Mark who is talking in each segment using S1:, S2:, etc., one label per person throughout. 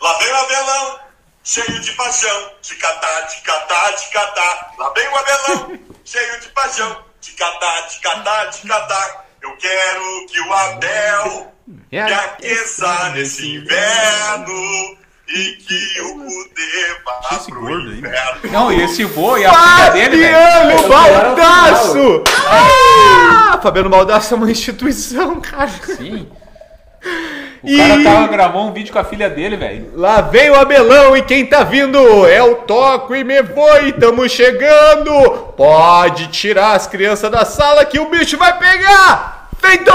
S1: Lá vem o abelão, cheio de paixão, ticatá, ticatá, ticatá. Lá vem o abelão, cheio de paixão, ticatá, ticatá, ticatá. Eu quero que o Abel me aqueça nesse inverno e que o Cudê vá
S2: Esse
S1: pro
S2: gordo aí,
S1: inferno.
S3: Não, e esse vô e a filha dele, velho.
S4: Baldaço! Ah, Fabiano Baldaço é uma instituição, cara.
S3: Sim. O
S4: E-
S3: cara tava, gravou um vídeo com a filha dele, velho.
S4: Lá vem o Abelão e quem tá vindo é o Toco e me foi, tamo chegando! Pode tirar as crianças da sala que o bicho vai pegar! Feito!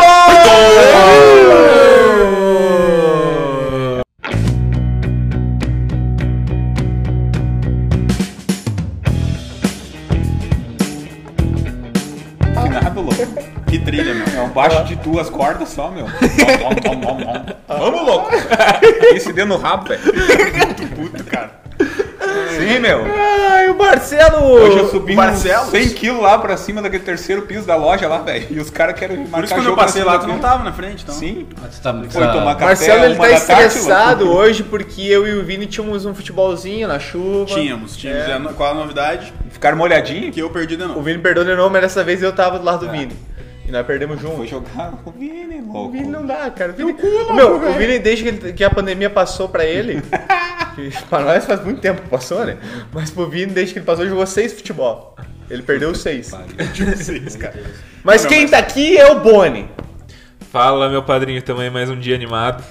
S3: Finado, louco.
S2: Que trilha, meu.
S3: É um baixo de duas cordas só, meu.
S2: Vamos, louco.
S3: Esse deu no rabo, velho.
S2: Puta, cara.
S3: Sim, meu.
S4: Ai, o Marcelo!
S3: Hoje eu subi uns
S2: Barcelos?
S3: 100 quilos lá pra cima daquele terceiro piso da loja lá, velho. E os caras querem marcar
S2: Por isso que quando eu
S3: jogo na
S2: passei lá, tu não
S3: segunda-feira.
S2: tava na frente, então.
S3: Sim.
S5: Você tá, você
S3: Foi
S5: tá-
S3: tomar café
S4: Marcelo ele
S3: uma
S4: tá
S3: da tarde, louco.
S4: estressado hoje porque eu e o Vini tínhamos um futebolzinho na chuva.
S2: Tínhamos, tínhamos. É. no- Qual a novidade?
S3: Ficaram molhadinhos.
S2: Que eu perdi de novo.
S4: O Vini perdoa de novo, mas dessa vez eu tava do lado do Vini. E nós perdemos junto.
S3: Foi jogar o Vini,
S4: O
S3: louco.
S4: Vini não dá, cara. O Vini, é meu, o Vini desde que, ele- que a pandemia passou pra ele, que pra nós faz muito tempo que passou, né? Mas pro Vini, desde que ele passou, ele jogou seis futebol. Ele perdeu seis. Perdeu seis, cara. Mas quem tá aqui é o Boni.
S6: Fala, meu padrinho, também mais um dia animado.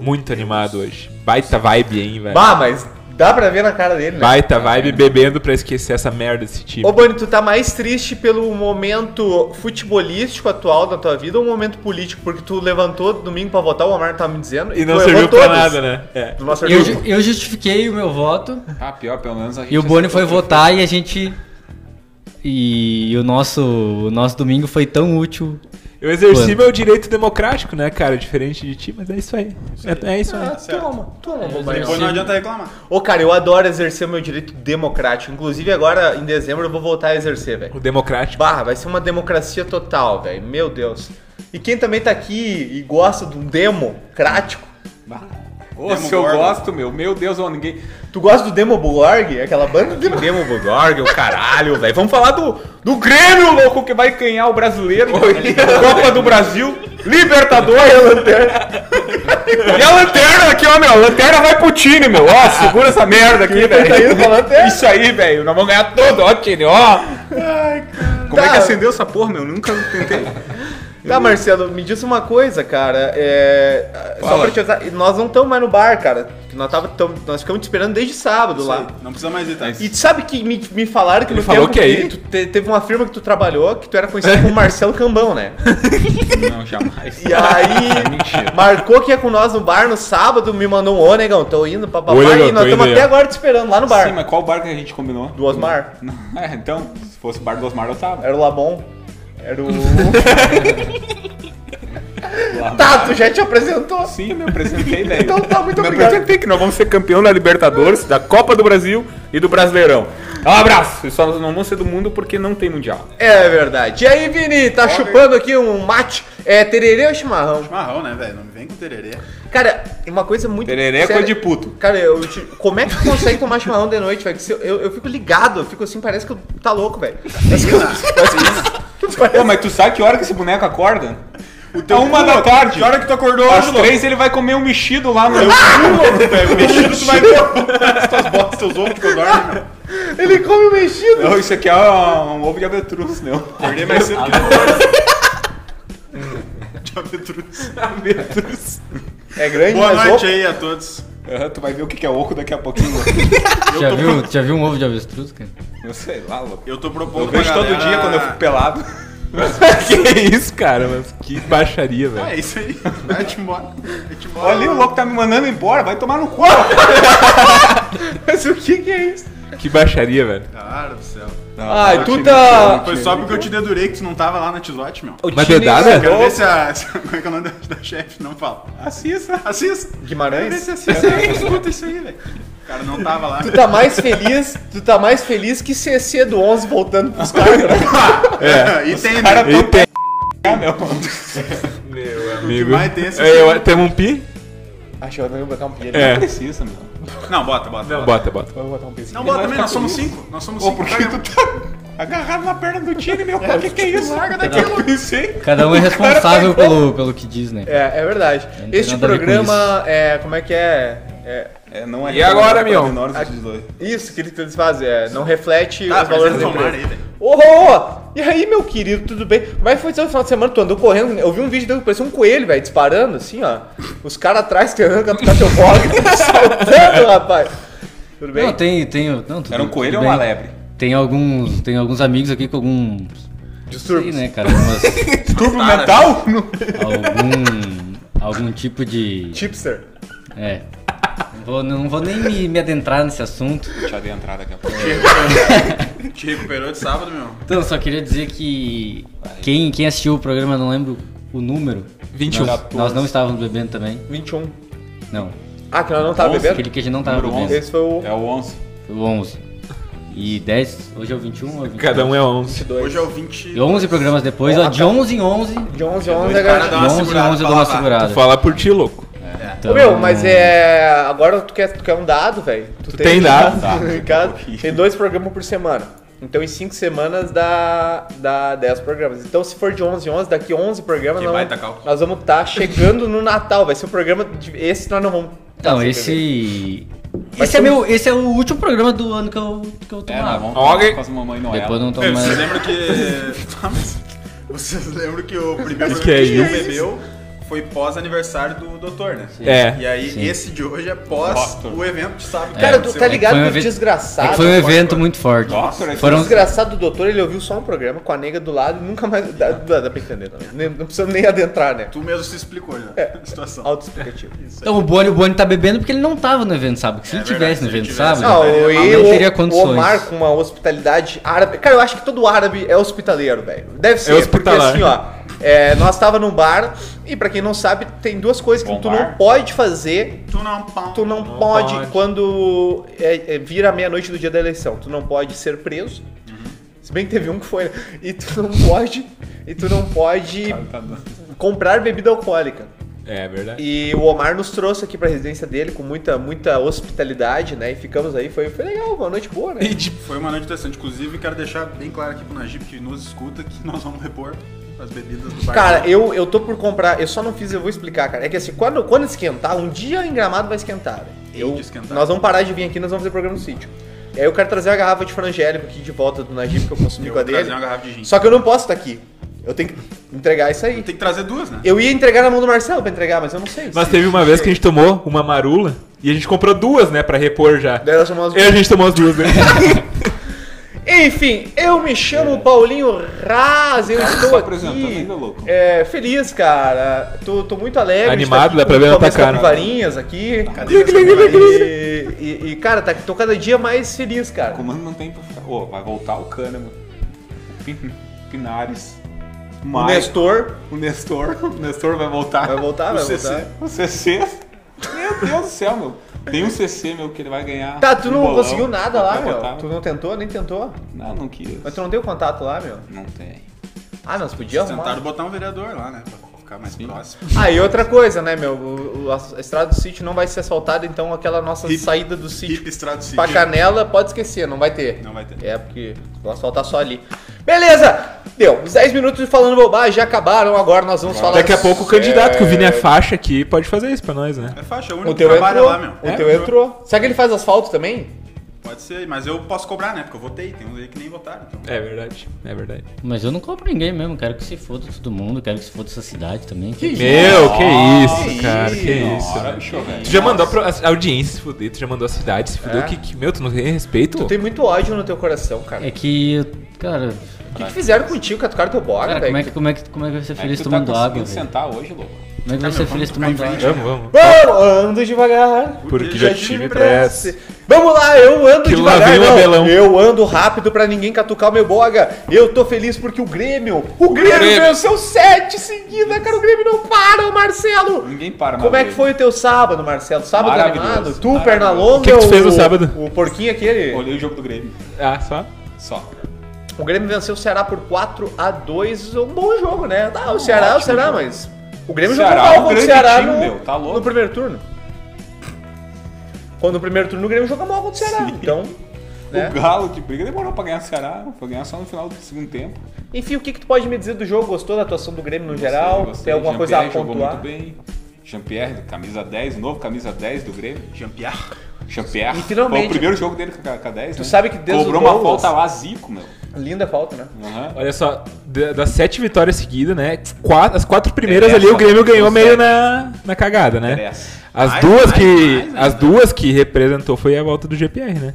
S6: Muito animado hoje. Baita vibe, hein, velho.
S4: Bah, mas dá pra ver na cara dele, né?
S6: Baita vibe bebendo pra esquecer essa merda desse time.
S4: Ô Boni, tu tá mais triste pelo momento futebolístico atual da tua vida ou momento político? Porque tu levantou domingo pra votar, o Amaro tava me dizendo.
S6: E não
S4: tu
S6: serviu
S4: errou
S6: pra
S4: todas.
S6: nada, né? É.
S4: Tu não acertou
S5: Eu,
S4: uma.
S5: ju- eu justifiquei o meu voto
S3: Ah, pior, pelo menos a gente.
S5: e o Boni foi
S3: aceitou.
S5: votar e a gente. E o nosso, o nosso domingo foi tão útil.
S6: Eu exerci
S5: Quando?
S6: meu é direito democrático, né, cara? Diferente de ti, mas é isso aí. É, é isso aí.
S4: Toma, toma, bobagem.
S2: Tá Depois não adianta reclamar.
S4: Ô, cara, eu adoro exercer o meu direito democrático. Inclusive, agora em dezembro eu vou voltar a exercer, velho.
S6: O democrático.
S4: Barra, vai ser uma democracia total, velho. Meu Deus. E quem também tá aqui e gosta de um democrático,
S3: Ô, se eu
S2: Demogorgon.
S3: gosto, meu. Meu Deus, ó, ninguém.
S4: tu gosta do Demobulorg? Aquela banda? Demo...
S3: Demogorg, o caralho, velho. Vamos falar do, do Grêmio, louco, que vai ganhar o brasileiro. Copa do Brasil. Libertadores. E a lanterna. e a lanterna aqui, ó, meu. A lanterna vai pro time, meu. Ó, segura essa merda aqui,
S4: tá indo pra lanterna.
S3: velho. Isso aí, velho. Nós vamos ganhar tudo, ó, time, ó.
S2: Como é
S4: Tá.
S2: que acendeu essa porra, meu? Nunca tentei.
S4: Tá, Marcelo, me diz uma coisa, cara. É... Só
S2: Fala.
S4: pra te avisar, nós não estamos mais no bar, cara. Nós, tava, tamo- nós ficamos te esperando desde sábado
S2: Isso
S4: lá.
S2: aí, Não precisa mais ir,
S3: É
S2: tá?
S4: E tu sabe que me, me falaram que
S6: Ele
S4: no
S6: falou
S4: tempo
S6: que é ele?
S4: tu te- teve uma firma que tu trabalhou que tu era conhecido como Marcelo Cambão, né?
S3: Não, jamais.
S4: E
S6: É,
S4: aí, marcou que ia com nós no bar no sábado, me mandou um ô, negão, tô indo, papapá,
S6: Ô, negão,
S4: e nós
S6: tô
S4: estamos
S6: indo aí,
S4: até
S6: ó.
S4: agora te esperando lá no bar.
S3: Sim, mas qual bar que a gente combinou?
S4: Do Osmar.
S3: Não, É, então, se fosse o bar do Osmar, eu tava.
S4: Era o Labon. Era o. tá, tu já te apresentou.
S3: Sim, eu me apresentei, velho.
S4: Então tá, muito
S2: Me
S4: obrigado.
S2: apresentei que nós vamos ser campeão da Libertadores, da Copa do Brasil e do Brasileirão. Um abraço! E só não vamos ser do mundo porque não tem mundial.
S4: É verdade. E aí, Vini, tá chupando aqui um mate. É tererê ou chimarrão?
S2: Marrão, né, velho? Não me vem com tererê.
S4: Cara, uma coisa muito.
S3: Tererê é
S4: séria-
S3: coisa de puto.
S4: Cara, eu te- como é que tu consegue tomar chimarrão de noite, velho? Que se Eu, eu, eu fico ligado, eu fico assim, parece que eu tá louco, velho. Parece que eu-
S3: Pô, mas tu sabe que hora que esse boneco acorda?
S2: O
S3: É uma da tarde.
S2: Que hora que tu acordou
S3: Às
S2: hoje, louco?
S3: três ele vai comer um mexido lá no... é
S2: velho. Mexido, tu vai ver as tuas botas, teus ovos que eu dorme, meu.
S4: Ele come mexido.
S3: Não, isso aqui é um ovo de avetruz, meu.
S2: Acordei mais cedo que tu. Avetruz.
S3: Avetruz.
S4: É grande,
S2: Boa
S4: mas
S2: noite
S4: opa,
S2: aí a todos.
S3: Ah, tu vai ver o que que é oco daqui a pouquinho. louco.
S5: Já viu, já viu um ovo de avestruz, cara?
S3: Eu sei lá, louco.
S2: Eu tô
S3: Eu
S2: propondo pra
S3: vejo todo
S2: galera-
S3: dia quando eu fico pelado.
S6: que isso, cara? Mas que baixaria,
S2: Ah, é
S6: velho.
S2: isso aí. Vai-te embora. Vai-te embora.
S3: Olha ali, o louco tá me mandando embora, vai tomar no cu.
S4: Mas o que que é isso?
S6: Que baixaria, velho.
S2: Cara do céu.
S4: Ai, tu tá...
S2: Foi só porque eu te dedurei que tu não tava lá na Tisote, meu.
S6: Mas dedada?
S4: é-
S2: Eu quero ver se a. se- Como é que é o nome da, da chefe? Não fala.
S3: Assista.
S2: Assista. Quero ver
S4: Guimarães?
S2: se assista
S3: É,
S2: aí. Escuta isso aí, velho. O cara não tava lá.
S4: Tu tá mais feliz, tu tá mais feliz que CC do 11 voltando pros caras.
S2: É. e tem,
S3: Cara,
S2: né?
S3: tô... Meu.
S6: Meu, é
S2: O que mais tem é esse
S6: É, eu- temos um pi?
S4: Acho que eu vou botar um pi ali.
S6: É.
S2: Precisa, meu. Não, bota, bota. bota.
S6: Bota, bota.
S4: Eu vou botar um pizinho.
S2: Não, bota também, nós somos cinco. Nós somos cinco.
S7: Porque tu tá agarrado na perna do time, meu. O que, que é isso? Larga daquilo. pensei.
S5: Cada um é responsável pelo, pelo que diz, né?
S4: É, é verdade.
S5: Não tem
S4: Este
S5: nada a ver com
S4: programa é. Como é que é? É.
S2: É, não é
S6: E agora, meu?
S2: Menores de 18.
S4: Isso que eles que eles fazem, é, não reflete
S2: Tá,
S4: os valores
S2: precisa
S4: da
S2: tomar
S4: empresa.
S2: aí, velho.
S4: Ô, ô, ô, e aí, meu querido, tudo bem? Como é que foi seu final de semana? Tu andou correndo, eu vi um vídeo, deu- parecia um coelho, velho, disparando, assim, ó. Os caras atrás querendo capturar teu fogo, saltando, rapaz. Tudo bem?
S5: Não, tem, tem. Não, tudo-
S2: Era um coelho ou
S5: tudo
S2: uma
S5: bem.
S2: lebre?
S5: Tem alguns, tem alguns amigos aqui com alguns.
S4: Distúrbios.
S5: Sei, né, cara? Algumas,
S7: Turbo mental?
S5: algum. Algum tipo de.
S4: Chipster.
S5: É. Não vou, não vou nem me, me adentrar nesse assunto.
S2: Te adentrar daqui a pouco. Te recuperou. Te recuperou de sábado, meu.
S5: Então, só queria dizer que. Quem, quem assistiu o programa, não lembro o número.
S6: 21.
S5: Nós, nós não estávamos bebendo também.
S4: 21.
S5: Não.
S4: Ah, que ela não tava
S2: Onze,
S4: bebendo?
S5: Aquele que a gente não estava
S2: Número
S5: bebendo.
S4: Esse foi o
S2: É o 11.
S5: Foi o 11. E 10. Hoje é o 21 ou é o 22?
S6: Cada um é 11.
S4: 2.
S2: Hoje é o 20.
S5: E 11 programas depois, ó, de 11 em 11.
S4: De 11 a 11 é
S2: Dois caras
S4: garantido.
S2: dá uma
S5: 11 em
S2: segurada
S5: 11 eu
S2: pra
S5: dou uma
S2: lavar.
S5: segurada.
S6: Fala por ti, louco.
S5: Então,
S4: Meu, mas é. Agora tu quer, tu quer um dado, velho. Tu, Tá.
S6: tem dado?
S2: Tá.
S4: Em casa, tem dois programas por semana. Então em cinco semanas dá, dá 10 programas. Então se for de 11 em 11, daqui 11 programas
S2: Que
S4: nós,
S2: baita
S4: vamos,
S2: cálculo.
S4: nós vamos estar chegando no Natal. Vai ser um programa. de- esse nós não vamos. tá
S5: Não,
S4: sem beber.
S5: então, esse.
S4: Mas
S5: Esse é,
S4: tu-
S5: meu, esse é o último programa do ano que eu, que eu
S2: É, nós
S5: tomava.
S2: vamos falar
S6: Ok.
S2: com as mamãe Noel.
S5: Depois não tomo
S2: Meu, Vocês
S5: mais.
S2: lembram que... Tá, mas Vocês lembram que o primeiro
S6: Que que é
S2: programa
S6: isso?
S2: bebeu foi pós-aniversário do doutor, né?
S6: É.
S2: E aí,
S5: Sim.
S2: esse de hoje é pós o evento de sábado.
S4: Cara,
S5: É,
S4: tu tá ligado
S5: foi um
S4: que o
S5: evento-
S4: desgraçado.
S5: É que foi um evento muito forte.
S2: Nossa, né?
S5: Foram,
S4: O desgraçado do doutor, ele ouviu só um programa com a nega do lado e nunca mais. Dá, dá dá pra entender, não. Nem- Não precisamos nem adentrar, né?
S2: Tu mesmo se explicou, né?
S4: É.
S2: A situação.
S4: Auto-explicativo.
S5: então o Boni, o Boni tá bebendo porque ele não tava no evento sábado. que Se
S2: É
S5: ele
S2: verdade,
S5: tivesse no
S2: se ele
S5: evento
S2: tivesse.
S5: sábado,
S4: Não,
S2: Não,
S4: e
S5: não
S4: o-
S5: teria
S4: O Omar
S5: condições.
S4: com uma hospitalidade árabe. Cara, eu acho que todo árabe é hospitaleiro, velho.
S5: É
S4: Deve ser, porque
S6: hospitalar.
S4: assim, ó. é, nós tava num bar e pra quem não sabe, tem duas coisas que
S2: Bom
S4: tu
S2: bar.
S4: não pode fazer.
S2: Tu não pão.
S4: Tu não, pode, quando é, é, vira a meia-noite do dia da eleição. Tu não pode ser preso. Se bem que teve um que foi. né? E tu não pode. E tu não pode comprar bebida alcoólica.
S6: É verdade.
S4: E o Omar nos trouxe aqui pra residência dele com muita, muita hospitalidade, né? E ficamos aí, foi, foi legal, uma noite boa, né?
S2: Foi uma noite interessante. Inclusive, quero deixar bem claro aqui pro Najib que nos escuta que nós vamos repor as bebidas do bar.
S4: Cara, eu, eu tô por comprar, eu só não fiz, eu vou explicar, cara. É que assim, quando, quando esquentar, um dia em gramado vai esquentar. velho.
S2: Tem
S4: Eu,
S2: de esquentar.
S4: nós vamos parar de vir aqui, nós vamos fazer programa no sítio. E aí eu quero trazer a garrafa de frangélico aqui de volta do Najib que eu consumi
S2: Eu
S4: com a
S2: vou trazer
S4: dele.
S2: uma garrafa de gin.
S4: Só que eu não posso estar aqui. Eu tenho que entregar isso aí.
S2: Tem que trazer duas, né?
S4: Eu ia entregar na mão do Marcelo pra entregar, mas eu não sei.
S6: Mas
S4: se-
S6: teve uma vez que a gente tomou uma marula e a gente comprou duas, né, pra repor já.
S4: Daí nós chamamos-
S6: E a gente tomou as duas, né?
S4: Enfim, eu me chamo Paulinho Raz, eu estou
S2: É, apresentando
S4: aqui
S2: ainda, louco.
S4: é, feliz, cara. Tô, tô muito alegre.
S6: Animado, dá pra ver na tua cara.
S4: varinhas aqui.
S2: Cadê essa
S4: E, e- e, cara, tá, tô cada dia mais feliz, cara.
S2: comando tá não tem pra ficar. Ô, vai voltar o Cânama. Pinares.
S4: O Nestor.
S2: O Nestor, o Nestor vai voltar.
S4: Vai voltar,
S2: o
S4: vai
S2: CC,
S4: voltar.
S2: O CC. Meu Deus do céu, meu. Tem um CC, meu, que ele vai ganhar.
S4: Tá, tu
S2: um
S4: não
S2: bolão.
S4: conseguiu nada lá,
S2: Vai
S4: meu.
S2: botar. né?
S4: Tu não tentou, nem tentou.
S2: Não, não quis.
S4: Mas tu não deu contato lá, meu.
S2: Não tem.
S4: Ah, nós podíamos
S2: Tentaram
S4: arrumar.
S2: botar um vereador lá, né? Pra ficar mais próximo.
S4: Ah, e outra coisa, né, meu? O, o- a estrada do sítio não vai ser assaltada, então aquela nossa
S2: Hip-
S4: saída do sítio
S2: Hip Estrada City.
S4: pra canela, pode esquecer, não vai ter.
S2: Não vai ter.
S4: É, porque vou assaltar só ali. Beleza! Deu, uns 10 minutos de falando bobagem já acabaram, agora nós vamos falar.
S6: Daqui a pouco o candidato que o Vini é faixa aqui pode fazer isso pra nós, né?
S2: É faixa, o
S4: O
S2: único que
S4: teu
S2: trabalha
S4: entrou.
S2: lá, meu.
S6: É?
S4: O teu é entrou. Será que ele faz asfalto também?
S2: Pode ser, mas eu posso cobrar, né? Porque eu votei. Tem uns aí que nem votaram. Então.
S6: É verdade, é verdade.
S5: Mas eu não compro ninguém mesmo, quero que se foda todo mundo, quero que se foda essa cidade também. Que
S6: Meu, que isso, cara, que isso.
S2: Bora,
S6: né?
S2: bicho, velho.
S6: Tu já mandou pro- a audiência se fuder, tu já mandou a cidade se fuder. Que, que- meu, É. tu não tem respeito?
S4: Tu tem muito ódio no teu coração, cara.
S5: É que, cara,
S4: O que, que fizeram contigo? Catucaram teu bora,
S5: cara como, é que,
S4: velho?
S5: como, é que, como é que vai ser
S2: É que
S5: feliz
S2: tu tá
S5: tomando água?
S2: conseguindo
S5: velho?
S2: sentar hoje, louco.
S5: Como é que vai ser feliz
S2: Tá vamos
S5: tomando
S2: tocar em
S5: água?
S2: frente.
S6: Vamos, vamos.
S4: Vamos, ando devagar.
S6: Porque já tive pressa.
S4: Vamos lá, eu ando
S6: é Que lá
S4: devagar,
S6: vem o
S4: não.
S6: Abelão.
S4: Eu ando rápido pra ninguém catucar o meu boga. Eu tô feliz porque o Grêmio, o Grêmio,
S6: Grêmio.
S4: meu, são sete seguida, cara, o Grêmio não para, Marcelo.
S2: Ninguém para,
S4: Como é
S2: mano.
S4: que foi o teu sábado, Marcelo? Sábado
S2: Maravilhoso.
S4: animado? Tu,
S2: Maravilhoso.
S4: perna longa?
S6: O que que tu fez no
S4: o-
S6: sábado?
S4: O porquinho aquele.
S2: Olhei o jogo do Grêmio.
S6: Ah, só?
S2: Só.
S4: O Grêmio venceu o Ceará por 4 a 2 Um bom jogo, né? Ah, o Ceará, é o Ceará, mas O Grêmio
S3: O
S4: jogou
S3: Ceará
S4: mal
S3: é um
S4: contra o
S3: grande
S4: Ceará
S3: time,
S4: no,
S3: meu, tá louco.
S4: no primeiro turno. Quando no primeiro turno o Grêmio joga mal contra o Ceará. Então, né?
S3: O Galo que briga demorou pra ganhar o Ceará, foi ganhar só no final do segundo tempo.
S4: enfim, o que, que tu pode me dizer do jogo? Gostou da atuação do Grêmio no geral? Tem
S3: Gostei,
S4: alguma coisa a
S3: Jean-Pierre jogou
S4: pontuar?
S3: muito bem. Jean-Pierre, camisa 10, novo camisa 10 do Grêmio.
S2: Jean-Pierre.
S3: Jean-Pierre.
S4: E finalmente-
S3: Foi o primeiro jogo dele com a, com a 10,
S4: Tu
S3: né?
S4: sabe que desde
S3: Cobrou
S4: o
S3: uma
S4: Douglas-
S3: falta lá, Zico, meu.
S4: Linda falta, né?
S3: Aham.
S6: Olha só, da- das sete vitórias seguidas, né? qua- as quatro primeiras
S3: Interessa,
S6: ali o Grêmio ganhou
S3: são
S6: meio
S3: sete.
S6: na, na cagada, né?
S3: Interessa.
S6: As
S2: Mais,
S6: duas
S2: mais,
S6: que
S2: mais, né?
S6: as duas que representou foi a volta do GPR, né?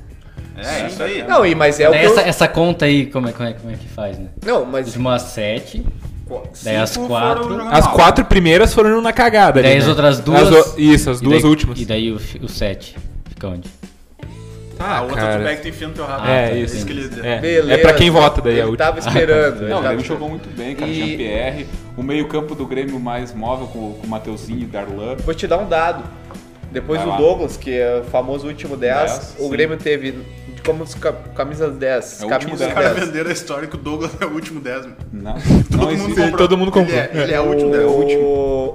S2: É, isso aí.
S4: Não, e, mas é o que eu-
S5: Essa, essa conta aí, como é, como, é, como é que faz, né?
S4: Não, mas
S5: De umas sete, daí as
S2: Cinco
S5: quatro,
S2: foram jogando
S6: As
S2: mal.
S6: quatro primeiras foram na cagada ali,
S5: daí as
S6: né?
S5: outras duas.
S6: As o- isso, as
S5: e
S6: duas
S5: daí-
S6: últimas.
S5: E daí o, fi- o sete. Fica onde?
S2: Ah, a outra
S6: cara.
S2: tu pega e tu enfia no teu rabo.
S5: É,
S2: É
S5: isso.
S2: isso que ele diz.
S6: É,
S4: beleza.
S6: é pra quem vota daí a
S4: Ele
S6: última.
S4: tava esperando. ele
S3: Não, o
S4: tava
S3: Grêmio jogou muito bem, cara.
S4: E-
S3: Jean-Pierre. O meio-campo do Grêmio mais móvel com, com o Mateuzinho e Darlan.
S4: Vou te dar um dado. Depois
S3: Vai
S4: do
S3: lá.
S4: Douglas, que é o famoso último 10,
S3: Dez,
S4: o
S3: sim.
S4: Grêmio teve como os ca- camisas 10.
S3: É o último
S4: camisas
S3: dez.
S2: Os caras
S4: 10.
S2: venderam a história que o Douglas é o último décimo.
S3: Não,
S2: Todo
S3: não
S2: mundo
S3: existe.
S2: comprou.
S6: Todo mundo comprou.
S2: Ele é, ele é o último
S4: O-
S2: décimo.
S4: o-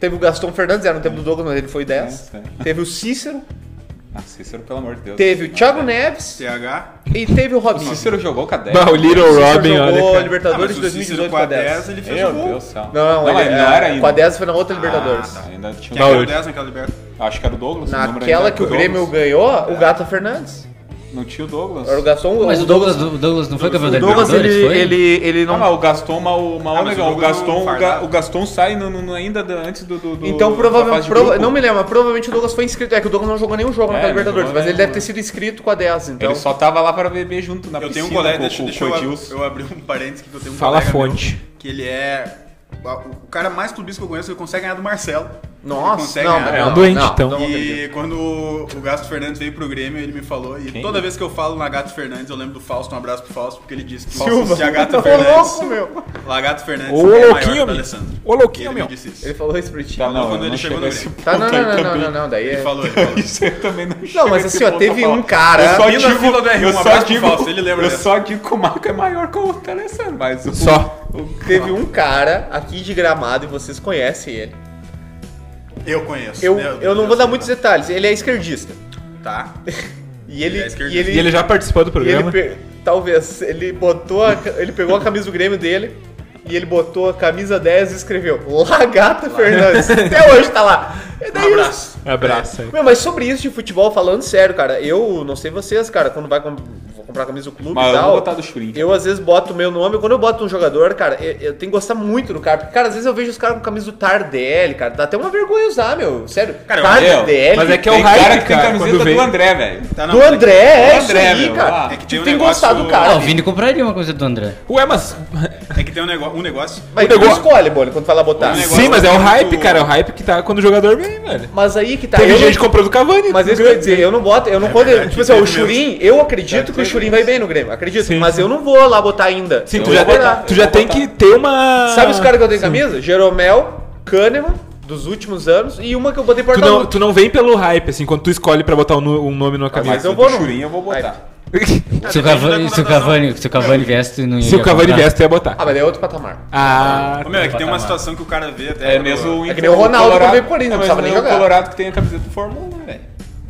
S4: Teve o Gaston Fernandes, era no tempo do Douglas, mas ele foi 10.
S3: É, é.
S4: Teve o Cícero,
S3: Ah, Cícero, pelo amor de Deus.
S4: teve o Thiago Neves
S2: TH.
S4: e teve o Robinho.
S3: Cícero jogou com a 10.
S6: Bah, o Little
S4: Cícero
S6: Robin,
S4: jogou
S6: olha.
S4: a
S6: Cara.
S2: Ah, mas
S4: Libertadores
S2: o
S4: de
S2: Cícero
S4: 2018
S2: com a 10, ele fez
S3: Meu
S2: o gol.
S3: Deus do céu.
S4: Não, não, ele,
S3: não era
S4: é,
S3: ainda. Ah,
S4: Com a 10 foi na outra Libertadores.
S2: tá.
S3: Ainda tinha
S2: Quem é que é o
S6: Não,
S2: 10 naquela liberta?
S3: Acho que era o Douglas. o número
S4: Naquela
S3: ainda
S4: que o
S3: era
S4: Grêmio
S3: Douglas.
S4: ganhou, o Gato Fernandes.
S3: Não tinha o Douglas.
S4: Era o Gaston.
S5: Mas o Douglas, o Douglas não foi campeão da
S4: O Douglas, ele,
S5: Libertadores, foi?
S4: ele, ele não
S3: Ah, mas o Gaston, mas o, mas
S2: Ah,
S3: o
S2: mas
S3: legal,
S2: o
S3: o
S2: Douglas
S3: Gaston, o, Ga-
S2: fardado.
S3: o Gaston sai no, no- no- ainda da- antes do, do- do-
S4: Então,
S3: da fase
S4: provavelmente.
S3: de
S4: prova-
S3: grupo.
S4: não me lembro, mas provavelmente o Douglas foi inscrito. É que o Douglas não jogou nenhum jogo
S3: É,
S4: na
S3: não
S4: Libertadores,
S3: jogou
S4: mas ele
S3: nenhum,
S4: deve
S3: né?
S4: ter sido inscrito com a 10, então.
S3: Ele só tava lá pra beber junto na
S2: Eu
S3: piscina
S2: tenho um colega,
S3: com,
S2: deixa,
S3: com,
S2: deixa
S3: com o
S2: eu,
S3: Edilson.
S2: eu abrir um parênteses que eu tenho um
S6: Fala
S2: colega
S6: a fonte.
S2: meu que ele é o cara mais clubista que eu conheço, ele consegue ganhar do Marcelo. Ele
S4: Nossa,
S2: consegue
S4: não,
S2: ganhar.
S4: não,
S6: É um doente,
S4: não,
S6: então.
S4: não acredito.
S2: E quando o- o Gasto Fernandes veio pro Grêmio, ele me falou, e toda vez que eu falo na Gato Fernandes, eu lembro do Fausto, um abraço pro Fausto, porque ele disse que
S4: Silva.
S2: se a Gato
S4: Ô,
S2: Fernandes,
S4: louco, meu.
S2: Lagato Fernandes
S6: Ô,
S2: é maior que
S6: louquinho,
S2: o do
S6: meu.
S2: Alessandro.
S6: Ô, louquinho,
S2: ele
S6: meu.
S2: me disse isso.
S4: Ele falou isso pra ti.
S3: Tá,
S2: quando
S3: eu
S2: ele chegou
S3: chego
S2: no
S3: a esse
S2: Grêmio.
S4: Tá, não,
S3: ponto
S4: não,
S3: aí
S4: não, não,
S3: também.
S4: não, não, daí é.
S2: Ele falou, ele falou.
S3: Isso eu também não chego
S4: Não, mas
S3: a esse
S4: assim, ó,
S3: ponto
S4: teve
S3: pra falar.
S4: um cara-
S3: Eu só
S2: Mina
S3: digo,
S2: Fila do R1,
S3: eu
S2: um
S3: só
S2: abraço pro
S3: digo,
S2: Fausto, ele lembra
S3: eu
S2: dessa.
S3: só digo que o Marco é maior que o Alessandro, mas o,
S6: Só.
S3: o-
S4: Teve um cara aqui de gramado e vocês conhecem ele.
S2: Eu conheço.
S4: Eu,
S2: Meu
S4: eu
S2: Deus,
S4: não vou dar muitos detalhes, ele é esquerdista.
S2: Tá.
S4: E ele.
S2: Ele é esquerdista.
S4: e ele,
S6: E ele já participou do
S4: e ele
S6: programa.
S4: pe- Talvez. Ele botou. a ca- ele pegou a camisa do Grêmio dele. E ele botou a camisa 10 e escreveu Lagata Fernandes. Até hoje tá lá. E daí
S2: Um abraço.
S6: Abraço aí.
S4: Meu, mas sobre isso de futebol, falando sério, cara, eu não sei vocês, cara, quando vai com- vou comprar camisa do clube
S3: Mas
S4: e
S3: eu
S4: tal.
S3: vou botar do Churinho.
S4: Eu às vezes boto o meu nome, quando eu boto um jogador, cara, eu, eu tenho que gostar muito do cara. Porque, cara, às vezes eu vejo os caras com camisa do Tardelli, cara. Dá até uma vergonha usar, meu. Sério.
S2: Cara, eu-
S4: Tardelli.
S6: Mas é que é o
S3: Tem cara
S6: hype,
S3: que tem
S6: cara,
S3: camiseta
S6: quando
S3: do
S6: vem.
S3: André, velho.
S2: Tá, não,
S4: Do
S2: mas é que-
S4: André, é
S3: do
S4: isso
S3: André,
S4: aí,
S3: meu,
S4: cara.
S3: ah,
S2: é
S4: Tipo,
S2: que tem
S4: tem
S2: um
S4: que
S2: negócio-
S4: gostar do
S5: Ah,
S4: cara.
S5: o Vini compraria uma coisa do André.
S6: Ué, mas.
S2: É que tem um negócio, um negócio
S4: Mas tu escolhe, Bolha, quando fala botar.
S2: O negócio-
S6: Sim, mas é o hype, cara. É o hype que tá quando o jogador vem, velho.
S4: Mas aí que tá.
S6: Teve
S4: eu
S6: gente que
S4: não-
S6: comprou do Cavani.
S4: Mas é isso que eu ia dizer, eu não boto,
S6: É
S4: eu não quando. tipo assim, ó, o Churin, eu acredito que o Churin vai bem no Grêmio, acredito,
S6: Sim.
S4: mas eu não vou lá botar ainda.
S6: Sim,
S4: Eu
S6: tu
S4: vou
S6: já,
S4: esperar.
S6: tu já tem que ter uma.
S4: Sabe os caras que eu tenho camisa? Jeromel, Kahneman, dos últimos anos, e uma que eu botei por
S6: Tu não, tu não vem pelo hype, assim, quando tu escolhe pra botar um, nu- um nome numa camisa.
S4: mas eu vou
S3: do
S4: no-
S3: Churinho eu vou botar.
S5: Se o Cavani, se o Cavani, se o Cavani viesse, tu não ia
S6: Se o Cavani
S5: comprar.
S6: viesse, tu ia botar.
S4: Ah, mas é outro patamar.
S6: Ah,
S2: Ô, meu, é que tem uma
S5: Patamar.
S2: situação que o cara vê até.
S3: É mesmo o
S4: É que nem o Ronaldo quando veio pro Corinthians, não
S3: é, mas
S4: precisava
S3: nem
S4: nem
S3: o
S4: jogar.
S3: Colorado que tem a camiseta do Fórmula 1, velho.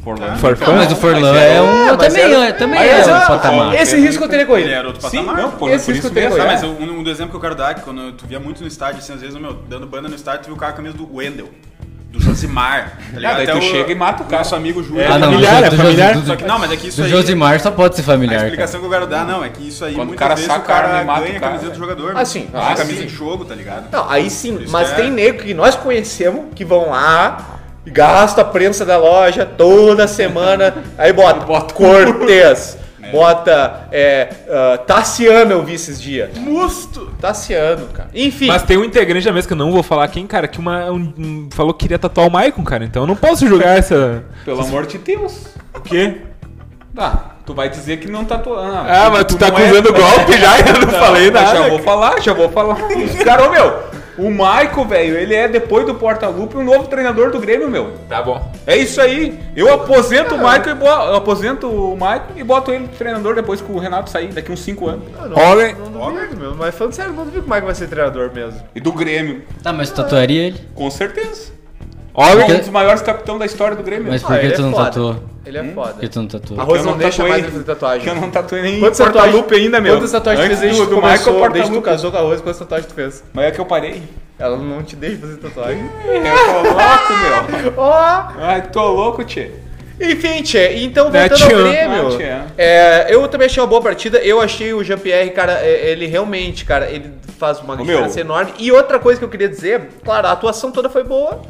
S3: Fórmula 1.
S6: Forfã?
S5: Não, mas o Forlan é um. eu
S4: mas
S5: também,
S4: era-
S5: eu também
S4: mas
S5: é,
S4: era-
S5: um patamar.
S4: Esse risco eu teria
S2: Ele
S6: é
S4: corrido.
S2: era É outro
S3: Sim,
S2: patamar.
S3: não, pô,
S4: Esse
S3: por
S4: que
S3: isso
S4: eu tenho
S3: mesmo.
S4: que
S2: Tá,
S4: olhar.
S3: Mas
S2: mas um, um do exemplo que eu quero dar, que quando tu via muito no estádio, assim, às vezes, meu, dando banda no estádio, tu viu o cara com a camisa do Wendel, do Josimar, tá ligado?
S3: daí tu chega e mata o cara.
S2: Nosso amigo Júlio.
S5: Ah, não, do,
S6: familiar, é
S5: do,
S6: familiar.
S5: do, do,
S2: Só que não, mas é que isso
S5: do
S2: aí-
S5: Josimar só pode ser
S2: A
S5: familiar. cara.
S2: explicação que eu quero dar, não, é que isso aí,
S3: Quando o
S2: muitas
S3: cara
S2: vezes,
S3: saca
S2: o
S3: a arma
S2: cara
S3: e mata
S2: ganha
S3: o
S2: a
S3: cara,
S2: camiseta do
S3: velho.
S2: jogador.
S4: Ah,
S2: meu.
S4: sim.
S2: Ganha
S4: Ah,
S2: a camisa
S4: sim.
S2: de jogo, tá ligado?
S4: Não, aí sim,
S2: Isso
S4: mas
S2: é.
S4: tem nego que nós conhecemos que vão lá, gasta a prensa da loja toda semana, aí bota, Cortez,
S3: Né?
S4: bota é, ah, Tassiano eu vi esses dias.
S2: Musto!
S4: Tassiano, cara. Enfim,
S6: Mas tem um integrante da mesa que eu não vou falar quem, cara, que uma, um- um- falou que queria tatuar o Maicon, cara. Então eu não posso julgar essa.
S3: Pelo amor de Deus.
S6: O quê?
S3: Tá, tu vai dizer que não tatuou.
S6: Ah, mas tu tá
S3: não é-
S6: acusando o golpe já, eu não falei
S3: Mas
S6: nada.
S3: Já vou falar, já vou falar. Os caras, ô, meu, O Maico, velho, ele é depois do Porta-Lupe o novo treinador do Grêmio, meu.
S6: Tá bom.
S3: É isso aí. Eu aposento o Maico e bo... eu aposento o Maico e boto ele treinador depois que o Renato sair daqui uns 5 anos.
S4: Ah, não,
S8: Olha-
S4: não duvido, meu. Mas falando sério, não duvido como é que vai ser treinador mesmo.
S3: E do Grêmio,
S5: Tá, mas tu tatuaria ele?
S3: com certeza.
S8: Olha,
S3: Um dos maiores capitão da história do Grêmio. Mas...
S5: Mas por
S4: Ah,
S5: que
S4: ele
S5: tu
S4: é
S5: não
S4: foda.
S5: tatuou?
S4: Ele é foda.
S5: Por que tu não tatuou?
S4: A Rose
S3: Hum? Eu
S4: não,
S3: não
S4: deixa
S3: tatuei.
S4: mais ele fazer tatuagem.
S3: Que eu não tatuei nem
S4: Quantas tatuagens-
S3: Porta-Lupe ainda, meu.
S4: Quantas tatuagens tu
S3: Antes
S4: fez desde
S3: do,
S4: que
S3: do
S4: tu
S3: Maico
S4: começou,
S3: ao
S4: desde que tu
S3: Porta-Lupe.
S4: casou com a Rose, quantas tatuagens tu fez?
S3: Mas é que eu parei. É,
S4: Ela não te deixa fazer tatuagem.
S3: Eu tô louco, meu.
S4: Ó!
S3: Ai, tô louco, tchê.
S4: Enfim, Tchê, então
S8: Né,
S4: voltando ao
S8: tchê?
S4: Grêmio.
S3: Ah,
S4: é, eu também achei uma boa partida. Eu achei o Jean-Pierre, cara, é, ele realmente, cara, ele faz uma
S3: meu.
S4: diferença enorme. E outra coisa que eu queria dizer, claro, a atuação toda foi boa.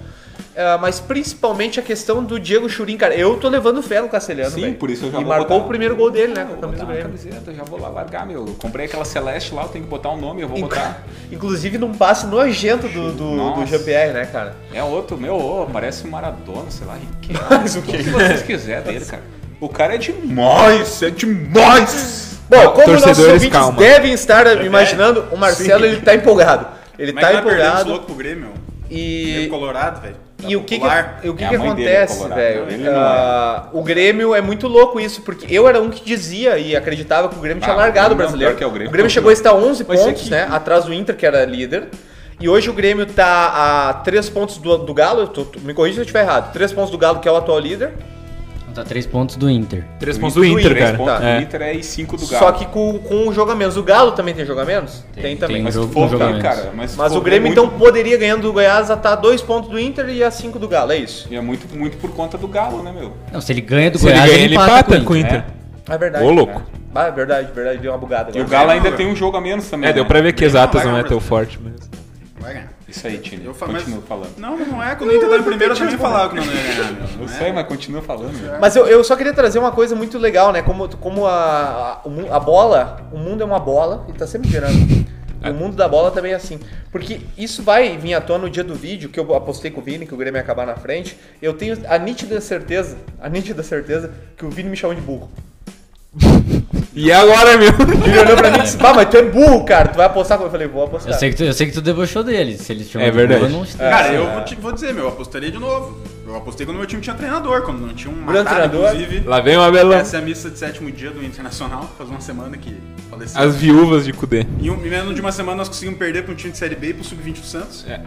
S4: é, mas principalmente a questão do Diego Churin, cara. Eu tô levando fé no Castelhano,
S3: Sim,
S4: velho.
S3: por isso eu já
S4: E
S3: vou
S4: marcou
S3: botar.
S4: o primeiro gol dele, né? Com a
S3: Vou
S4: camisa do
S3: botar uma
S4: Grêmio.
S3: camiseta, já vou lá largar, meu. Eu comprei aquela Celeste lá, eu tenho que botar um nome, eu vou
S4: Inc-
S3: botar.
S4: Inclusive num passe nojento do, do, do
S3: Nossa.
S4: Jean-Pierre, né, cara?
S3: É outro, meu, ô, parece um Maradona, sei lá, Riquelme. o que vocês
S4: é?
S3: quiserem dele, cara. O cara é demais, é demais!
S4: Bom, como
S6: torcedores,
S4: nossos ouvintes
S6: calma.
S4: devem estar imaginando, o Marcelo, ele tá empolgado. Ele
S2: Como é
S4: tá
S2: que vai perder esse
S4: empolgado.
S2: louco pro Grêmio?
S4: E,
S2: E... Colorado, velho. Tá
S4: e o que,
S2: popular.
S4: que, o que,
S3: É a
S4: que
S3: mãe dele,
S4: acontece,
S3: colorado.
S4: velho?
S3: Não, ele não
S4: Ah, o Grêmio é muito louco isso, porque eu era um que dizia e acreditava que o Grêmio tinha
S3: Ah,
S4: largado o
S3: não,
S4: brasileiro.
S3: pior que é o Grêmio.
S4: chegou a estar a 11
S3: Mas
S4: pontos,
S3: é que-
S4: né? Atrás do Inter, que era líder. E hoje o Grêmio tá a 3 pontos do, do Galo. eu tô- me corrija se eu estiver errado. 3 pontos do Galo, que é o atual líder.
S5: Tá três pontos do Inter.
S6: Três pontos do Inter,
S3: Três
S6: cara.
S3: pontos do
S6: É.
S3: Inter é e cinco do Galo.
S4: Só que com, com um jogo a menos. O Galo também tem jogo a menos? Tem, também.
S5: tem.
S3: mas se
S5: jogo-
S3: for
S5: um jogo a
S3: bem,
S5: menos.
S3: cara. Mas, se
S4: Mas
S3: for
S4: o Grêmio,
S3: é muito-
S4: então, poderia, ganhando do Goiás, atar a 2 pontos do Inter e a 5 do Galo. É isso.
S3: E é muito, muito por conta do Galo, né, meu?
S5: Não, se ele ganha do
S6: Se ele
S5: Goiás,
S6: ganha, ele empata com o
S5: Inter.
S6: Inter.
S4: É verdade.
S6: Ô, louco.
S4: Ah, é verdade, verdade. Deu uma bugada agora.
S3: E o Galo ainda tem um jogo a menos também.
S6: É, deu
S3: né?
S6: pra ver que exatas
S2: Vai
S6: não é
S2: ganhar,
S6: teu
S2: Brasil.
S6: forte, mas.
S2: Vai ganhar.
S3: Isso aí, Tini.
S2: Eu falo,
S3: Continua
S2: mas-
S3: falando.
S2: Não, mas não é. Quando o Inter tá em primeiro, eu também falava que não ia ganhar, meu.
S3: Eu
S2: Não
S4: né?
S2: é?
S3: sei, mas continua falando. meu.
S4: Mas eu, eu só queria trazer uma coisa muito legal, né? Como, como a, a, o mu- a bola, o mundo é uma bola e tá sempre girando. E o mundo da bola também é assim. Porque isso vai vir à tona no dia do vídeo, que eu apostei com o Vini, que o Grêmio ia acabar na frente. Eu tenho a nítida certeza, a nítida certeza, que o Vini me chamou de burro.
S6: E agora, meu?
S4: Ele olhou pra mim e disse, pá, mas tu é burro, cara, tu vai apostar como? Eu falei, vou apostar.
S5: Eu sei, que tu, eu sei que tu debochou dele. Se ele te chamar
S6: É
S5: de burro,
S6: verdade.
S5: eu não
S2: Cara, eu vou, te- vou dizer, meu, eu apostaria de novo. Eu apostei quando meu time tinha treinador, quando não tinha um
S4: Grande treinador.
S2: inclusive.
S6: Lá vem o Abelão.
S2: Essa é a missa de sétimo dia do Internacional, faz uma semana que faleceu.
S6: As viúvas de Cudê.
S2: Em, um, em menos de uma semana nós conseguimos perder pra um time de Série B e pro Sub-20 do Santos.
S6: É.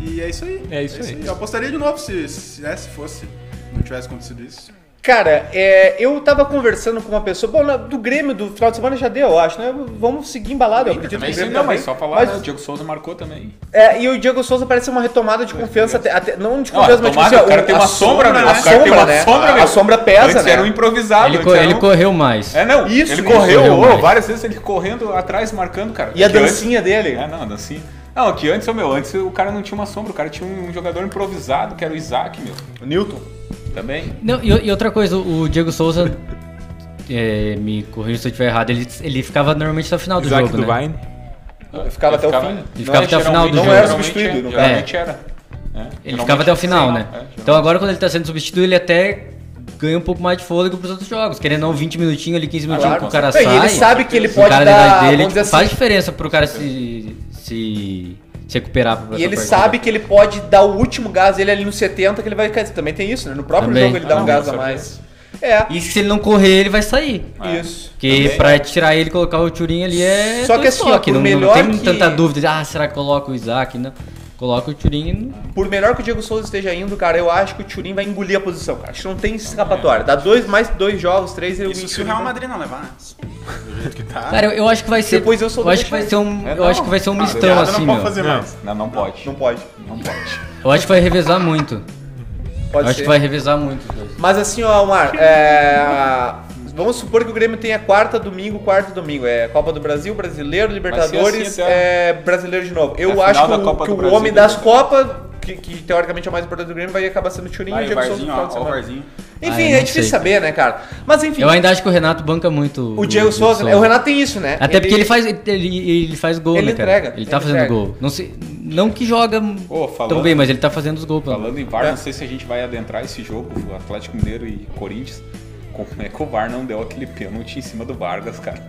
S2: E é isso aí.
S6: É isso aí.
S2: Eu apostaria de novo se, se, né, se fosse, não tivesse acontecido isso.
S4: Cara, é, eu tava conversando com uma pessoa, bom, na- do Grêmio do final de semana já deu, eu acho, né? Vamos seguir embalado, eu acredito que o
S3: Mas
S4: Grêmio
S3: não,
S4: também.
S3: mas só falar,
S4: Mas-
S3: né, o Diego Souza marcou também.
S4: É, e o Diego Souza parece uma retomada de confiança, até, até- não de
S3: Não,
S4: confiança, mas tipo
S3: tomara,
S4: assim,
S3: o cara tem
S4: a
S3: uma sombra, né?
S4: A
S3: O cara tem
S4: sombra,
S3: uma
S4: né?
S3: sombra,
S4: A
S3: meu.
S4: sombra pesa,
S3: Antes
S4: né?
S3: era um improvisado.
S5: Ele,
S3: antes
S5: co-
S3: era
S5: ele
S3: um-
S5: correu mais.
S3: É, não.
S4: Isso,
S3: ele
S4: isso,
S3: correu,
S5: correu
S3: ô,
S5: mais.
S3: várias vezes ele correndo atrás, marcando, cara.
S4: E a
S3: Que antes-
S4: dancinha dele?
S3: É, não, a dancinha. Não, que antes, ô, meu, antes o cara não tinha uma sombra, o cara tinha um jogador improvisado, que era o Isaac, meu.
S4: Newton.
S3: Também.
S5: Não, e, e outra coisa, o Diego Souza. é, me corrija se eu estiver errado, ele, ele ficava normalmente na final do
S6: Isaac
S5: jogo,
S6: do
S5: né?
S6: Vine.
S4: Ficava
S3: Ele
S4: até o fim.
S5: Ele ficava até o final
S3: geralmente-
S5: do jogo.
S4: era
S3: geralmente
S4: substituído,
S3: é,
S4: no
S3: Geralmente era. É,
S5: Ele
S3: geralmente
S5: ficava até o
S3: era
S5: final, né?
S3: É, geralmente.
S5: então agora quando ele tá sendo substituído, ele até ganha um pouco mais de fôlego pros outros jogos. Querendo ou não, 20 minutinhos ali, 15 minutinhos que o cara
S4: Bem,
S5: sai.
S4: ele sabe que ele
S5: o
S4: pode
S5: cara da idade
S4: dar,
S5: dele,
S4: vamos dizer
S5: tipo, faz
S4: assim,
S5: diferença pro cara se. se, se recuperar pra
S4: e ele
S5: próxima partida.
S4: sabe que ele pode dar o último gás, ele ali no 70, que ele vai cair. Também tem isso, né? No próprio
S5: Também.
S4: jogo ele dá
S5: Ah,
S4: um
S5: não,
S4: gás
S3: com
S4: a mais. É,
S5: E se ele não correr, ele vai sair.
S3: É.
S4: isso.
S5: Porque pra tirar ele e colocar o Turin ali é.
S4: Só que
S5: dois
S4: assim, ó,
S5: toques,
S4: por
S5: não,
S4: melhor
S5: não tem
S4: que-
S5: tanta dúvida. Ah, será que coloca o Isaac? Não. Coloca o Turin.
S4: Por melhor que o Diego Souza esteja indo, cara, eu acho que o Turin vai engolir a posição, cara. Acho que não tem escapatória. Dá dois, mais dois jogos, três, eu
S2: Isso se o Real Madrid não levar, né? Do jeito que tá.
S5: Cara, eu, eu acho que vai ser.
S4: Depois eu sou
S5: eu acho que
S4: deixar
S5: vai ser um.
S3: É,
S5: eu
S3: não.
S5: acho que vai ser um
S3: Ah,
S5: mistão,
S2: Piada
S5: assim,
S2: não
S5: meu.
S2: pode fazer mais.
S3: Não, não pode.
S4: Não pode.
S3: Não pode.
S5: Eu acho que vai revezar muito.
S4: Pode
S5: eu acho
S4: ser.
S5: que vai revezar muito. os dois.
S4: Mas assim, ó, Omar, é... vamos supor que o Grêmio tenha quarta, domingo, quarta, domingo. É Copa do Brasil, Brasileiro, Libertadores,
S3: assim até-
S4: é Brasileiro de novo. Eu
S3: final
S4: acho que
S3: da
S4: o,
S3: Copa
S4: que
S3: do
S4: o
S3: Brasil,
S4: homem das
S3: né?
S4: Copas, que, que teoricamente é o mais importante do Grêmio, vai acabar sendo o Turinho e
S2: Aí,
S4: o Diego
S2: o
S4: Souza no
S2: Varzinho,
S4: final de
S2: ó, ó, o
S4: semana.
S2: Varzinho.
S5: Ah, eu
S4: Enfim,
S5: não
S4: é difícil
S5: sei.
S4: saber, né, cara? Mas enfim,
S5: Eu ainda acho que o Renato banca muito.
S4: o Diego Souza, né? o Renato tem isso, né?
S5: Até porque ele faz, ele, ele faz gol,
S4: Ele
S5: né, cara?
S4: entrega,
S5: Ele tá
S4: ele
S5: fazendo
S4: entrega.
S5: gol. Não, sei, não que joga
S3: Ô, falando-
S5: tão bem, mas ele tá fazendo os gols. pelo menos.
S3: Falando em VAR,
S4: É.
S3: não sei se a gente vai adentrar esse jogo, o Atlético Mineiro e Corinthians. Como é que o VAR não deu aquele pênalti em cima do Vargas, cara?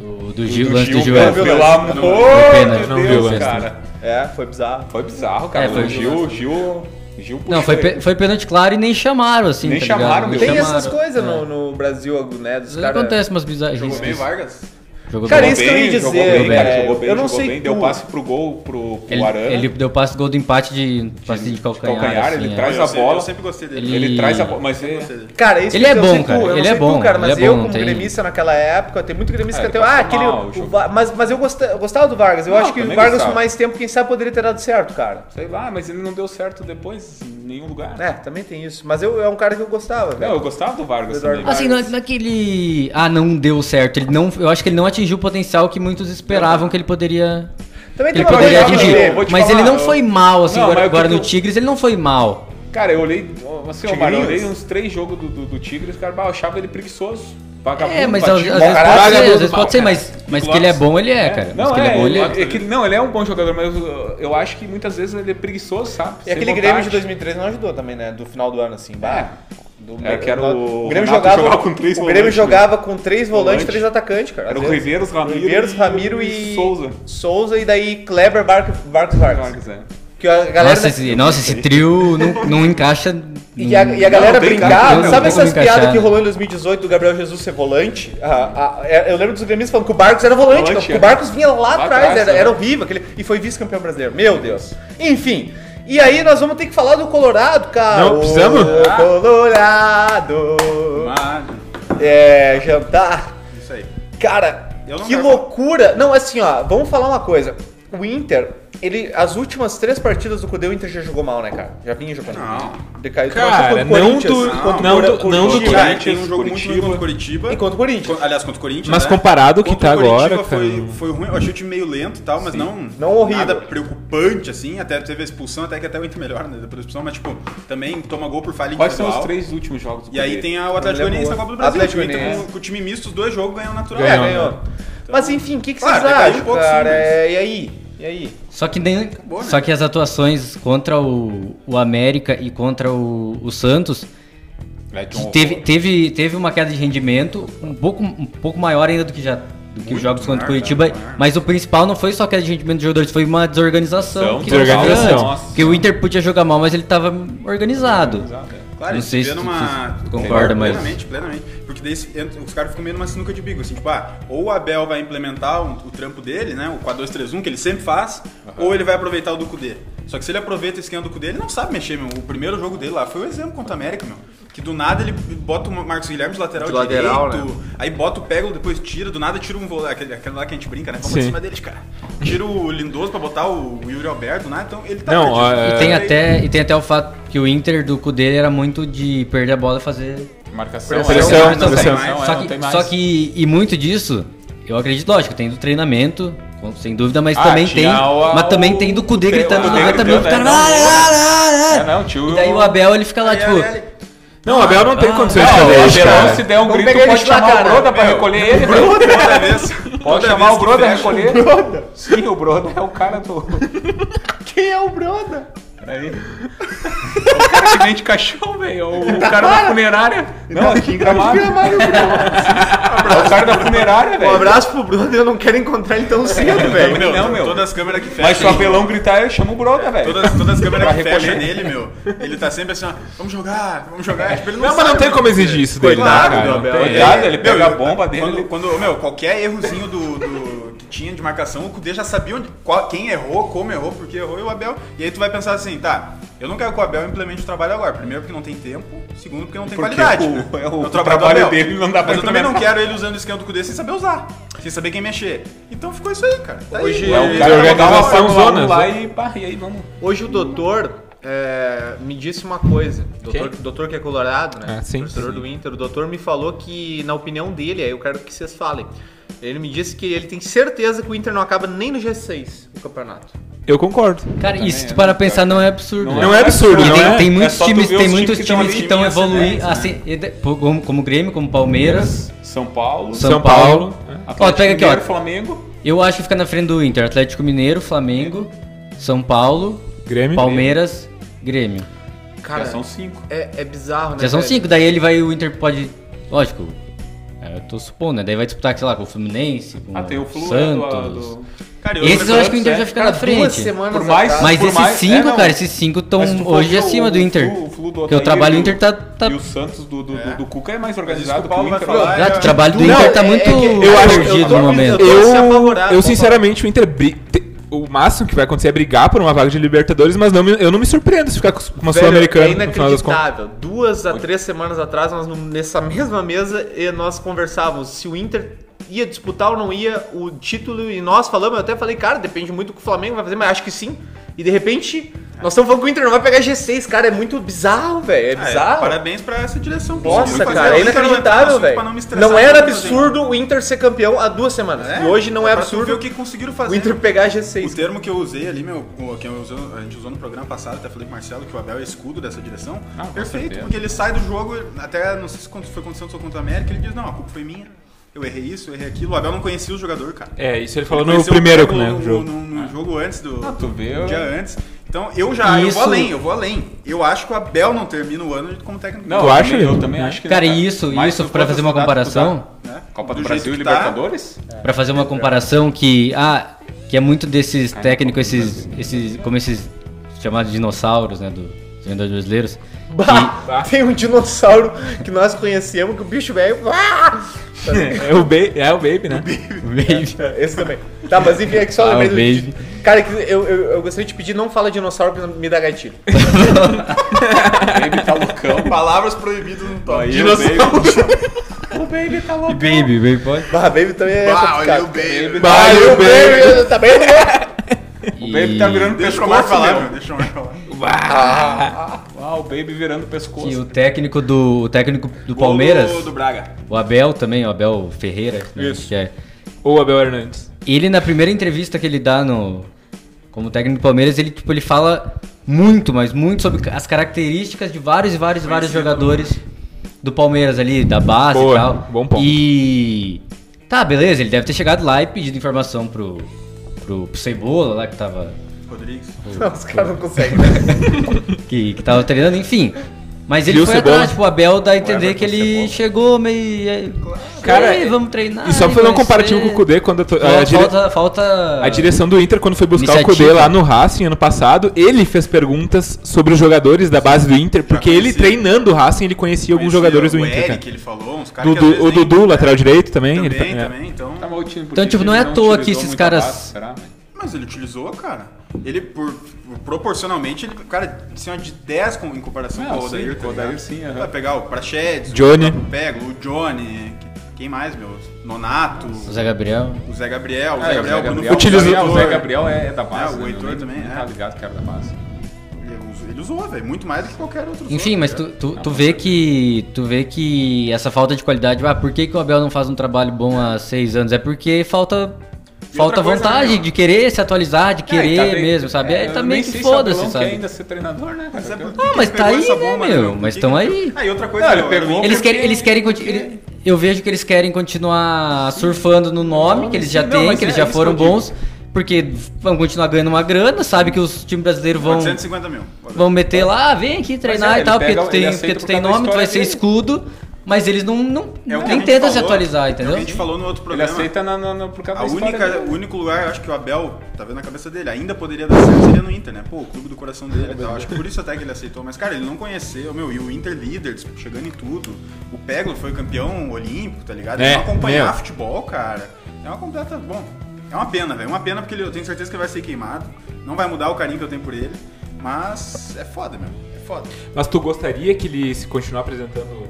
S5: O do Gil, lance do Gil.
S3: cara,
S5: é-
S4: viu,
S3: pelo
S4: né?
S5: No
S3: amor
S5: pênalti,
S3: de
S5: não
S6: viu o
S3: Deus,
S6: lance,
S3: cara.
S4: É, foi bizarro.
S3: Foi bizarro, cara.
S5: É, foi
S3: o Gil, Gil, Gil
S5: Não,
S3: puxou
S5: foi,
S3: ele.
S5: pe- foi pênalti claro e nem chamaram, assim.
S3: Nem
S5: tá ligado?
S3: chamaram,
S5: Não
S3: meu.
S4: Tem
S5: chamaram,
S4: essas coisas
S5: é.
S4: no, no Brasil, né? Dos caras.
S5: Às vezes acontece umas bizarrices.
S2: Jogou bem Vargas?
S5: Jogou
S4: Cara,
S5: bem.
S4: isso que eu ia dizer,
S3: Jogou bem, cara,
S4: velho.
S3: jogou bem,
S4: Eu não
S3: jogou
S4: sei
S3: bem, deu
S4: como.
S3: passe pro gol, pro, pro
S5: Ele,
S3: Arana.
S5: ele deu passe gol do empate de passe de, calcanhar.
S3: calcanhar,
S5: assim,
S3: ele
S5: é.
S3: traz-
S2: eu,
S3: a
S2: sempre-
S3: bola.
S2: eu sempre gostei dele.
S5: Ele-
S3: Ele traz a bola, mas é...
S4: Cara, isso
S5: Ele
S4: que
S5: é
S4: eu
S5: bom,
S4: sei tu,
S5: cara,
S4: eu não
S5: ele
S4: sei
S5: é bom,
S4: cara, mas
S5: ele é
S4: eu,
S5: bom,
S4: como
S5: tem-
S4: gremista naquela época, tem muito gremista
S3: Ah,
S4: que
S3: ele
S4: até. Ah,
S3: passou
S4: aquele.
S3: mal,
S4: o
S3: jogou.
S4: Va- mas, mas eu gostava, eu gostava do Vargas. Eu
S3: Não,
S4: acho que o
S3: também
S4: Vargas,
S3: gostava.
S4: com mais tempo, quem sabe, poderia ter dado certo, cara.
S3: Sei lá, mas ele não deu certo depois em nenhum lugar.
S4: É, também tem isso. Mas eu, é um cara que eu gostava,
S3: Não,
S4: velho.
S3: eu gostava do né? Vargas
S4: Eduardo
S3: também.
S5: Assim, não, não é que ele. Ah, não deu certo. Ele não, eu acho que ele não atingiu o potencial que muitos esperavam que ele poderia.
S4: Também
S5: Ele
S4: uma
S5: poderia
S4: coisa que
S3: atingir.
S4: eu-
S3: Então, vou te
S5: atingir. Mas ele
S3: falar,
S5: não
S3: eu-
S5: foi mal, assim,
S3: Não,
S5: agora,
S3: mas o que
S5: agora
S3: que
S5: no
S3: eu-
S5: Tigres ele não foi mal.
S3: Cara, eu olhei, assim, ó, mano, eu
S4: Tigrinhos?
S3: olhei uns três jogos do, do, do Tigres, cara, bah, eu achava ele preguiçoso. Vagabundo,
S5: É, mas às, às
S3: batido.
S5: vezes pode
S3: Caralho,
S5: ser, às
S3: do
S5: vezes
S3: mal,
S5: pode ser,
S3: cara.
S5: mas, mas que ele é bom, ele é, cara. Mas
S3: Não,
S5: que ele é
S3: é,
S5: bom, ele
S3: ele,
S5: é.
S3: é que ele- não, ele é um bom jogador, mas eu, eu acho que muitas vezes ele é preguiçoso, sabe? Ah,
S4: E aquele Grêmio de 2013 não ajudou também, né? Do final do ano, assim. Bah. Do,
S3: É, que era o
S4: Grêmio
S3: Renato
S4: jogava,
S3: jogava com três
S4: O Grêmio
S3: volantes, né?
S4: jogava com três volantes,
S3: Volante.
S4: três atacantes, cara.
S3: Era
S4: Às
S3: o
S4: vezes.
S3: Riveiros, Ramiro,
S4: Riveiros, Ramiro e,
S3: Souza.
S4: Souza e daí Kleber, Barco- Barcos Vargas.
S3: Vargas, é.
S4: Que a galera
S5: Nossa, esse, nossa, esse trio não, não encaixa.
S4: E a, e a galera
S3: não tem
S4: brincava,
S5: como, não
S4: sabe
S5: tem como
S4: essas piadas
S5: encaixar,
S4: que
S5: né?
S4: rolou em 2018 do Gabriel Jesus ser volante? A- a- é- eu lembro dos gremistas falando que o Barcos era volante,
S3: Volante,
S4: que o
S3: é.
S4: Barcos vinha lá, atrás,
S3: Lá atrás,
S4: era,
S3: né?
S4: era horrível, aquele, e foi vice-campeão brasileiro. Meu Deus. Enfim, e aí nós vamos ter que falar do Colorado, cara.
S6: Não, precisamos?
S4: O Colorado,
S2: Mano,
S4: é, jantar.
S2: isso aí.
S4: Cara,
S2: Eu não
S4: que
S2: quero
S4: loucura! Não, assim, ó, vamos falar uma coisa. O Inter, ele, as últimas três partidas do Cudê, o Inter já jogou mal, né, cara? Já vinha jogando.
S2: Não.
S4: Decaiu
S6: Cara,
S4: Nossa,
S6: não
S4: contra o
S6: do.
S4: Corinthians, contra o
S6: Não
S4: Cora-
S6: do. Não do
S4: Corinthians,
S2: Cara,
S6: Corinthians,
S2: teve um jogo muito ruim contra o
S6: Curitiba.
S2: Curitiba.
S4: E contra o Corinthians.
S2: Co- Aliás, contra o Corinthians.
S6: Mas
S2: né?
S6: comparado ao que
S2: Contra
S6: tá
S2: o Curitiba
S6: agora,
S2: foi,
S6: cara.
S2: foi ruim. Eu achei o time meio lento e tal, mas não,
S4: Não horrível.
S2: nada preocupante, assim. Até teve a expulsão, até que até o Inter melhor, né? Depois da expulsão, mas tipo, também toma gol por falha
S3: Quais são os
S2: individual.
S3: três últimos jogos do
S2: E aí
S3: Cudê?
S2: tem a- o Atlético
S4: Não lembro.
S2: Goianiense na Copa do Brasil.
S4: é Atlético
S2: o Inter
S4: Goianiense.
S2: com, com o time misto, os dois jogos ganhou natural.
S4: É,
S6: Ganhou. né?
S4: ganhou. Mas enfim, o que, que vocês
S2: Claro, decaiu
S4: acham,
S2: um pouco,
S4: cara?
S2: sim, mas-
S4: É, E aí? E aí?
S5: Só que nem,
S2: Acabou, né?
S5: só que as atuações contra o, o América e contra o, o Santos
S3: É, de
S5: que
S3: um-
S5: teve, teve, teve uma queda de rendimento um pouco, um pouco maior ainda do que já do que os jogos contra
S2: maior,
S5: o
S3: né?
S5: Curitiba,
S2: cara, maior.
S5: mas o principal não foi só queda de rendimento dos jogadores, foi uma desorganização.
S3: Então,
S5: que não tinha
S6: desorganização.
S5: antes, Porque o Inter podia jogar mal, mas ele estava organizado.
S3: tá?
S2: Claro,
S5: Não
S2: isso
S5: sei se
S2: vê
S5: tu-
S2: numa-
S5: se tu concorda, mas-
S2: Plenamente, plenamente. Porque daí se- entra- os caras ficam meio numa sinuca de bico, assim, tipo, ah, ou o Abel vai implementar um- o trampo dele, né, o 4-2-3-1, que ele sempre faz, ou ele vai aproveitar o do Cudê. Só que se ele aproveita o esquema do Cudê, ele não sabe mexer, meu. O primeiro jogo dele lá foi o exemplo contra a América, meu. Que do nada ele bota o Marcos Guilherme de lateral
S4: De lateral,
S2: direito,
S5: né?
S2: aí bota o Pego, depois tira, do nada tira um volante, aquele, aquele lá que a gente brinca, né, vamos
S6: Sim.
S2: pra cima deles, cara. Tira o Lindoso pra botar o Yuri Alberto, né, então ele tá
S6: Não, ó,
S2: perdido.
S6: é-
S5: E tem, até, e tem até o fato que o Inter do cu dele era muito de perder a bola e fazer
S3: Marcação.
S6: Pressão,
S3: é,
S5: Então,
S6: pressão.
S5: cara,
S3: não,
S5: Só,
S3: é, não tem
S5: que,
S3: mais.
S5: só que- e muito disso, eu acredito, lógico, tem do treinamento, com- sem dúvida, mas
S3: Ah,
S5: também tem.
S3: tinha o-
S5: mas também
S3: o-
S5: tem do Kudê
S3: o-
S5: gritando
S3: o Kudê
S5: completamente.
S3: gritando, né? É, não, tio.
S5: "Ah, E daí o Abel ele fica lá,
S2: Aí,
S5: tipo.
S2: aí, aí.
S6: Não, o Abel não tem condições de
S3: Não,
S6: fazer
S3: Ah, o
S6: isso,
S3: Abel, se
S6: cara.
S3: der um
S4: Vamos
S3: grito,
S4: pegar ele
S3: pode
S4: de lá,
S3: chamar o
S4: cara.
S3: Broda pra recolher ele, velho.
S2: Toda vez-
S3: Pode
S2: toda
S3: chamar
S2: vez
S3: o
S2: que
S3: Broda pra
S2: fecha-
S3: recolher. Sim, o Broda é o cara do.
S4: Quem é o Broda?
S3: Peraí. O cara que vende caixão, velho. O cara da funerária.
S4: tá
S3: Não, aqui em Gramado. É o cara da funerária,
S4: Um
S3: velho.
S4: abraço pro Broda, eu não quero encontrar ele tão cedo, velho.
S2: Meu,
S3: Não, meu.
S2: Todas as câmeras que
S3: Mas se o
S2: fecham.
S3: apelão gritar, eu chamo o Broda, velho.
S2: Todas, todas as câmeras
S3: Pra
S2: que
S3: recolher.
S2: fecham nele, meu. Ele tá sempre assim, ó, vamos jogar, vamos jogar. Tipo, ele
S6: Não, mas não
S2: sabe
S6: tem como
S2: o que
S6: exigir
S2: fazer.
S6: isso dele, né,
S2: Coitado
S6: cara?
S2: do
S6: Não
S2: Abel.
S6: tem.
S3: Coitado, ele pega
S2: Meu,
S3: a bomba dele,
S2: Quando,
S3: ele-
S2: quando- meu, qualquer errozinho do, do- que tinha de marcação, o Cudê já sabia onde, qual- quem errou, como errou, porque errou e o Abel. E aí tu vai pensar assim, tá. Eu não quero que o Abel implemente o trabalho agora. Primeiro porque não tem tempo, segundo porque não tem
S3: Porque
S2: qualidade.
S3: o- é o
S2: do
S3: trabalho
S2: Abel.
S3: dele não dá pra
S2: Mas eu também não
S3: implementar.
S2: quero ele usando o esquema do Cudê sem saber usar, sem saber quem mexer. Então ficou isso aí, cara. Tá aí.
S4: Hoje-
S3: É o
S2: Ele
S3: cara
S2: vai
S3: que
S2: botar uma
S3: dá uma
S6: Fórmula um
S3: fanzona
S6: lá
S3: lá e e aí vamos.
S4: Hoje o doutor é, me disse uma coisa. Doutor, doutor que é colorado, né?
S6: Ah, sim,
S4: Torcedor do Inter. O doutor me falou que, na opinião dele, aí eu quero que vocês falem. Ele me disse que ele tem certeza que o Inter não acaba nem no G6 o campeonato.
S6: Eu concordo.
S5: Cara, e
S3: né?
S5: se tu parar pra pensar, não é absurdo.
S6: Não é absurdo,
S5: E
S6: não
S5: tem,
S6: é?
S5: tem
S3: É
S5: muitos
S3: só tu
S5: times,
S3: ver os
S5: tem
S3: times
S5: muitos
S3: que tão ali
S5: times
S3: né?
S5: que estão
S2: em
S5: evoluindo,
S2: ascendência,
S5: assim, e de- pô, como, como Grêmio, como Palmeiras.
S3: São Paulo.
S5: assim.
S3: né?
S5: São
S6: São
S5: Paulo.
S6: Paulo. né?
S5: Ó, pega aqui, ó.
S3: Mineiro, Flamengo.
S5: Eu acho que fica na frente do Inter, Atlético Mineiro, Flamengo, São Paulo,
S6: Grêmio.
S5: Palmeiras, Grêmio.
S4: Cara,
S3: Já são cinco.
S4: é, é bizarro, né?
S5: Já são
S4: velho?
S5: cinco, daí ele vai, o Inter pode. Lógico. É, Eu tô supondo, né? Daí vai disputar, sei lá, com o Fluminense, com
S3: Ah, tem o Flu, né, do-
S5: Santos.
S3: do-
S2: Cara,
S5: Esses eu acho que o Inter
S2: é-
S5: já fica na frente.
S3: Por mais-
S5: Mas
S3: por
S5: esses
S3: mais-
S5: cinco,
S3: é, não.
S5: cara, esses cinco estão
S3: Mas se tu for
S5: hoje
S3: ver o-
S5: acima do
S3: o
S5: Inter.
S3: Flu- o Flu do
S5: Porque o
S3: Odair
S5: trabalho
S3: e
S5: do
S3: o-
S5: Inter tá. tá...
S3: E o Santos do, do, do, do Cuca é mais
S2: isso
S3: organizado
S2: que
S3: que
S2: o
S3: o
S2: Paulo vai
S3: Inter.
S2: falar.
S5: Exato,
S2: é-
S5: o trabalho do
S6: Não,
S5: Inter tá
S6: é-
S5: muito
S6: é- eu acho- eu
S5: perdido
S2: tô-
S5: no momento.
S2: tô assim apavorado,
S6: Eu,
S2: vou
S6: eu sinceramente, o Inter. bri- te- O máximo que vai acontecer é brigar por uma vaga de Libertadores, mas não, me- eu não me surpreendo se ficar com uma
S4: Velho,
S6: Sul-Americana
S4: é
S6: no final das contas.
S4: inacreditável. Duas a três semanas atrás, nós num- nessa mesma mesa e nós conversávamos se o Inter ia disputar ou não ia o título e nós falamos, eu até falei, cara, depende muito do que o Flamengo vai fazer, mas acho que sim. E de repente, nós estamos falando que o Inter não vai pegar G6, cara, é muito bizarro, velho, é
S2: Ah, é,
S4: bizarro.
S2: Parabéns pra essa direção.
S4: Nossa,
S2: Conseguiu fazer
S4: cara,
S2: o
S4: é
S2: Inter
S4: inacreditável,
S2: entrar no assunto
S4: velho.
S2: pra me estressar,
S4: Não era
S2: pra fazer.
S4: absurdo o Inter ser campeão há duas semanas.
S2: É,
S4: e hoje não é
S2: pra tu ver
S4: absurdo
S2: o que conseguiram fazer.
S4: o Inter pegar
S2: O
S4: G6.
S2: termo que eu usei ali, meu, o- que eu usei- a gente usou no programa passado, até falei com o Marcelo, que o Abel é escudo dessa direção.
S4: Ah,
S2: Perfeito, porque ele sai do jogo, até não sei se quando foi acontecendo só contra o América, ele diz, não, a culpa foi minha. Eu errei isso, eu errei aquilo. O Abel não conhecia o jogador, cara.
S6: É, isso ele falou no
S2: Conheceu
S6: primeiro
S2: no,
S6: né,
S2: no-
S6: jogo.
S2: no- no jogo antes do.
S3: Ah, tu vê,
S2: um
S3: eu-
S2: dia antes. Então eu já, eu
S5: Isso-
S2: vou além, eu vou além. Eu acho que o Abel não termina o ano como técnico.
S3: Não,
S6: Tu
S3: eu
S6: acha,
S3: também- Eu
S6: Lino?
S3: também acho que não,
S5: Cara, e isso,
S3: Mas
S2: um
S5: isso
S3: se
S5: pra
S3: for
S5: fazer uma
S3: essa data, tu tá-
S5: comparação,
S2: né?
S3: Copa do,
S2: jeito
S3: Brasil e
S2: que tá,
S3: Libertadores?
S5: Pra fazer uma comparação que ah, que é muito desses técnicos esses esses como esses chamados dinossauros, né, do dos treinadores brasileiros.
S4: Bah, Tem um dinossauro que nós conhecemos, que o bicho velho. Ah!
S6: É o, ba- é o Baby, né?
S4: Esse também. Tá, mas enfim, é que só
S5: Ah,
S4: lembrei
S5: o
S4: do.
S5: baby.
S4: de- Cara, é que eu, eu, eu gostaria de pedir, não fala dinossauro que me dá gatilho.
S3: Baby tá loucão.
S2: Palavras proibidas no top.
S3: Aí o
S4: Dinossauro.
S3: Baby.
S5: E baby, baby pode.
S4: Bah, baby também é
S2: Ah, olha o
S4: complicado.
S2: Baby.
S4: Bah, eu, baby, eu também não.
S3: O Baby tá virando
S2: Deixa o
S3: pescoço.
S2: Omar falar,
S3: meu.
S2: meu, deixa o Omar falar.
S3: Ah, o Baby virando pescoço.
S5: E o técnico do o técnico do Palmeiras,
S2: Do, do Braga.
S5: o Abel também, o Abel Ferreira, né, que é.
S6: Ou Abel Hernandes.
S5: Ele na primeira entrevista que ele dá no como técnico do Palmeiras, ele tipo ele fala muito, mas muito sobre as características de vários e vários e vários jogadores do Palmeiras ali, da base
S6: Boa,
S5: e tal.
S6: bom ponto.
S5: E tá, beleza, ele deve ter chegado lá e pedido informação pro pro, pro Cebola lá que tava
S2: Rodrigues.
S4: Não, os caras não conseguem. né?
S5: que, que tava treinando, enfim. Mas ele
S6: Viu,
S5: foi
S6: Cebola?
S5: atrás, tipo, o Abel dá a entender que ele chegou meio.
S6: Cara,
S5: Cara, vamos treinar.
S6: E só
S5: e
S6: fazer um
S5: conhecer."
S6: comparativo com o Kudê, quando eu tô- a,
S5: Ah, é- Falta,
S6: dire-
S5: falta, falta-
S6: a direção do Inter, quando foi buscar o
S5: Iniciativa.
S6: Kudê lá no Racing ano passado, ele fez perguntas sobre os jogadores da base do Inter, porque ele
S2: conhecia.
S6: treinando o Racing, ele conhecia alguns jogadores do
S2: o
S6: Inter.
S2: Eric,
S6: cara.
S2: ele falou, uns caras
S6: Dudu-
S2: que às
S6: o
S2: vezes nem- né?
S6: Dudu, lateral direito também.
S2: Também,
S6: ele tá- é.
S2: também, então...
S3: Tá mal o time, porque
S5: Então,
S3: o
S5: tipo,
S3: time
S5: não é à toa que
S3: utilizou
S5: esses
S3: muito
S5: caras-
S3: a base, será, né?
S2: Mas ele utilizou, cara. Ele, por, por- proporcionalmente, ele, cara, assim, ó, de 10 com, em comparação
S3: Não,
S2: com o Odair.
S3: Ah, sim,
S2: tá
S3: com o Odair,
S2: ligado?
S3: sim, aham.
S2: Vai pegar o Prachedes,
S6: Johnny.
S2: o Pego, o Johnny, que- quem mais, meu? Nonato,
S5: O Zé Gabriel.
S2: o Zé Gabriel, o
S3: Ah,
S2: Zé Gabriel, Bruno
S3: Gabriel,
S2: Fernandes,
S6: Utilizou-
S3: o Zé Gabriel é, é da base.
S2: É, o
S3: né?
S2: Heitor
S3: Não-
S2: também,
S3: não
S2: é.
S3: Tá ligado que era da base.
S2: Ele usou, ele usou, velho, muito mais do que qualquer outro.
S5: Enfim,
S2: usou,
S5: mas
S2: tá
S5: tu,
S2: ligado?
S5: tu, tu vê que. Tu vê que essa falta de qualidade. Ah, por que, que o Abel não faz um trabalho bom há seis anos? É porque falta. Falta
S2: coisa,
S5: vontade
S2: né,
S5: de querer se atualizar, de
S3: É, e
S5: querer
S3: tá bem-
S5: mesmo, sabe? É,
S3: eu
S5: tá
S3: nem
S5: meio
S3: sei
S5: que
S3: se o
S5: foda-se,
S3: Abelão
S5: sabe?
S3: quer ainda ser treinador, né?
S2: Mas é por que
S5: Ah,
S2: que
S5: mas
S2: ele
S5: tá
S2: pegou
S5: aí,
S2: essa
S5: né,
S2: bomba,
S5: meu?
S2: Por
S5: Mas
S2: que
S5: tão
S2: que-
S5: aí.
S2: Ah, e outra coisa,
S3: Não, ele
S2: meu,
S3: pegou-
S5: Eles
S3: é Porque-
S5: querem, eles querem conti- ele- eu vejo que eles querem continuar surfando no nome que eles já
S3: Não,
S5: têm,
S3: mas
S5: que eles
S3: é
S5: já
S3: isso
S5: foram
S3: que eu digo.
S5: bons, porque vão continuar ganhando uma grana, sabe que os times brasileiros
S2: é
S5: vão
S2: 450 mil.
S5: vão meter lá, "Ah, vem aqui treinar
S3: é,
S5: e tal,
S3: ele
S5: porque
S3: pega-
S5: tu tem,
S3: ele aceita
S5: porque tu
S3: por
S5: tem
S3: causa da
S5: nome, tu vai
S3: história
S5: ser
S3: dele.
S5: escudo, mas eles não, não
S2: É o que a
S5: nem
S2: gente
S5: tentam se
S2: falou,
S5: atualizar,
S2: É o
S5: entendeu?
S2: que a gente falou no outro
S3: Ele
S2: programa.
S3: aceita na, na, na, por causa
S2: A
S3: da história
S2: única,
S3: dele.
S2: o único lugar, eu acho que o Abel, tá vendo na cabeça dele, ainda poderia dar certo seria no Inter, né? Pô, o clube do coração dele e tal. Acho que por isso até que ele aceitou. Mas, cara, ele não conheceu, meu, e o Inter líder, tipo, chegando em tudo. O Peglo foi campeão olímpico, tá ligado? Ele
S6: É,
S2: não acompanhar
S6: meu.
S2: futebol, cara. É uma completa. Bom, é uma pena, velho. É uma pena porque ele- eu tenho certeza que ele vai ser queimado. Não vai mudar o carinho que eu tenho por ele. Mas é foda, meu. É foda.
S6: Mas tu gostaria que ele se continuar apresentando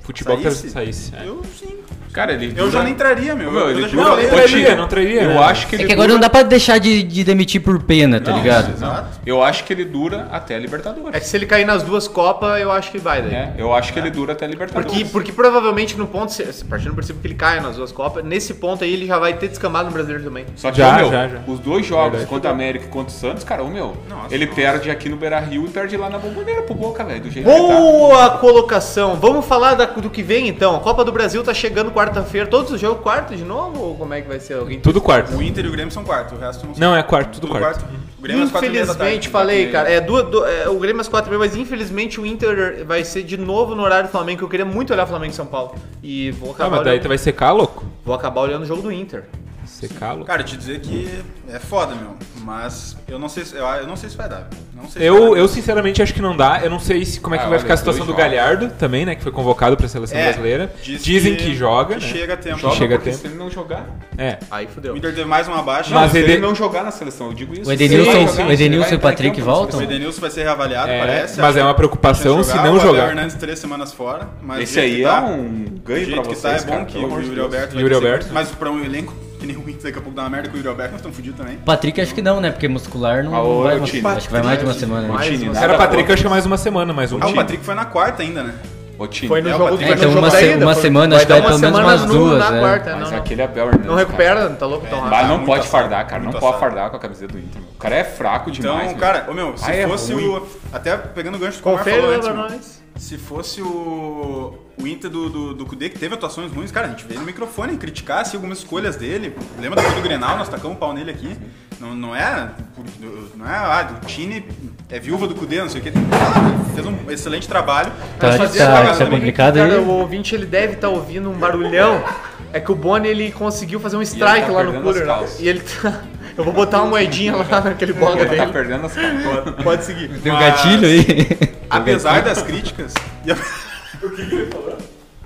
S6: futebol que
S2: Saísse?
S6: saísse? é.
S2: Eu sim.
S3: Cara, ele
S2: Eu já
S3: dura-
S2: nem traria, meu.
S3: Meu, ele
S2: eu já
S3: dura-
S2: falei,
S3: eu
S2: eu
S6: traria,
S3: tiro.
S6: não traria,
S3: Eu
S6: né?
S3: acho que
S5: É
S3: ele
S5: que agora
S3: dura-
S5: não dá pra deixar de, de demitir por pena, tá
S3: Não,
S5: ligado?
S3: não. Eu acho que ele dura até a Libertadores.
S4: É que se ele cair nas duas Copas, eu acho que vai daí.
S3: É, eu acho que ele dura até a Libertadores.
S4: Porque, porque provavelmente no ponto, se- se- partindo do princípio que ele caia nas duas Copas, nesse ponto aí ele já vai ter descambado no brasileiro também.
S3: Só que,
S6: Já,
S3: ô, meu,
S6: já, já.
S3: os dois jogos, contra a América e contra o Santos, cara, o meu,
S2: Nossa,
S3: ele
S2: nossa.
S3: perde aqui no Beira Rio e perde lá na bomboneira pro Boca, velho, do jeito que tá.
S4: Boa colocação! Vamos falar da- do que vem então. A Copa do Brasil tá chegando quarta-feira. Todos os jogos quarta de novo? Ou como é que vai ser? Alguém
S6: Tudo quarto. Ah,
S2: O Inter e o Grêmio são quarto, o resto não sei.
S6: Não, é quarto, tudo quarto.
S2: Hum. O Grêmio às quatro e meia da tarde.
S4: Infelizmente, falei, cara. É, duas, du- é, o Grêmio às quatro e meia, mas infelizmente o Inter vai ser de novo no horário do Flamengo, que eu queria muito olhar Flamengo e São Paulo. E vou
S6: Ah,
S4: acabar,
S6: mas daí
S4: olhando,
S6: tu vai secar, louco?
S4: vou acabar olhando o jogo do Inter.
S6: Secar, louco.
S2: Cara, te dizer que é foda, meu. Mas eu não sei se, eu, eu não sei se vai dar. Não sei se vai
S6: Eu,
S2: dar.
S6: eu sinceramente acho que não dá. Eu não sei se, como é que
S3: Ah,
S6: vai
S3: olha,
S6: ficar a situação do
S3: dois jogos.
S6: Galhardo também, né? Que foi convocado pra seleção
S2: É,
S6: brasileira.
S2: diz
S6: Dizem que, joga.
S2: que
S6: né?
S2: chega a tempo.
S6: Joga chega a
S3: porque
S6: tempo.
S3: Se ele não jogar,
S6: É.
S4: Aí fudeu.
S2: O Inter teve mais uma baixa.
S6: Mas
S3: se
S6: ele-
S3: ele não jogar na seleção, eu digo isso.
S5: O Edenilson-
S3: Se ele jogar,
S5: o Edenilson
S3: ele vai
S5: e o Patrick
S3: entrar em campo na
S5: voltam?
S2: O
S3: seleção.
S2: Edenilson vai ser reavaliado,
S6: É,
S2: parece.
S6: mas
S2: acho
S6: é uma
S2: que
S6: preocupação
S2: chance de
S6: se não
S2: O Abel
S6: jogar.
S2: Hernandes três semanas fora. Mas
S3: Esse
S2: do jeito
S3: aí
S2: que
S3: é
S2: tá,
S3: um
S2: do
S3: ganho pra
S2: jeito que tá, é
S3: vocês,
S2: bom
S3: cara.
S2: que
S3: pelo
S2: o
S3: amor de
S2: Yuri
S3: Deus.
S2: Alberto vai
S6: Yuri
S2: crescer
S6: Alberto.
S2: muito, Mas pra um elenco que nem o Inter daqui a pouco dá uma merda com o Yuri Alberto, nós estamos fudidos também.
S5: Patrick acho que não, né? Porque muscular não,
S3: Ah,
S5: não
S3: o
S5: vai
S3: Tini.
S5: uma, Acho que vai mais de uma
S3: O
S5: semana. Né?
S3: Tini, nada
S6: Era Patrick,
S3: contra.
S6: eu acho que é mais uma semana, mais um
S2: Ah, o
S6: time.
S2: Patrick foi na quarta ainda, né?
S3: O Tini.
S4: Foi no
S2: É, o
S4: jogo,
S2: Patrick
S4: foi
S5: vai ter
S4: no um jogo
S5: uma
S4: da
S5: se-
S4: ida,
S5: uma
S4: foi-
S5: semana,
S4: vai
S5: acho que vai
S4: dar uma
S5: pelo menos
S4: semana
S5: umas
S4: no-
S5: duas,
S4: Na
S5: né?
S4: quarta, não,
S3: Mas
S2: é
S4: não.
S3: aquele Abel Hernandes.
S4: Não
S3: cara.
S4: recupera, tá louco? Então,
S3: Mas Ah, não
S2: Muito
S3: pode
S2: assado,
S3: fardar, cara. Não
S2: muito
S3: pode
S2: assado.
S3: fardar com a camiseta do Inter. meu. O cara é fraco
S2: Então,
S3: demais. meu.
S2: cara, ô meu, se
S3: Ah, é
S2: fosse
S3: ruim.
S2: o. Até pegando o gancho do que o Omar
S4: Confere
S2: falou
S4: lá
S2: antes,
S4: pra
S2: meu.
S4: nós.
S2: Se fosse o, o Inter do, do, do Kudê, que teve atuações ruins, cara, a gente veio no microfone criticar assim, algumas escolhas dele. Lembra do, do Grenal, nós tacamos o pau nele aqui. Não, não é. Não é. Ah, do Tine é viúva do Kudê, não sei o que. Fez um excelente trabalho.
S5: Tá,
S2: Mas
S5: tá,
S2: fazia cagada
S5: tá
S2: também.
S5: complicado
S4: né? Cara,
S5: aí.
S4: o ouvinte ele deve estar ouvindo um barulhão. É que o Boni ele conseguiu fazer um
S3: E
S4: strike
S3: ele tá
S4: lá no
S3: perdendo
S4: cooler.
S3: as
S4: lá.
S3: calças.
S4: E ele tá. Eu vou botar uma moedinha lá naquele boga
S3: Ele tá
S4: dele.
S3: perdendo as calças.
S4: Pode seguir.
S5: Tem um
S2: Mas-
S5: gatilho aí.
S2: Apesar das críticas. e a-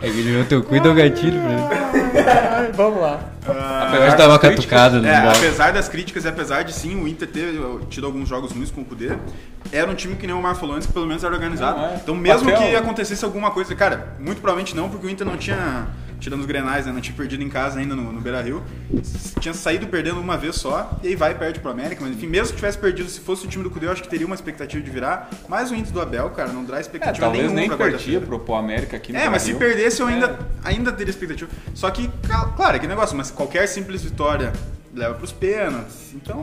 S5: É que ele viu teu cu e deu um gatilho pra ele.
S4: Ai, Vamos lá.
S5: Apesar de dar uma catucada né? no
S2: É,
S5: bola.
S2: apesar das críticas e apesar de sim o Inter ter uh, tido alguns jogos ruins com o Kudê, era um time que nem o Mar falou antes, que pelo menos era organizado.
S3: Não, é.
S2: Então mesmo
S3: Papel.
S2: que acontecesse alguma coisa, cara, muito provavelmente não, porque o Inter não tinha, tirando os Grenais, né, não tinha perdido em casa ainda no, no Beira-Rio, s- tinha saído perdendo uma vez só, e aí vai e perde pro América, mas enfim, mesmo que tivesse perdido, se fosse o time do Kudê, eu acho que teria uma expectativa de virar, mas o Inter do Abel, cara, não traz
S3: É,
S2: expectativa
S3: talvez
S2: nenhuma
S3: nem
S2: pra
S3: perdia
S2: quarta-feira.
S3: pro Pô América aqui no
S2: É, mas se
S3: Brasil.
S2: perdesse eu ainda,
S3: É.
S2: ainda teria expectativa. Só que, ca- claro, é que negócio, mas qualquer simples vitória leva pros pênaltis. Então,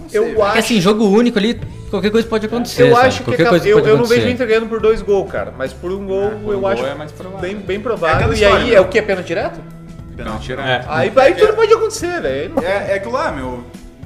S2: não sei.
S4: Eu
S2: velho.
S5: Porque
S4: acho.
S5: assim, jogo único ali, qualquer coisa pode acontecer.
S4: Eu
S5: sabe?
S4: acho que
S5: qualquer
S4: acaba-
S5: coisa
S4: eu,
S5: pode
S4: eu não
S5: acontecer.
S4: vejo o Inter ganhando por dois gols, cara. Mas por um gol
S3: Ah, por um
S4: eu
S3: gol
S4: acho
S3: é mais provável.
S4: bem, bem
S2: É
S4: provável.
S2: aquela
S4: e aí
S2: história,
S4: é
S2: né?
S4: o que? É pênalti direto?
S3: Uhum. Não, tira.
S6: É.
S4: Aí, aí tudo pode acontecer, velho.
S2: É, é que lá, meu,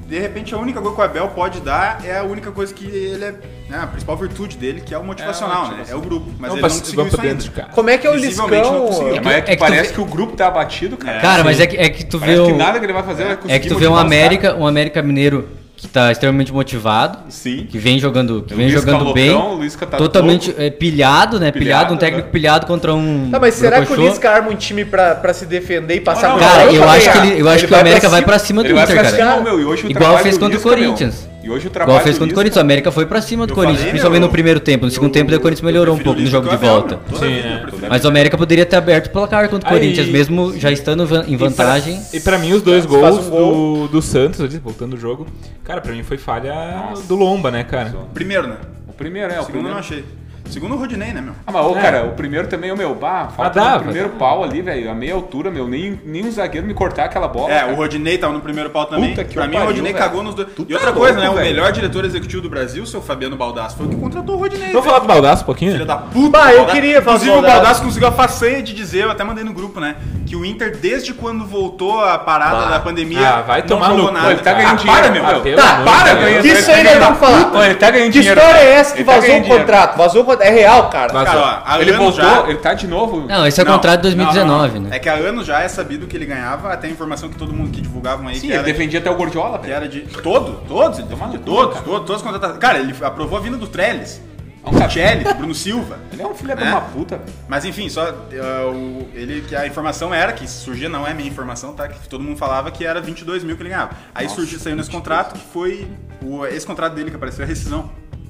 S2: de repente a única coisa que o Abel pode dar é a única coisa que ele é. Né, a principal virtude dele, que é o motivacional,
S3: É,
S2: né? É o grupo. Mas
S6: Não,
S2: ele
S6: pra-
S2: não conseguiu
S6: vamos
S2: isso
S6: pra
S2: ainda.
S6: dentro de casa.
S4: Como é que é o
S2: Visivelmente não
S4: Liscão?
S2: conseguiu.
S3: É, mas é que,
S5: é que tu
S3: parece
S5: vê-
S3: que o grupo tá abatido, cara.
S5: Cara, mas é que, é que tu vê
S3: Parece que
S5: o.
S3: nada que ele vai fazer vai conseguir
S5: É que tu vê um
S3: motivar os
S5: América, um América Mineiro que tá extremamente motivado,
S3: caras. Sim.
S5: que vem jogando, que
S3: O
S5: vem
S3: Luiz
S5: jogando
S3: tá
S5: bem.
S3: loucão, o Luiz tá
S5: totalmente é, pilhado, né? Pilhado,
S3: Pilhado,
S5: um técnico
S3: né?
S5: pilhado contra um.
S4: Tá, mas será que o
S5: Brocochô.
S4: Lisca arma um time pra, pra se defender e passar
S3: Não, não,
S4: por
S5: Cara,
S4: cima?
S5: eu
S4: Pra
S5: acho que
S4: ganhar.
S5: ele, eu acho que o América vai pra cima do
S3: Ele vai
S5: Inter,
S3: ficar assim,
S5: cara.
S3: não, meu, e hoje o
S5: Igual
S3: trabalho
S5: fez
S3: do
S5: contra o
S3: Lisca, meu,
S5: Corinthians.
S3: E hoje o trabalho
S5: Igual fez
S3: do
S5: contra o
S3: Lisca-
S5: Corinthians, o América foi pra cima do
S2: Eu
S5: Corinthians,
S2: falei,
S5: principalmente
S2: meu,
S5: no primeiro tempo. No segundo tempo, daí o Corinthians melhorou um pouco no jogo de volta.
S2: Sim,
S6: né?
S5: Mas o América poderia ter aberto o placar contra o
S6: Aí-
S5: Corinthians, mesmo já estando van- em vantagem.
S6: E pra mim, os dois
S4: Se faz
S6: gols
S4: um gol-
S6: do, do Santos, ali, voltando o jogo, cara, pra mim foi falha do Lomba, né, cara?
S2: Primeiro, né?
S3: O primeiro, é,
S2: O
S3: o
S2: segundo eu não
S3: primeiro.
S2: achei. Segundo o Rodinei, né, meu?
S3: Ah, mas, ô, cara, o primeiro também, o meu, bah, falta
S6: dá,
S3: o primeiro pau ali, velho, a meia altura, meu, nem, nem um zagueiro me cortar aquela bola.
S2: É,
S3: cara.
S2: o Rodinei tava no primeiro pau também.
S3: Puta que
S2: pra mim,
S3: pariu,
S2: o Rodinei
S3: velho.
S2: cagou nos dois.
S3: Tu
S2: e
S3: tá
S2: outra coisa,
S3: louco,
S2: né? O
S3: velho.
S2: melhor diretor executivo do Brasil, seu Fabiano Baldasso, foi o que contratou o Rodinei.
S6: Vamos
S2: velho.
S6: falar do Baldaço um pouquinho?
S2: Filha da puta.
S4: Bah, eu
S2: Baldassi-
S4: queria falar do
S2: Inclusive, o
S4: Baldassi.
S2: Baldassi conseguiu a façanha de dizer, eu até mandei no grupo, né? Que o Inter, desde quando voltou a parada da pandemia,
S6: Ah, vai tomar
S2: não
S6: no
S2: jogou
S6: cu,
S2: nada.
S3: ele tá ganhando
S2: ah,
S3: dinheiro,
S2: para, meu.
S3: ah,
S2: meu.
S6: pelo
S4: Tá,
S6: amor de
S3: para,
S6: Deus.
S3: ganha-
S4: Isso aí nós vamos falar.
S3: Ô, ele tá ganhando
S4: Que
S3: dinheiro.
S4: história é
S3: velho.
S4: essa que
S3: Ele tá
S4: vazou
S3: ganhando
S4: o
S3: dinheiro.
S4: contrato? Vazou o contrato. É real, cara.
S2: Cara, ó, há
S3: Ele
S2: anos
S3: voltou,
S2: já...
S3: ele tá de novo.
S5: Não, esse é o
S2: Não,
S5: contrato de 2019,
S2: não, não.
S5: né?
S2: É que há anos já é sabido que ele ganhava, até a informação que todo mundo que divulgavam aí
S3: Sim,
S2: que
S3: ele
S2: era
S3: defendia até o Gordiola,
S2: que
S3: velho.
S2: era de. Todo? Todos? Ele
S3: Tomar no
S2: de
S3: cu,
S2: todos,
S3: cara.
S2: todos, todos contratados. Cara, ele aprovou a vinda do Trellis,
S3: É um
S2: do Chelli, do Bruno Silva.
S3: Ele é um filho de
S2: É.
S3: uma puta, velho.
S2: Mas enfim, só eh, o- ele que a informação era que surgia, não é minha informação, tá? Que todo mundo falava que era 22 mil que ele ganhava. Aí surgiu, saiu nesse contrato que foi o, esse contrato dele que apareceu a rescisão.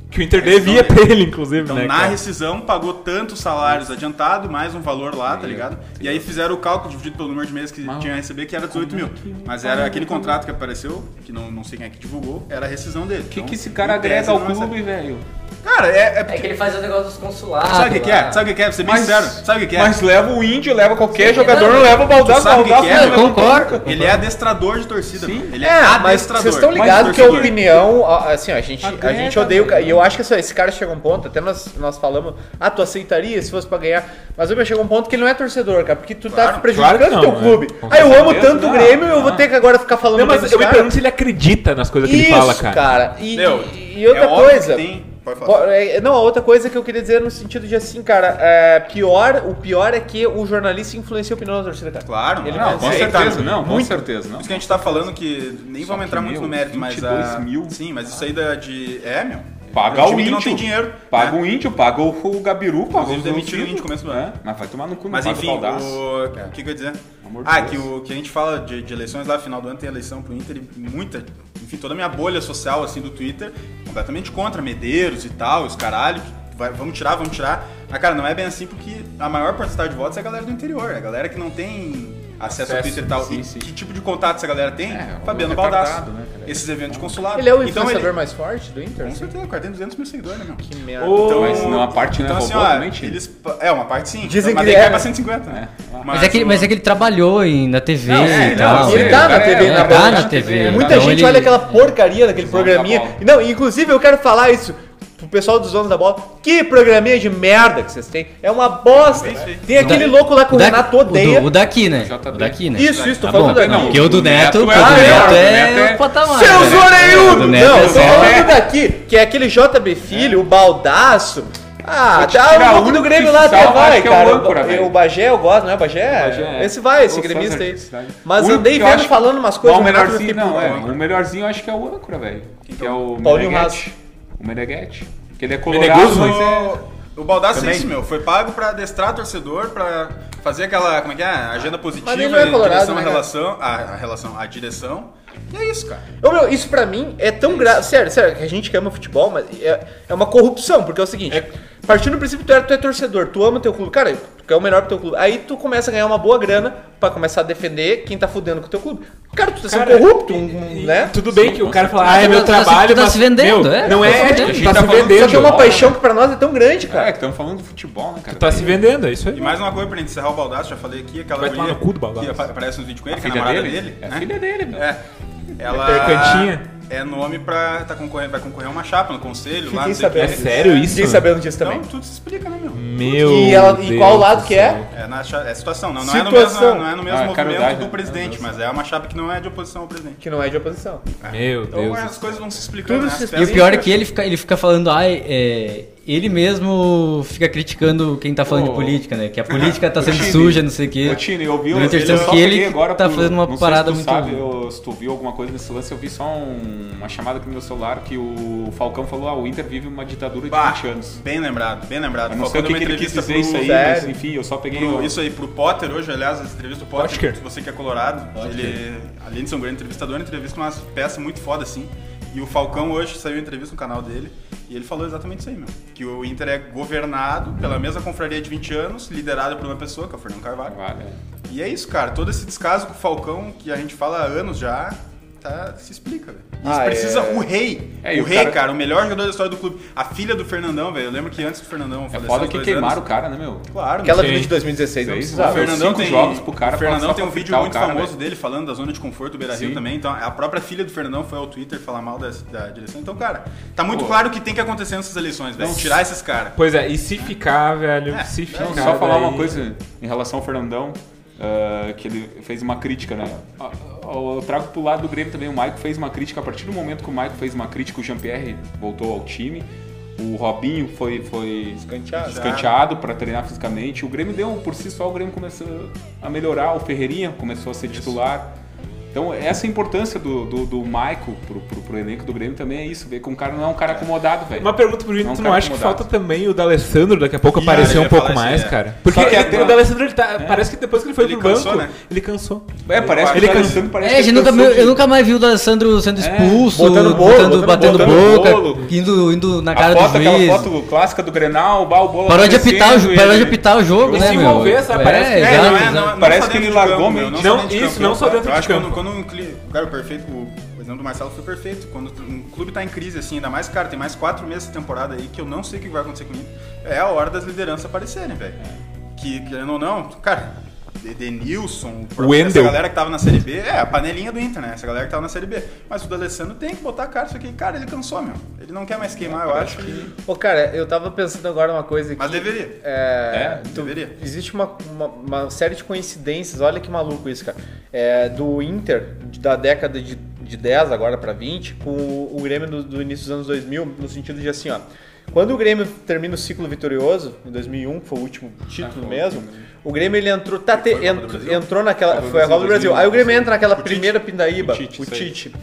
S6: Que o Inter devia pra ele, inclusive,
S2: Então
S6: né?
S2: na
S6: cara?
S2: rescisão pagou tantos salários adiantado, mais um valor lá, tá ligado? E aí fizeram o cálculo dividido pelo número de meses que tinha a receber, que era 18 mil. Mas era aquele contrato que apareceu, que não, não sei quem é que divulgou, era a rescisão dele.
S3: O que, que esse cara agrega ao clube, velho?
S2: Cara, é. é
S5: É
S2: porque-
S5: que ele faz o negócio dos consulados.
S2: Sabe o que, que é?
S5: lá.
S2: Sabe o que, que é? Pra ser bem
S7: Mas-
S2: sincero. Sabe o que, que é?
S7: Mas leva o índio, leva qualquer
S5: Sim,
S3: é
S7: jogador,
S5: não.
S7: leva o Baldaço,
S2: Tu sabe o que que é?
S7: Baldaço
S5: Eu concordo.
S2: Ele é adestrador de torcida.
S7: Sim.
S2: mano. Ele é,
S4: É, mas
S2: adestrador.
S4: vocês estão ligados que a opinião, a- assim, ó, a gente, a
S7: Agrega,
S4: gente odeia o cara.
S7: velho.
S4: E eu acho que assim, ó, esse cara chega a um ponto, até nós, nós falamos, ah, tu aceitaria se fosse pra ganhar. Mas eu chega um ponto que ele não é torcedor, cara, porque tu tá prejudicando
S6: claro
S4: o
S6: que não,
S4: teu
S6: né?
S4: clube.
S6: Com
S4: Ah, eu amo
S6: certeza,
S4: tanto o
S6: não,
S4: Grêmio, eu vou ter que agora ficar falando
S6: Não,
S4: bem
S6: mas
S4: dos
S6: eu me
S4: caras.
S6: pergunto se ele acredita nas coisas que
S4: Isso,
S6: ele fala, cara.
S4: E,
S2: Meu,
S4: e- e outra
S2: é óbvio
S4: coisa.
S2: que tem- pode falar.
S4: Pô, é, Não, a outra coisa que eu queria dizer no sentido de assim, cara, é, pior, o pior é que o jornalista influencia a opinião da torcida, cara.
S2: Claro,
S4: Ele
S2: mano.
S4: não,
S2: Isso
S4: com
S2: é
S3: certeza,
S2: inevitável.
S3: não, com
S2: Muito.
S3: certeza, não.
S2: Por isso que a gente tá falando que nem
S3: Só
S2: vamos entrar
S3: que,
S2: muito no
S3: meu,
S2: mérito, mas a.
S3: 22 mil.
S2: Sim, mas isso aí da de. É, meu.
S3: Paga
S2: É um
S3: o
S2: time que
S3: índio.
S2: não tem dinheiro.
S3: Paga
S2: né?
S3: o índio, paga o, o Gabiru, paga
S2: Inclusive,
S3: os
S2: demitiram
S3: outros.
S2: o índio no começo do ano.
S3: É, mas vai tomar no cu, não
S2: Mas
S3: paga
S2: enfim,
S3: o Baldaço.
S2: o o que, que eu ia dizer?
S3: Amor de
S2: ah,
S3: Deus.
S2: que o que a gente fala de, de eleições lá, final do ano tem eleição pro Inter e muita, enfim, toda a minha bolha social assim do Twitter, completamente contra Medeiros e tal, os caralhos. vai- vamos tirar, vamos tirar. Mas cara, não é bem assim porque a maior porcentagem de votos é a galera do interior, é a galera que não tem acesso, ao
S6: Acesso,
S2: Twitter e tal.
S6: sim,
S2: e
S6: sim.
S2: que tipo de contato essa galera tem?
S3: É, o
S2: Fabiano
S3: retardado,
S2: Baldassi.
S3: né, cara?
S2: Esses eventos de consulado.
S4: Ele é o
S2: Então,
S4: influenciador mais forte do Inter?
S2: Com certeza, o cara tem 200 mil seguidores, né, meu?
S4: Que merda.
S3: Então, mas não, a parte não é
S2: então,
S3: robô
S2: assim, ó,
S3: também, tira.
S2: eles- É, uma parte sim.
S4: Dizem
S2: mas
S4: que
S2: daí
S4: é,
S2: cai pra
S4: né?
S2: 150, né?
S5: Mas é, que, mas é que ele trabalhou em, na TV
S3: Não, é,
S5: e
S3: não,
S5: tal.
S3: sim,
S4: ele tá
S3: o
S4: na
S3: cara
S4: TV,
S3: é-
S4: na
S5: tá
S4: boa.
S5: na TV,
S4: Muita
S5: então
S4: gente
S5: ele-
S4: olha aquela porcaria daquele
S3: donos da
S4: programinha.
S3: bola.
S4: Não, inclusive eu quero falar isso pro pessoal dos donos da bola. Que programinha de merda que vocês têm. É uma bosta. Tem É aquele louco lá que o
S5: da-
S4: Renato
S5: O,
S4: odeia.
S5: do- o daqui, né?
S3: JB.
S5: O daqui, né?
S4: Isso, isso, tô
S5: Tá
S4: falando
S5: bom,
S4: do
S3: não,
S5: porque
S4: daqui.
S5: o do
S3: o Neto
S5: Neto, o do
S3: é maior,
S5: Neto
S3: o Neto
S5: é
S3: é-
S5: o patamar.
S4: Seus
S5: né?
S4: orelhudos!
S5: O Neto
S4: Não,
S5: é
S4: eu tô
S5: Zé.
S4: falando do daqui, que é aquele JB Filho, o baldaço. Ah,
S3: Vou te
S4: tá
S3: tirar
S4: o louco
S3: um
S4: do Grêmio
S3: que
S4: lá até
S3: salva,
S4: vai,
S3: acho que é o
S4: cara.
S3: âncora,
S4: O-
S3: velho.
S4: o Bagé, eu gosto, não é o Bagé?
S3: O Bagé é-
S4: Esse vai, esse
S3: Ô,
S4: gremista aí.
S3: César,
S4: Mas
S3: né? o único
S4: andei
S3: que eu
S4: vendo
S3: acho-
S4: falando umas
S3: Não,
S4: coisas.
S3: o
S4: no Renato, eu
S3: melhorzinho
S4: fiquei
S3: não,
S4: puto.
S3: é. O melhorzinho eu acho que é o âncora, velho. Que é o
S4: Paulinho
S3: Meneghetti.
S4: Raso.
S3: O Meneghetti. Que ele é colorado,
S6: Meneguzzo,
S3: mas é...
S2: O, o Baldassi é isso, meu. Foi pago pra adestrar torcedor, pra fazer aquela, como é que é? Agenda positiva,
S4: Mas ele não é colorado,
S2: direção à
S4: né, cara?
S2: relação, a, a relação, a direção. E é isso, cara.
S4: Ô, meu, isso pra mim é tão grave. Sério, sério, que a gente que ama futebol, mas é, é uma corrupção, porque é o seguinte: partindo do princípio que tu é, tu é torcedor, tu ama teu clube, cara, tu quer o melhor pro teu clube. Aí tu começa a ganhar uma boa grana pra começar a defender quem tá fudendo com o teu clube. Cara, tu tá sendo
S6: Cara,
S4: corrupto, um- um, né?
S6: Tudo bem que o cara fala, ah, é
S5: certeza.
S6: meu
S5: Tu tá se-
S6: trabalho,
S5: tu tá
S6: mas,
S5: se vendendo,
S6: meu,
S5: é.
S6: Não
S5: Tá se
S6: é
S5: vendendo.
S6: ético, a gente
S3: Tá
S6: tá
S3: se
S6: se
S4: Só
S6: vendendo.
S4: que é uma paixão que pra nós é tão grande,
S3: É,
S4: cara.
S3: que estamos falando de futebol, né, cara?
S6: Tu tá se vendendo, é isso aí.
S2: E mais uma coisa pra gente encerrar o Baldassi, já falei aqui, aquela
S6: Vai tomar no cu do Baldassi.
S2: que apa- aparece nos vídeos com ele,
S3: A
S2: que é a
S3: filha
S2: namorada
S3: dele?
S2: dele.
S3: É a
S2: né?
S3: filha dele, meu.
S2: É. Ela
S6: Percantinha.
S2: é nome pra. Tá concorrendo, vai concorrer a uma chapa no conselho lá.
S4: Fiquei
S2: não sei o
S4: sabendo.
S2: quê.
S6: É sério isso?
S4: Fiquei sabendo disso também.
S2: Então tudo se explica, né, meu?
S6: Meu
S4: E ela- e
S6: Deus
S4: qual lado
S6: do
S4: que é?
S6: céu.
S2: É, na, cha- é situação, não, não
S4: Situação.
S2: é no mesmo, não é no
S3: Ah,
S2: mesmo
S3: é
S2: movimento
S3: caridade, né?
S2: do presidente, mas é uma chapa que não é de oposição ao presidente.
S4: Que não é de oposição.
S6: Meu
S2: Então
S3: é
S6: Deus. do
S2: as
S6: céu.
S2: coisas vão se explicando.
S4: Tudo se
S2: né? As
S4: explica.
S5: E o
S2: peças-
S5: pior é que ele fica, ele fica falando, ai, é, ele mesmo fica criticando quem tá falando
S3: Ô,
S5: de política, né? Que a política tá
S3: ô,
S5: sendo
S3: Tini,
S5: suja, não sei o
S3: Ô,
S5: quê.
S3: Tini, eu vi
S5: Eu
S3: um-
S5: tenho certeza
S3: só
S5: que ele
S3: peguei agora
S5: tá
S3: por-
S5: fazendo uma
S3: não sei se
S5: parada
S3: tu
S5: muito-
S3: Sabe, eu- se tu viu alguma coisa nesse lance, eu vi só um- uma chamada aqui no meu celular que o Falcão falou: ah, o Inter vive uma ditadura de
S2: Bah,
S3: 20 anos.
S2: Bem lembrado, bem lembrado.
S3: Eu não sei
S2: Falcão
S3: o que,
S2: deu
S3: que
S2: uma
S3: ele quis
S2: entrevista
S3: dizer
S2: pro-
S3: isso aí,
S6: É,
S4: sério.
S3: mas enfim, eu só peguei.
S2: pro-
S3: o-
S2: isso aí, pro Potter hoje, aliás, as entrevistas do Potter,
S6: Potter.
S2: se você que é colorado, ele, além de ser um grande entrevistador, ele entrevista umas peças muito foda, assim. E o Falcão hoje saiu entrevista no canal dele e ele falou exatamente isso aí, meu. Que o Inter é governado pela mesma confraria de 20 anos, liderada por uma pessoa, que é o Fernando Carvalho.
S3: Vale,
S2: E é isso, cara. Todo esse descaso com o Falcão, que a gente fala há anos já, tá, se explica, velho. E
S4: Ah,
S2: precisa
S4: é.
S2: o rei.
S3: É, e
S2: o
S3: o
S2: rei,
S3: cara-
S2: cara... o melhor jogador da história do clube. A filha do Fernandão, velho. Eu lembro que antes do Fernandão
S3: É
S2: falecer
S3: foda
S2: aos
S3: que
S2: dois
S3: queimaram
S2: anos-
S3: o cara, né, meu?
S2: Claro,
S4: Aquela
S2: meu.
S4: vida de 2016 não
S3: Seis,
S2: O
S4: precisava.
S3: Fernando-
S2: Fernandão
S3: cinco
S2: tem
S3: jogos pro cara
S2: O Fernandão
S3: pra-
S2: tem um
S3: só pra
S2: vídeo
S3: fritar o
S2: muito
S3: cara,
S2: famoso
S3: velho.
S2: dele falando da zona de conforto do Beira-Rio
S3: Sim.
S2: também. Então a própria filha do Fernandão foi ao Twitter falar mal da, da direção. Então, cara, tá muito
S3: Pô.
S2: claro que tem que acontecer nessas eleições, velho. Tirar esses caras.
S6: Pois é, e se ficar, velho?
S2: É,
S6: se ficar.
S3: Não, só falar
S6: daí-
S3: uma coisa em relação ao Fernandão, ah, que ele fez uma crítica, né? Ah, Eu trago pro lado do Grêmio também, o Maico fez uma crítica. A partir do momento que o Maico fez uma crítica, o Jean-Pierre voltou ao time. O Robinho foi, foi
S4: Escanteado.
S3: escanteado para treinar fisicamente. O Grêmio deu, por si só, o Grêmio começou a melhorar. O Ferreirinha começou a ser titular. Então, essa importância do, do, do Maico pro, pro, pro elenco do Grêmio também é isso. Ver que um cara não é um cara acomodado, velho.
S6: Uma pergunta pro Vini,
S3: Não, é um assim.
S6: tu
S3: cara,
S6: não acha que
S3: incomodado.
S6: falta também o D'Alessandro daqui a pouco
S2: Ih,
S6: aparecer
S2: cara, eu
S6: um
S2: ia
S6: pouco
S2: falar isso
S6: mais,
S2: aí, é.
S6: cara? Porque
S3: Só que É.
S6: ele-
S3: agora-
S6: o D'Alessandro, ele tá, parece que depois que ele foi
S2: Ele
S6: pro
S2: cansou,
S6: banco,
S2: né?
S6: ele cansou.
S3: É, parece
S2: acho
S3: que o
S2: que-
S3: D'Alessandro parece
S5: É,
S3: que
S5: eu nunca,
S3: cansou
S5: eu,
S3: de-
S5: eu nunca mais vi o Alessandro sendo expulso,
S4: botando bolo, botando-
S5: batendo
S3: botando
S5: boca,
S3: bolo.
S5: Indo, indo na
S3: A
S5: cara
S3: foto,
S5: do
S3: aquela
S5: juiz.
S3: foto clássica do Grenal, o bola
S5: Parou de
S3: aparecendo,
S5: apitar, o jo-
S3: ele-
S5: parou de apitar o jogo,
S6: E
S5: né,
S6: se
S5: meu?
S6: envolver, sabe? Parece que-
S5: é,
S6: É,
S5: exato,
S2: não é-
S5: exato.
S2: não é- não
S3: Parece
S2: só
S3: que
S2: dentro
S3: ele
S2: de
S3: largou
S2: campo, né?
S3: meio-
S2: meu,
S3: não,
S2: só dentro de
S6: isso,
S2: campo,
S6: não
S2: eu-
S6: só dentro
S2: eu
S6: de
S2: acho que
S6: campo.
S2: Quando, quando um cli- o cara perfeito, o exemplo do Marcelo foi perfeito. Quando um clube tá em crise, assim, ainda mais, cara, tem mais quatro meses essa temporada aí que eu não sei o que vai acontecer comigo. É a hora das lideranças aparecerem, velho. Que, querendo ou não, cara, Denilson, essa
S6: Wendel.
S2: galera que tava na Série B, é, a panelinha do Inter, né? Essa galera que tava na Série B. Mas o D'Alessandro tem que botar a cara, só que, cara, ele cansou, meu. Ele não quer mais queimar, eu acho. Que...
S4: Ô, cara, eu tava pensando agora uma coisa aqui.
S2: Mas deveria.
S4: É,
S2: É,
S4: tu-
S2: deveria.
S4: Existe uma, uma, uma série de coincidências, olha que maluco isso, cara. É, do Inter, de- da década de, de 10 agora pra 20, com o, o Grêmio do, do início dos anos 2000, no sentido de assim, ó. Quando o Grêmio termina o ciclo vitorioso, em 2001, que foi o último título
S3: Ah,
S4: mesmo, o Grêmio ele entrou, tá, te-
S2: Copa do
S4: ent-
S2: Brasil?
S4: entrou naquela.
S3: do
S4: Foi a Copa do
S3: Brasil
S4: Brasil.
S3: 2001,
S4: Aí o Grêmio
S3: sim.
S4: entra naquela
S3: um. O Tite.
S4: primeira pindaíba,
S3: O Tite,
S4: o
S3: isso aí.
S4: Tite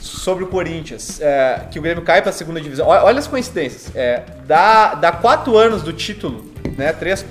S4: sobre o Corinthians, é, que o Grêmio cai para a segunda divisão. Olha, olha as coincidências. É, dá, dá quatro anos do título, né? Três,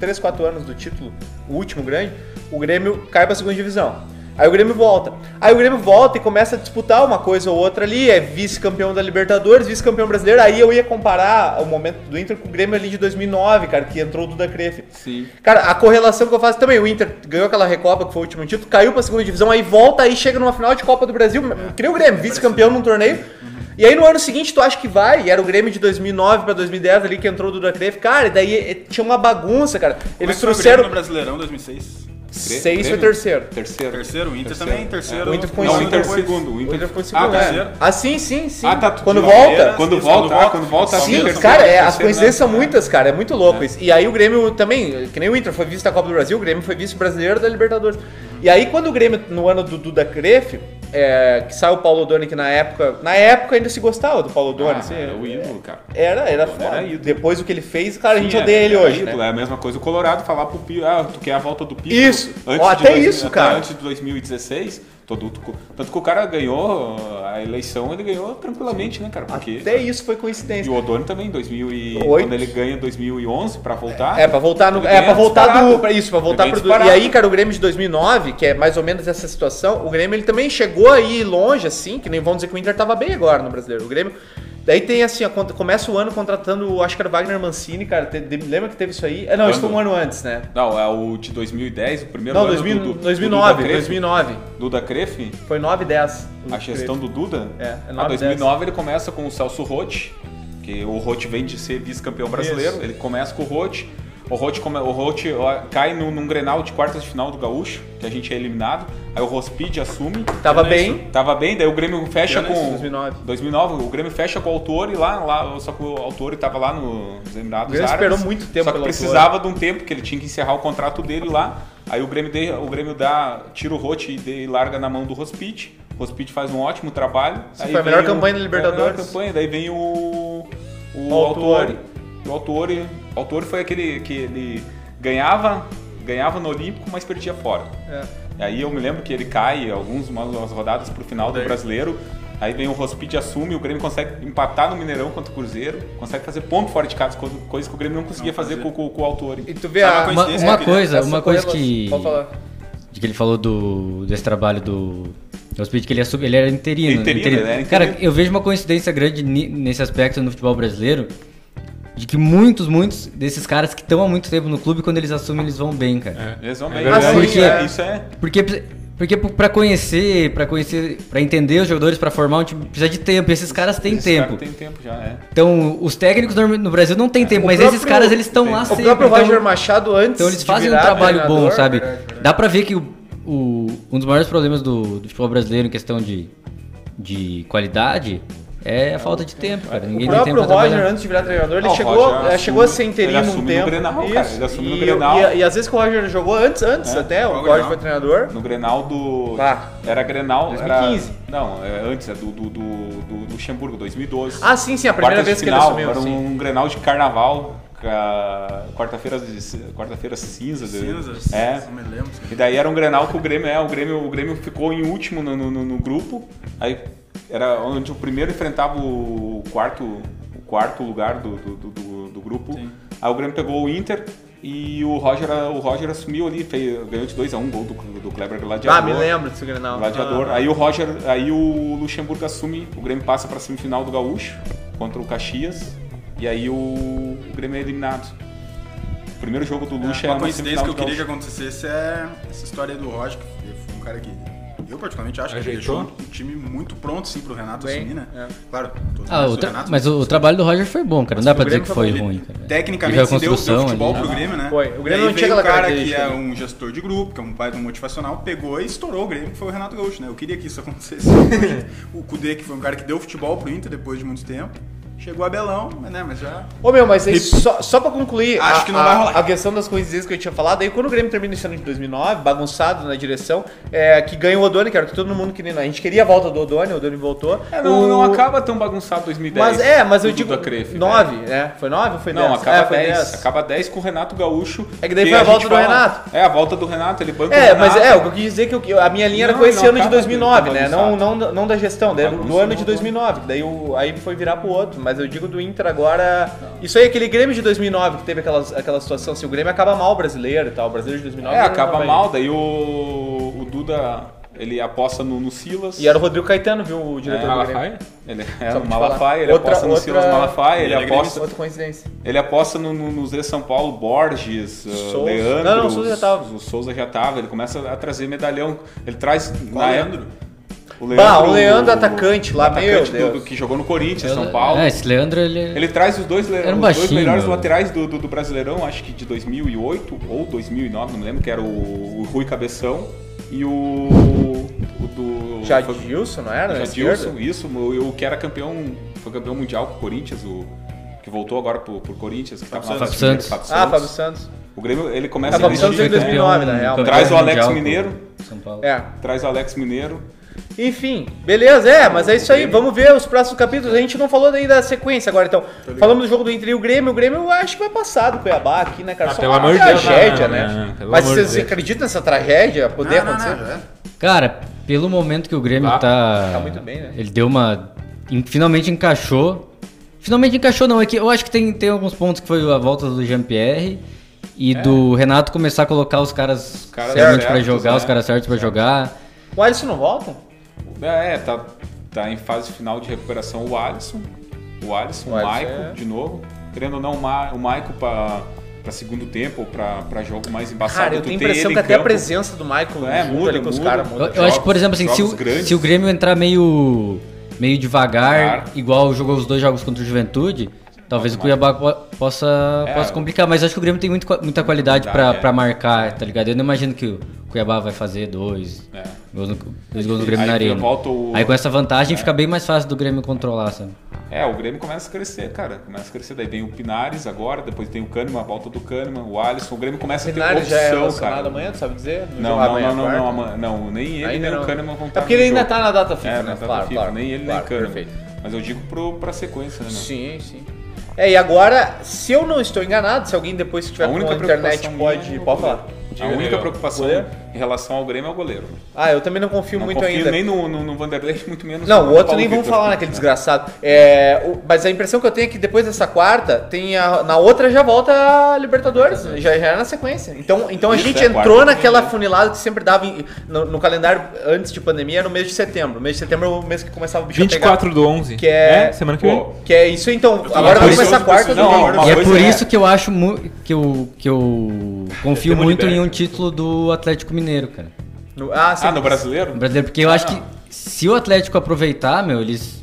S4: três, quatro anos do título, o último grande, o Grêmio cai para a segunda divisão. Aí o Grêmio volta. Aí o Grêmio volta e começa a disputar uma coisa ou outra ali. É vice-campeão da Libertadores, vice-campeão brasileiro. Aí eu ia comparar o momento do Inter com o Grêmio ali de 2009, cara, que entrou o Duda Crefe.
S3: Sim.
S4: Cara, a correlação que eu faço também, o Inter ganhou aquela Recopa, que foi o último título, caiu pra segunda divisão, aí volta, aí chega numa final de Copa do Brasil,
S3: É.
S4: cria o Grêmio, vice-campeão num torneio.
S3: Uhum.
S4: E aí no ano seguinte tu acha que vai, e era o Grêmio de 2009 pra 2010 ali que entrou o Duda Cref, cara, e daí eh, tinha uma bagunça, cara. Eles
S2: Como é que foi o Grêmio
S4: trouxeram
S2: no Brasileirão 2006.
S4: seis foi
S3: Grêmio?
S4: terceiro.
S3: Terceiro.
S2: Terceiro, o Inter também, terceiro.
S4: O Inter ficou em
S3: Não, o
S2: Não,
S3: Inter
S2: depois-
S3: segundo. O
S4: O
S3: Inter
S4: Inter foi
S3: Ah,
S4: segundo,
S3: terceiro.
S4: é. Ah, sim, sim, sim.
S3: Ah, tá, tu-
S4: Quando
S3: de
S4: volta,
S2: Palmeiras.
S3: Quando
S2: Isso,
S3: volta,
S2: quando
S3: ah, quando volta,
S2: volta,
S4: Sim,
S2: Palmeiras,
S4: cara, é,
S3: terceiro,
S4: as
S3: né?
S4: coincidências são muitas, cara. É muito louco isso. E aí o Grêmio também, que nem o Inter, foi vice da Copa do Brasil, o Grêmio foi vice brasileiro da Libertadores.
S3: Uhum.
S4: E aí quando o Grêmio, no ano do Duda Crefe, é, que saiu o Paulo Doni, que na época. Na época ainda se gostava do Paulo Doni.
S3: Ah,
S4: assim,
S3: é o ídolo, cara.
S4: era, era foda.
S3: ídolo.
S4: Depois o que ele fez, cara, a gente
S3: Sim, é,
S4: odeia ele
S3: é
S4: hoje.
S3: ídolo,
S4: né?
S3: É a mesma coisa o Colorado falar pro Pico, ah, tu quer a volta do Pico.
S4: Isso. Ó,
S3: de
S4: até isso,
S3: até
S4: cara.
S3: Antes de 2016, todo, tanto que o cara ganhou a eleição, ele ganhou tranquilamente, né, cara? Porque,
S4: Até isso foi
S3: E
S4: coincidência.
S3: o Odoni também, 2000 e,
S4: Oito.
S3: quando ele ganha em 2011 pra voltar.
S4: É, pra voltar no.
S3: ele
S4: É,
S3: ganha
S4: pra voltar do.
S3: disparado.
S4: pra Isso, pra
S3: Ele
S4: voltar
S3: ganha
S4: pro. do-
S3: disparado.
S4: E aí, cara, o Grêmio de 2009, que é mais ou menos essa situação, o Grêmio ele também chegou aí longe, assim, que nem vão dizer que o Inter tava bem agora no brasileiro. O Grêmio. Daí tem assim, a conta- começa o ano contratando, acho que era o Wagner Mancini, cara. te- de- lembra que teve isso aí? Ah, não, isso foi
S3: Quando?
S4: um ano antes, né?
S3: Não, é o de 2010, o primeiro
S4: Não,
S3: ano
S4: 2000,
S3: do, do,
S4: 2009,
S3: do Duda Crefe.
S4: 2009.
S3: Duda Crefe,
S4: Foi 9 e 10.
S3: a gestão do Duda.
S4: É, é
S3: ah,
S4: nove,
S3: 2009 ele começa com o Celso Roth, que o Roth vem de ser vice-campeão brasileiro.
S4: Isso.
S3: Ele começa com o Roth. O Roth, come- o Roth ó, cai num, num Grenal de quartas de final do Gaúcho, que a gente é eliminado. Aí o Rospid assume.
S4: Tava
S3: Não é
S4: bem.
S3: isso? Tava bem, daí o Grêmio fecha
S4: Que ano é isso?
S3: com...
S4: 2009.
S3: 2009, o Grêmio fecha com o Autori lá, lá, só que o Autori tava lá nos Emirados
S4: O Grêmio
S3: Árabes.
S4: esperou muito tempo
S3: Só que
S4: pelo Autori.
S3: precisava precisava de um tempo, que ele tinha que encerrar o contrato dele lá. Aí o Grêmio, de- o Grêmio dá, tira o Rote e, de- e larga na mão do Rospit. O Rospit faz um ótimo trabalho.
S4: Sim, foi a melhor
S3: vem o-
S4: campanha da Libertadores.
S3: Foi a melhor campanha. Daí vem o, o
S4: O Autori.
S3: Autori. O Autori, o Autori foi aquele que ele ganhava, ganhava no Olímpico, mas perdia fora.
S4: É.
S3: E Aí eu me lembro que ele cai algumas umas rodadas pro final do brasileiro. Aí vem o Rospid assume, o Grêmio consegue empatar no Mineirão contra o Cruzeiro, consegue fazer ponto fora de casa, coisa coisa que o Grêmio não conseguia fazer com, com- com o autor.
S4: E tu vê
S2: Sabe
S4: a.
S2: uma
S5: Uma,
S2: coincidência,
S5: uma
S2: né?
S5: coisa,
S4: essa
S5: uma coisa
S4: correlação-
S5: que.
S4: Pode falar.
S5: De que ele falou do, desse trabalho do. do Hospídio, que ele, ia sub- ele era interino.
S3: Interino, ele era
S5: Cara,
S3: interino.
S5: eu vejo uma coincidência grande ni- nesse aspecto no futebol brasileiro. De que muitos, muitos desses caras que estão há muito tempo no clube, quando eles assumem, eles vão bem, cara.
S3: Eles vão bem.
S6: É verdade.
S5: Porque-
S3: é, isso é.
S5: Porque porque para conhecer, para conhecer, para entender os jogadores, pra formar um time, precisa de tempo. E esses caras têm
S3: Esse
S5: tempo.
S3: cara tem tempo já, é.
S5: Então, os técnicos norma- no Brasil não têm tempo,
S4: O
S5: mas
S4: próprio-
S5: esses caras eles estão lá
S4: O
S5: sempre.
S4: próprio
S5: então-
S4: Roger Machado antes.
S5: então eles
S4: de
S5: fazem um
S4: virar
S5: trabalho bom,
S4: treinador,
S5: sabe?
S4: verdade, verdade.
S5: Dá pra ver que o- o- um dos maiores problemas do, do futebol brasileiro em questão de, de qualidade é a falta de tempo, cara.
S4: O
S5: Ninguém tem tempo
S4: próprio
S5: pra
S4: Roger, né?
S5: trabalhar.
S4: antes de virar treinador, ele
S3: Ah, o
S4: chegou,
S3: Roger
S4: eh, chegou a ser
S3: assume-
S4: interino
S3: ele
S4: um
S3: assume no
S4: tempo.
S3: Grenal, cara, ele assume no
S4: e,
S3: Grenal. É,
S4: E, e às vezes que o Roger jogou antes, antes até, o
S2: Qual
S4: Roger
S2: Grenal?
S4: foi treinador.
S3: No Grenal do.
S4: Tá.
S3: Era Grenal.
S4: 2015.
S3: Era, não, é antes, é do, do, do, do Luxemburgo, 2012.
S4: Ah, sim, sim, a primeira
S3: Quartas
S4: vez
S3: de
S4: que ele
S3: final,
S4: assumiu.
S3: Era
S4: sim.
S3: um Grenal de carnaval. ca- Quarta-feira de- quarta-feira cinza. de-
S2: Cinzas.
S3: É.
S2: Não me lembro.
S3: E daí era um Grenal que o Grêmio é, o Grêmio, o Grêmio ficou em último no, no- no- no grupo. Aí era onde o primeiro enfrentava o quarto, o quarto lugar do, do- do- do- do grupo. Aí o Grêmio pegou o Inter e o Roger, o Roger assumiu ali, fez, ganhou de 2x1 um, gol do, do Kleber Gladiador.
S4: Ah, me lembro desse Grenal. Ah.
S3: Gladiador. Aí o Roger, aí o Luxemburgo assume, o Grêmio passa pra semifinal do Gaúcho contra o Caxias. E aí o, o Grêmio é eliminado. O primeiro jogo do Luxa é,
S2: Uma
S3: uma
S2: coincidência
S3: semifinal
S2: que eu
S3: do
S2: queria que
S3: Gaúcho.
S2: acontecesse é essa história do Roger, que foi um cara que Eu particularmente acho que ele deixou
S6: Ajeitou?
S2: um time muito pronto, sim, pro Renato
S4: Bem, é.
S2: assumir, né? Claro, tô
S5: Ah, o
S2: do
S5: tra-
S2: Renato, é
S5: mas o, o trabalho do Roger foi bom, cara. Não dá pra dizer que foi
S2: ele
S5: ruim,
S3: é
S5: cara.
S2: Tecnicamente,
S5: Teve a
S2: se deu, deu
S5: construção
S2: futebol
S5: ali.
S2: pro Grêmio, né?
S4: Foi, o Grêmio
S2: E aí
S4: não tinha aquela
S2: veio o cara que
S4: característica,
S2: é
S4: né?
S2: um gestor de grupo, que é um pai do motivacional, pegou e estourou o Grêmio, que foi o Renato Gaúcho, né? Eu queria que isso acontecesse. o Kudê, que foi um cara que deu futebol pro Inter depois de muito tempo. Chegou a Belão, mas, né, mas já...
S4: Ô meu, mas aí, só, só pra concluir,
S2: Acho
S4: a,
S2: que não vai
S4: a-
S2: rolar.
S4: a questão das coincidências que eu tinha falado, aí quando o Grêmio termina esse ano de 2009, bagunçado na direção, é, que ganha o Odoni, cara, que todo mundo queria, a gente queria a volta do Odoni, o Odoni voltou.
S3: É, não,
S4: O-
S3: não acaba tão bagunçado 2010.
S4: Mas é, mas eu
S3: Tudo
S4: digo
S3: da Cref, né?
S4: 9, né? Foi 9 ou foi 10?
S3: Não, acaba
S4: é, foi
S3: 10.
S4: 10.
S3: Acaba 10 com o Renato Gaúcho.
S4: É que daí foi a volta
S3: gente
S4: do Renato.
S3: É, a volta do Renato, ele banca o
S4: É,
S3: Renato.
S4: mas é, o que eu quis dizer que eu- a minha linha era
S3: Ah, Não,
S4: com esse
S3: não,
S4: ano de
S3: acaba
S4: 2009,
S3: tudo
S4: né? Não,
S3: bagunçado.
S4: não, não da gestão, daí do- do
S3: Bagunça
S4: ano de
S3: não,
S4: 2009, que daí o, aí foi virar pro outro, mas eu digo do Inter agora... Isso aí, aquele Grêmio de 2009 que teve aquelas, aquela situação, assim, o Grêmio acaba mal o brasileiro e tal, o brasileiro de 2009...
S3: É,
S4: não
S3: acaba
S4: vai-
S3: mal, daí o, o Duda, ele aposta no, no Silas.
S4: E era o Rodrigo Caetano, viu, o diretor do Grêmio.
S3: É, Malafaia? Ele, é,
S4: Só pra
S3: o
S4: te falar.
S3: Malafaia, ele
S4: Outra-
S3: aposta no
S4: outra-
S3: Silas Malafaia, ele,
S2: Ele é
S3: aposta,
S4: Outra coincidência.
S3: ele aposta no, no, nos ex-São Paulo, Borges, uh,
S4: Souza.
S3: Leandro.
S4: Não, não, o Souza já tava.
S3: O Souza já tava, ele começa a trazer medalhão. Ele traz.
S2: Qual Leandro?
S3: O
S4: Bah, o Leandro é atacante lá, meu
S3: atacante do-
S4: Deus.
S3: do, que jogou no Corinthians, São Paulo.
S5: É, esse Leandro, ele...
S3: Ele traz os dois, le-
S5: Era um
S3: os dois
S5: baixinho,
S3: melhores
S5: meu.
S3: laterais do, do, do Brasileirão, acho que de 2008 ou 2009, não me lembro, que era o, o Rui Cabeção e o, o do... foi-
S4: Jadilson, não era? Na
S3: Jadilson,
S4: né, esquerda?
S3: isso, o, o que era campeão, foi campeão mundial com o Corinthians, o que voltou agora pro, pro Corinthians, que tava
S5: Santos.
S3: na Santos.
S5: Fábio
S4: Ah, Fábio Santos.
S3: O Grêmio, ele começa
S4: Ah, Fábio
S3: investir,
S4: Santos em
S5: é foi
S3: né?
S4: 2009, na real.
S5: campeão
S3: Traz o Alex
S5: mundial com
S3: Mineiro.
S5: São Paulo.
S4: É.
S3: Traz o Alex Mineiro.
S4: Enfim, beleza, é, mas é isso aí. Vamos ver os próximos capítulos. A gente não falou daí da sequência agora, então. Falamos do jogo do Inter e o Grêmio. O Grêmio eu acho que vai passar do Cuiabá aqui, né, cara?
S6: Ah, pelo amor de Deus,
S4: tragédia,
S6: não,
S4: né?
S6: não, não, pelo
S4: mas
S6: amor
S4: vocês
S6: de Deus.
S4: acreditam nessa tragédia poder
S2: Não, não,
S4: acontecer?
S2: não, já é.
S5: Cara, pelo momento que o Grêmio
S6: Tá.
S5: tá.
S4: Tá muito bem, né?
S5: Ele deu uma. em- Finalmente encaixou. Finalmente encaixou, não. É que eu acho que tem, tem alguns pontos que foi a volta do Jean-Pierre e do Renato começar a colocar os caras,
S3: caras
S5: realmente pra
S3: certos,
S5: jogar,
S3: né?
S5: os caras certos pra jogar.
S4: O Alisson não volta?
S3: É, tá, tá em fase final de recuperação o Alisson. O Alisson,
S4: O
S3: o,
S4: Alisson,
S3: Maico,
S4: é.
S3: de novo. Querendo ou não, o, Ma, o Maico pra, pra segundo tempo, pra, pra jogo mais embaçado.
S4: Cara, eu
S3: tu
S4: tenho a
S3: ter
S4: impressão
S3: ele
S4: que
S3: em
S4: até a
S3: campo.
S4: presença do Michael
S3: É,
S4: junto
S3: muda,
S4: ali com os
S3: muda.
S4: caras
S5: Eu,
S4: muda.
S5: eu acho que, por exemplo, assim, se
S3: jogos
S5: o,
S3: grandes.
S5: se o Grêmio entrar meio. meio devagar,
S3: Devagar.
S5: igual jogou os dois jogos contra o Juventude. Talvez o Cuiabá po- possa,
S3: É,
S5: possa complicar, mas acho que o Grêmio tem muito qua- muita qualidade pra,
S3: Qualidade, é.
S5: pra marcar, tá ligado? Eu não imagino que o Cuiabá vai fazer dois,
S3: É.
S5: Gols no, dois gols do Grêmio
S3: Aí
S5: na arena.
S3: volta o-
S5: Aí com essa vantagem fica bem mais fácil do Grêmio controlar, sabe?
S3: É, o Grêmio começa a crescer, cara. Começa a crescer. Daí vem o Pinares agora, depois tem o Kahneman, a volta do Kahneman, o Alisson. O Grêmio começa
S4: O Pinares
S3: a
S4: já é
S3: ter opção,
S4: relacionado
S3: cara.
S4: amanhã, tu sabe dizer? No jogo
S3: Não, não,
S4: amanhã,
S3: não, não,
S4: quarta?
S3: não, ama- não, nem ele,
S4: Ainda
S3: nem
S4: não.
S3: o Kahneman vão
S4: É
S3: estar
S4: porque
S3: no
S4: ele ainda
S3: jogo.
S4: tá na data FIFA,
S3: é,
S4: né?
S3: Na data
S4: Claro,
S3: FIFA,
S4: claro,
S3: nem ele,
S4: claro,
S3: nem o Kahneman.
S4: perfeito.
S3: Mas eu digo pro, pra sequência, né? meu?
S4: Sim, sim. É, e agora, se eu não estou enganado, se alguém depois que tiver
S3: A
S4: com
S3: única
S4: a internet
S3: preocupação
S4: pode,
S3: minha é o
S4: pode falar.
S3: goleiro.
S6: Diga,
S3: A única
S6: Miguel.
S3: preocupação
S4: Goleiro?
S3: em relação ao Grêmio é o goleiro.
S4: Ah, eu também não confio
S3: Não
S4: muito
S3: confio
S4: ainda.
S3: nem no, no, no Vanderlei, muito menos
S4: Não,
S3: no
S4: o outro
S3: Paulo
S4: nem vamos
S3: Vitor.
S4: falar
S5: né,
S4: naquele desgraçado. É, o- mas a impressão que eu tenho é que depois dessa quarta, tem a- na outra já volta a Libertadores, já, já é na sequência. Então, então a
S3: Isso,
S4: gente
S3: é,
S4: entrou
S3: quarta.
S4: naquela funilada que sempre dava em- no, no calendário antes de pandemia, era no mês de setembro. O mês de setembro é o mês que começava o bicho a pegar.
S6: 24 do 11.
S4: Que é-
S6: É, semana que vem.
S3: Pô,
S4: Que é isso, então. Agora vai
S3: ansioso
S4: começar a
S3: pra
S4: quarta.
S3: esse
S4: Não,
S3: jogo
S4: não,
S3: agora. Uma
S5: e é
S3: coisa
S5: por
S3: é-
S5: isso que eu acho mu- que eu, que eu confio
S3: Temo
S5: muito em
S3: liberta.
S5: um título do Atlético Mineiro, cara.
S4: no, ah, sim.
S3: Ah, no brasileiro?
S5: No brasileiro, porque eu acho que se o Atlético aproveitar, meu, eles.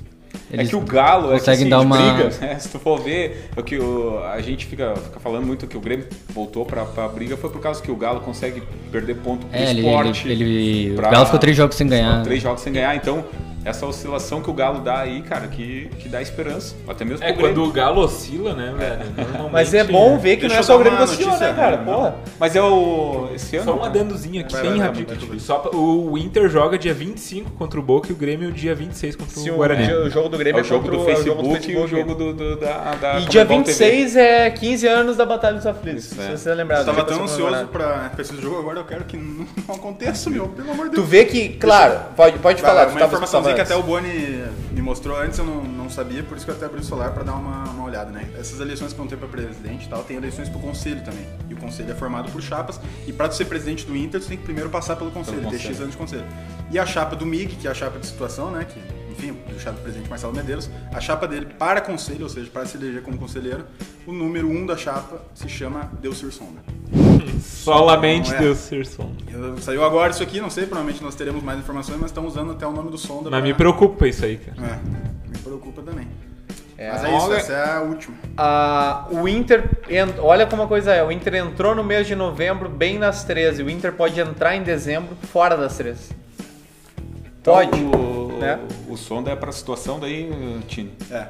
S3: É
S5: eles
S3: que o Galo é que,
S5: conseguem
S3: assim,
S5: dar
S3: de
S5: uma-
S3: briga, né? Se tu for ver, é o que o- a gente fica, fica falando muito que o Grêmio voltou pra, pra briga foi por causa que o Galo consegue perder ponto pro
S5: É, ele-
S3: esporte.
S5: ele- ele- o
S3: pra-
S5: Galo ficou três jogos sem ganhar.
S3: Ficou Três jogos sem ganhar, então essa oscilação que o Galo dá aí, cara, que, que dá esperança. Até mesmo
S6: É
S3: pro Grêmio.
S6: quando o Galo oscila, né, velho? Normalmente-
S4: Mas é bom ver que
S2: Deixa
S4: não é
S2: eu
S4: só o
S2: dar
S4: Grêmio
S2: uma
S4: Gostião, né,
S2: notícia,
S4: cara?
S2: né?
S4: Porra.
S3: Mas é o. Esse ano.
S6: Só um
S3: cara.
S6: adendozinho aqui,
S2: Vai,
S6: bem
S2: vai, vai,
S6: rápido.
S2: muito difícil.
S6: Só pra- o Inter joga dia 25 contra o Boca e o Grêmio dia 26 contra
S4: Se
S6: o
S4: o,
S6: Guarani.
S4: jo- o jogo do
S3: É
S4: Grêmio
S3: o jogo
S4: contra
S3: do
S4: o- é o
S3: Facebook e o
S4: Facebook.
S3: jogo do, do- da,
S2: Ah,
S3: da
S4: E dia
S3: Comebol TV.
S4: 26 é 15 anos da Batalha dos Aflitos,
S3: Isso,
S4: se
S3: é.
S4: você lembrar.
S2: Eu tava
S4: já
S2: tão
S4: passou
S2: ansioso
S4: comemorado.
S2: pra, pra esse jogo agora, eu quero que não, não aconteça, meu. Pelo amor de
S4: Tu
S2: Deus.
S4: vê que, claro, pode, pode
S2: Vai,
S4: falar. tu
S2: uma
S4: tava-
S2: informaçãozinha que
S4: tava
S2: até o Boni me mostrou antes, eu não, não sabia, por isso que eu até abri o celular pra dar uma, uma olhada, né? Essas eleições que vão ter pra presidente e tal, tem eleições pro conselho também. E o conselho é formado por chapas, e pra tu ser presidente do Inter, tu tem que primeiro passar pelo conselho,
S3: Pelo
S2: ter
S3: conselho.
S2: X anos de conselho. E a chapa do MIG, que é a chapa de situação, né? Que, enfim, do chapa do presidente Marcelo Medeiros, a chapa dele para conselho, ou seja, para se eleger como conselheiro, o número um da chapa se chama Deus Sonda.
S6: Solamente
S2: Não é.
S6: Deus ser som.
S2: Eu- Saiu agora isso aqui, não sei, provavelmente nós teremos mais informações, mas estão usando até o nome do som da
S6: Mas me preocupa isso aí, cara.
S2: É, me preocupa também.
S4: É,
S2: mas é isso,
S4: olha-
S2: essa é a última.
S4: Ah, o Inter. en- Olha como a coisa é. O Inter entrou no mês de novembro bem nas 13. O Inter pode entrar em dezembro fora das 13.
S2: Então,
S4: Pode.
S3: O,
S4: Então, né?
S3: o Sonda é pra situação daí, Tini.
S2: É.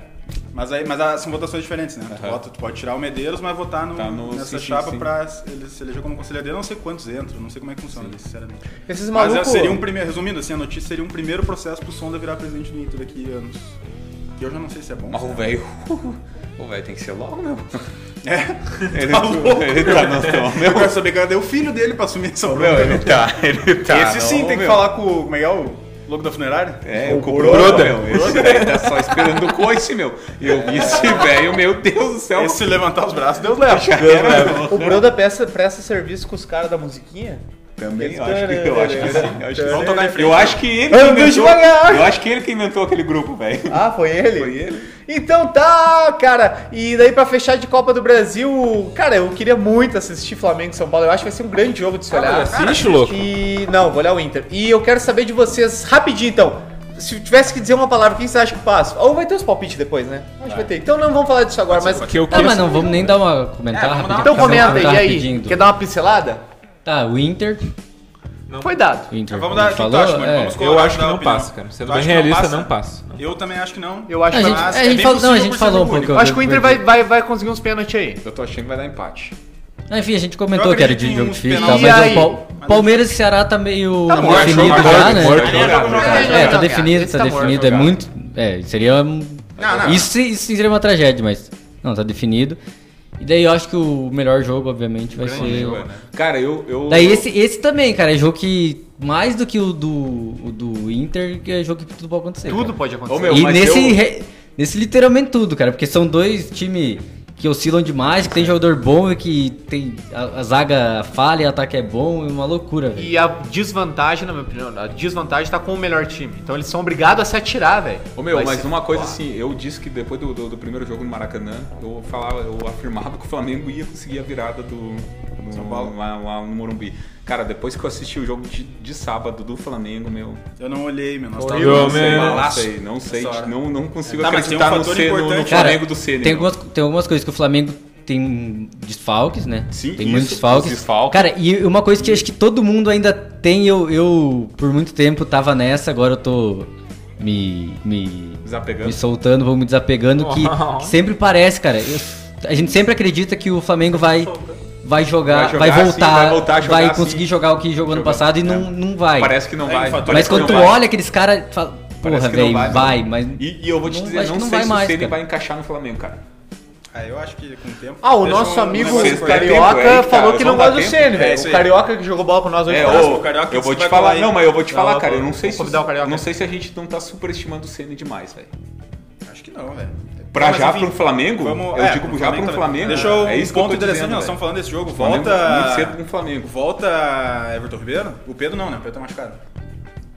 S2: Mas, aí, mas ah, são votações diferentes, né? Tu,
S3: Aham.
S2: vota- tu pode tirar o Medeiros, mas votar no-
S3: Tá no-
S2: nessa
S3: sim, sim,
S2: chapa
S3: sim.
S2: pra ele se eleger como conselheiro. Eu não sei quantos entram, não sei como é que funciona, sinceramente.
S4: Esses
S2: Mas é,
S4: malucos.
S2: seria um primeiro, resumindo assim, a notícia seria um primeiro processo pro Sonda virar presidente do Inter daqui a anos. E eu já não sei se é bom.
S7: Mas
S2: se
S7: o
S2: é
S7: velho. O velho tem que ser logo, meu.
S3: Ele
S2: Tá louco?
S3: ele tá na situação.
S2: Eu quero saber cadê o filho dele pra assumir essa bronca.
S7: Meu, ele tá, ele tá.
S2: Esse sim
S7: não,
S2: tem que
S7: meu.
S2: falar com o. Como é que é o louco da funerária?
S3: É, o
S7: Broda,
S3: Broda.
S7: meu. Esse velho tá só esperando o coice, meu. E eu vi esse velho, meu Deus do céu.
S2: Esse se levantar os braços, Deus leva.
S4: né?
S2: né?
S4: O Broda presta, presta serviço com os caras da musiquinha?
S3: Também, eu acho que, eu acho que sim. Eu acho que,
S2: né? Vamos tocar em frente. então.
S3: eu acho que ele
S4: Anda
S3: que inventou,
S4: devagar.
S3: eu acho que ele que inventou aquele grupo, velho.
S4: Ah, foi ele? Foi ele. Então tá, cara. E daí pra fechar de Copa do Brasil, cara, eu queria muito assistir Flamengo e São Paulo. Eu acho que vai ser um grande jogo de se olhar.
S6: Assiste, louco.
S4: E não, vou olhar o Inter. E eu quero saber de vocês rapidinho então. Se eu tivesse que dizer uma palavra, quem você acha que passa? Ou vai ter os palpites depois, né? Acho que vai ter. Então não vamos falar disso agora, mas.
S6: Porque eu
S5: Tá,
S6: quis-
S5: mas não vamos nem dar uma comentar
S2: vamos dar
S5: rapidinho.
S2: uma-
S4: Então
S5: cada um
S4: comenta aí,
S5: comentar
S4: e aí?
S5: rapidinho do-
S4: Quer dar uma pincelada?
S5: Tá, o Inter.
S4: Foi dado.
S5: O Inter
S2: Vamos
S5: como
S2: dar o que tu acha, mano?
S5: é.
S2: Vamos colocar.
S6: Eu acho que
S2: dar
S6: não
S2: opinião.
S6: passa, cara. Sendo
S2: Tu acha
S6: bem
S2: que
S6: realista, não passa.
S2: Eu também acho que não.
S4: Eu acho
S5: A
S4: que
S5: gente,
S4: vai-
S2: mas
S5: a
S2: é
S5: gente
S2: bem
S5: falou, não, a
S2: possível
S5: gente
S2: por
S5: falou um
S2: ser único.
S5: pouco.
S4: Eu acho que o Inter vai, vai, vai conseguir uns pênaltis aí.
S3: Eu tô achando que vai dar empate.
S5: Ah, Enfim, a gente comentou
S2: Eu
S5: que era
S2: acredito
S5: de
S2: em
S5: jogo
S2: uns
S5: difícil e tal,
S2: penais.
S5: mas
S4: E
S5: o Pal-
S2: aí?
S5: Palmeiras e Ceará tá meio
S4: Tá morto,
S5: definido
S3: morto,
S5: já, né?
S3: morto,
S5: É,
S6: jogado.
S5: tá
S4: Jogado.
S5: definido,
S4: Esse
S5: tá
S4: tá morto,
S5: definido, é
S4: jogado.
S5: muito... É, seria... um-
S2: não.
S5: Isso, se- isso seria uma tragédia, mas... Não, tá definido. E daí eu acho que o melhor jogo, obviamente, vai ser...
S4: né?
S3: Cara, eu. eu
S5: Daí esse, esse também, cara, é jogo que... Mais do que o do, o do Inter, que é jogo que tudo pode acontecer.
S4: Tudo
S5: cara.
S4: pode acontecer.
S3: Ô, meu,
S5: e
S3: mas
S5: nesse,
S3: eu-
S5: re- nesse literalmente tudo, cara, porque são dois times que oscilam demais, que tem jogador bom e que tem a, a zaga falha, e ataque é bom, é uma loucura, velho.
S4: E a desvantagem, na minha opinião, a desvantagem tá com o melhor time. Então eles são obrigados a se atirar, velho.
S3: Ô meu,
S4: Vai
S3: mas
S4: ser-
S3: uma coisa
S4: Ó.
S3: assim, eu disse que depois do, do, do primeiro jogo no Maracanã, eu falava, eu afirmava que o Flamengo ia conseguir a virada do, do São Paulo lá, lá no Morumbi. Cara, depois que eu assisti o jogo de, de sábado do Flamengo, meu,
S2: Eu não olhei, meu. Nós tava
S6: Horrível,
S2: no
S3: não sei,
S6: meu.
S3: não
S2: balaço.
S3: sei, não sei,
S2: Essa hora.
S3: não, não consigo
S2: Tá, mas tem um
S3: acreditar no,
S2: fator
S3: C, no- no,
S2: importante.
S3: Flamengo do Ceni. né?
S5: tem
S3: meu.
S5: algumas, tem algumas coisas que o Flamengo tem desfalques, né?
S3: Sim,
S5: tem muitos
S3: isso,
S5: desfalques.
S3: os desfalques.
S5: Cara, e uma coisa que acho que todo mundo ainda tem, eu, eu por muito tempo tava nessa, agora eu tô me, me
S3: Desapegando.
S5: me soltando, vou me desapegando, que, que sempre parece, cara. eu- a gente sempre acredita que o Flamengo vai, vai jogar,
S3: Vai
S5: vai,
S3: jogar
S5: voltar,
S3: assim, vai
S5: vai,
S3: voltar a jogar
S5: conseguir
S3: assim.
S5: jogar o que jogou ano
S3: Jogar,
S5: passado e não,
S3: é.
S5: não vai.
S3: Parece que não
S2: É,
S3: vai.
S2: um fator
S5: mas quando tu
S3: não vai.
S5: olha aqueles caras, tu fala,
S3: Parece
S5: porra,
S3: que não
S5: velho,
S3: vai,
S5: vai,
S3: né?
S5: mas.
S3: E, e eu vou te
S5: Não,
S3: dizer,
S5: acho
S3: não,
S5: que não
S3: sei se
S5: vai
S3: o
S5: mais,
S3: Ceni
S5: cara.
S3: vai encaixar no Flamengo, cara.
S2: Ah, eu acho que com o tempo.
S4: Ah, o
S2: Deixa
S4: nosso
S2: um-
S4: amigo
S2: um negócio
S3: é Vocês têm
S4: Carioca
S3: tempo, hein,
S4: falou
S3: cara?
S4: que não
S3: Vamos
S4: gosta
S3: dar
S4: do
S3: tempo.
S4: Sene,
S2: É
S4: velho.
S2: isso
S4: o
S2: aí.
S4: Carioca que jogou bola com nós hoje.
S3: É,
S4: tá?
S2: Próximo,
S3: ô,
S2: Carioca,
S3: eu
S2: você
S3: vou te
S2: vai
S3: falar,
S2: falar aí.
S3: não, mas eu vou te
S4: Não,
S3: falar,
S4: eu
S3: cara,
S4: vou-
S3: eu não sei
S4: vou
S3: se
S4: convidar o Carioca.
S3: não sei se a gente não tá superestimando o Ceni demais, velho.
S2: Acho que não, velho.
S3: Pra
S2: Mas,
S3: já
S2: enfim,
S3: pro Flamengo,
S2: vamos-
S3: eu
S2: é,
S3: digo
S2: pro
S3: já pro
S2: também.
S3: Flamengo.
S2: Deixa eu
S3: é
S2: um
S3: isso que eu
S2: ponto
S3: tô
S2: interessante,
S3: dizendo,
S2: nós
S3: velho.
S2: estamos falando desse jogo.
S3: O Flamengo
S2: Volta.
S3: Muito cedo com o Flamengo.
S2: Volta Everton Ribeiro? O Pedro não, né? O Pedro tá machucado.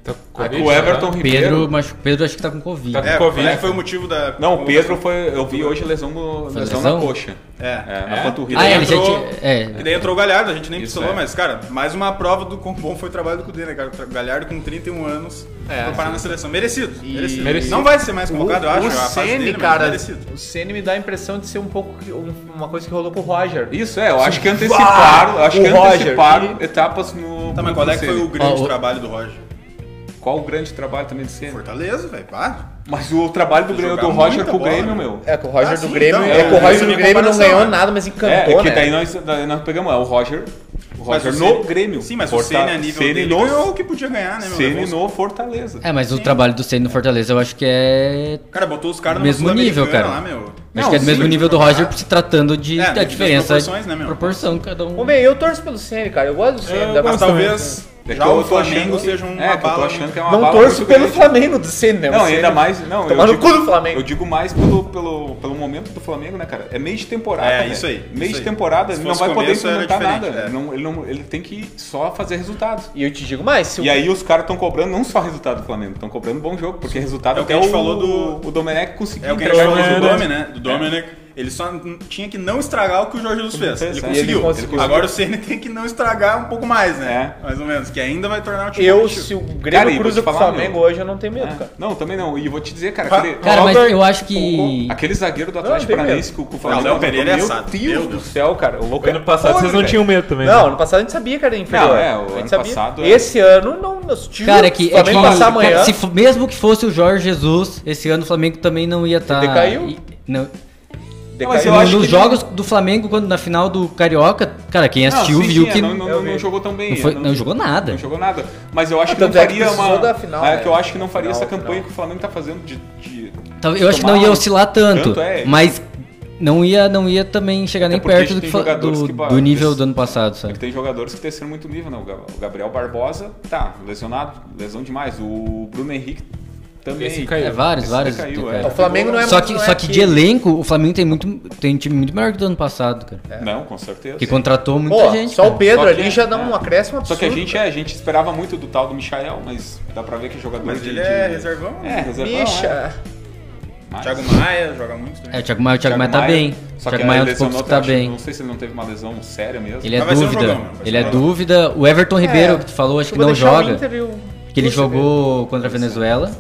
S6: Tá com Covid,
S3: O Everton
S6: né?
S5: Pedro,
S3: Ribeiro.
S5: machu- Pedro acho que tá com Covid.
S6: Tá.
S2: É,
S6: Covid.
S2: Covid. foi o motivo da.
S3: Não, o Pedro foi. Eu vi hoje lesão, no,
S5: Foi
S3: lesão,
S5: lesão?
S3: na coxa.
S2: É.
S3: É, na panturrilha.
S5: Ah, é, ele já
S2: entrou-
S5: tinha.
S2: E
S5: É.
S2: daí entrou o Galhardo, a gente nem
S3: Isso,
S2: pistolou,
S3: é.
S2: mas, cara, mais uma prova do quão bom foi o trabalho do Cudê, né, cara? O Galhardo com 31 anos
S4: É,
S2: foi parar na seleção. Merecido, merecido.
S6: Merecido.
S2: Não vai ser mais convocado, eu acho.
S4: O
S2: a fase
S4: Ceni,
S2: dele, mas
S4: cara,
S2: Merecido.
S4: o Ceni me dá a impressão de ser um pouco que- um- uma coisa que rolou com o Roger.
S3: Isso é, eu acho que anteciparam. Eu acho
S4: O
S3: que
S4: Roger.
S3: anteciparam etapas no. no
S2: Tá, mas qual é que
S3: Ceni.
S2: foi o grande
S5: Ó, o-
S2: trabalho do Roger?
S3: Qual o grande trabalho também de Ceni?
S2: Fortaleza, velho, Ah, pá.
S3: Mas o trabalho do, Grêmio,
S2: Jogar
S3: do Roger
S2: muita
S3: com o
S2: bola,
S3: Grêmio,
S2: né?
S3: meu.
S4: É, com o Roger
S2: Ah,
S4: do
S2: sim,
S4: Grêmio.
S2: então,
S4: é,
S2: é,
S4: que o
S2: essa
S4: Roger
S2: é
S4: do
S2: minha
S4: Grêmio não
S2: comparação,
S4: ganhou
S2: né?
S4: nada, mas
S3: É,
S4: encantou,
S3: é que
S4: né?
S3: daí nós, daí nós pegamos, é o Roger. O
S2: Mas
S3: Roger
S2: o
S3: no
S2: Ceni-
S3: Grêmio.
S2: Sim, mas
S3: Forta-
S2: o Ceni a nível
S3: Ceni
S2: dele
S3: no-
S2: ganhou o que podia ganhar, né, meu?
S3: Ceni
S2: Levou
S3: no Fortaleza.
S5: É, mas o trabalho do Senna no Fortaleza eu acho que é.
S2: os- Cara, botou os caras no
S5: Mesmo nível, cara.
S2: Lá, meu.
S5: acho que é do
S3: sim, Ah.
S5: mesmo nível do
S2: jogar.
S5: Roger se tratando de
S2: É,
S5: da
S2: das
S5: diferença.
S2: proporções, né, meu?
S5: proporção, cada um.
S4: Ô, meu, eu torço pelo Ceni, cara. Eu gosto do Ceni. dá
S2: Mas
S4: pra-
S2: talvez
S3: É que
S2: já
S3: eu
S2: o
S3: tô
S2: Flamengo
S3: achando que-
S2: seja uma
S3: é, que eu tô
S2: bala.
S3: achando que é uma
S4: Não
S3: bala
S4: torço
S3: muito
S4: pelo
S3: grande.
S4: Flamengo do Ceni, né?
S3: Não,
S4: O Ceni-
S3: ainda mais. Não,
S4: Tomar no
S3: eu,
S4: cu
S3: digo,
S4: do Flamengo.
S3: eu digo mais pelo, pelo, pelo momento do Flamengo, né, cara? É meio de temporada.
S2: É,
S3: velho.
S2: isso aí,
S3: Meio
S2: isso
S3: de
S2: aí.
S3: temporada,
S2: Se
S3: ele não
S2: fosse
S3: vai poder
S2: começo, era
S3: implementar nada.
S2: diferente, é.
S3: Ele não- ele, não- ele tem que só fazer resultados.
S4: E eu te digo mais, se o
S3: E aí os caras estão cobrando não só resultado do Flamengo, estão cobrando bom jogo, porque resultado
S2: É o que
S3: até
S2: a gente
S3: o,
S2: falou do-
S3: o Domenech conseguiu
S2: É o que a gente falou
S3: entregar
S2: do
S3: no jogo.
S2: Domi, né? Do Dominic, ele só n- tinha que não estragar o que o Jorge Jesus fez. Ele
S3: E ele
S2: conseguiu.
S3: conseguiu.
S2: Agora o Ceni tem que não estragar um pouco mais, né?
S3: É.
S2: Mais ou menos, que ainda vai tornar o time
S4: Eu,
S2: competitivo.
S4: se o
S3: Cara, e
S4: Grêmio
S3: vou
S4: cruza
S3: te
S4: com o
S3: falar,
S4: Flamengo
S3: meu. É,
S4: hoje, eu não tenho medo, cara.
S3: Não, também não. E vou te dizer, cara,
S2: Ah,
S3: aquele,
S5: Cara, mas
S4: Robert-
S5: eu acho que.
S3: aquele zagueiro do Atlético
S4: tem medo.
S3: Paranaense que o que o Flamengo
S2: Léo Pereira é
S3: meu
S2: assado.
S3: Deus
S2: Meu
S3: do
S2: Deus.
S3: céu, cara. O louco
S6: Ano passado vocês não tinham medo também.
S4: Não,
S6: né?
S4: ano passado a gente sabia que era inferior.
S3: Não, é,
S4: a
S3: o
S4: gente
S3: ano
S4: sabia.
S3: passado é.
S4: Esse ano, não. não, Se
S5: Cara, é que,
S4: o
S5: é que
S4: Flamengo passar
S5: cara,
S4: amanhã.
S5: se f- mesmo que fosse o Jorge Jesus, esse ano o Flamengo também não ia estar.
S4: Decaiu?
S5: não,
S3: Não, mas eu
S5: no-
S3: acho
S5: nos
S3: que
S5: jogos do Flamengo, quando na final do Carioca, cara,
S3: Não,
S5: quem assistiu
S3: sim,
S5: viu
S3: sim, é,
S5: que.
S3: não, não-
S4: Eu
S3: não
S4: vi.
S3: jogou tão bem.
S5: Não
S3: é,
S5: foi- não jogou nada.
S3: Não jogou nada. Mas eu acho que não
S4: Tanto é que
S3: faria
S4: precisou
S3: uma.
S4: da final,
S3: é, que eu
S4: né?
S3: acho que não faria
S4: Final,
S3: essa campanha
S4: final.
S3: que o Flamengo tá fazendo de. de-
S5: Tal- Então, Eu acho que
S3: tomar um-
S5: não ia oscilar tanto,
S3: tanto, é.
S5: mas não ia, não ia também chegar
S3: Até
S5: nem
S3: porque a gente
S5: perto do,
S3: tem
S5: que fa-
S3: jogadores
S5: do,
S3: que, bah,
S5: do nível
S3: eles-
S5: do ano passado,
S3: Porque
S5: sabe?
S3: tem jogadores que desceram muito nível, né? O Ga- o Gabriel Barbosa, tá, lesionado, lesão demais. O Bruno Henrique também.
S6: Esse caiu.
S5: É, vários,
S3: Esse
S5: vários.
S3: caiu,
S5: cara.
S3: é.
S4: O Flamengo não é
S5: Só que,
S4: não é
S5: só que de elenco, o Flamengo tem, muito, tem um time muito melhor que o do ano passado, cara.
S3: Não, com certeza.
S5: Que contratou muita
S4: Pô,
S5: gente.
S4: só
S5: cara.
S4: o Pedro
S3: É, Só que
S4: ali
S3: é,
S4: já dá um
S3: é.
S4: acréscimo absurdo.
S3: Só que a gente, é, a gente esperava muito do tal do Michael, mas dá pra ver que jogador
S2: Mas
S3: de,
S2: ele
S3: de-
S2: é reservão,
S3: É,
S2: né?
S3: reservão. É.
S4: Bicha.
S3: Mas-
S2: Thiago Maia joga muito também.
S5: É, o Thiago Maia, o Thiago,
S3: Thiago
S5: Maia tá
S3: Maia-
S5: bem. O
S3: Só
S5: Thiago
S3: que
S5: Maia é um
S3: ele
S5: dos poucos
S3: lesionou,
S5: que tá
S3: eu acho que-
S5: bem.
S3: Não sei se ele não teve uma lesão séria mesmo.
S5: Ele é
S2: Mas vai ser um
S5: dúvida.
S2: jogão, meu. Vai ser
S5: ele
S2: um
S5: é
S2: jogão.
S5: dúvida. O Everton Ribeiro,
S4: É.
S5: que tu falou, acho que
S4: Vou
S5: não
S4: deixar o
S5: joga.
S4: Inter e o-
S5: Que ele
S4: Deixa eu ver.
S5: jogou contra a Venezuela.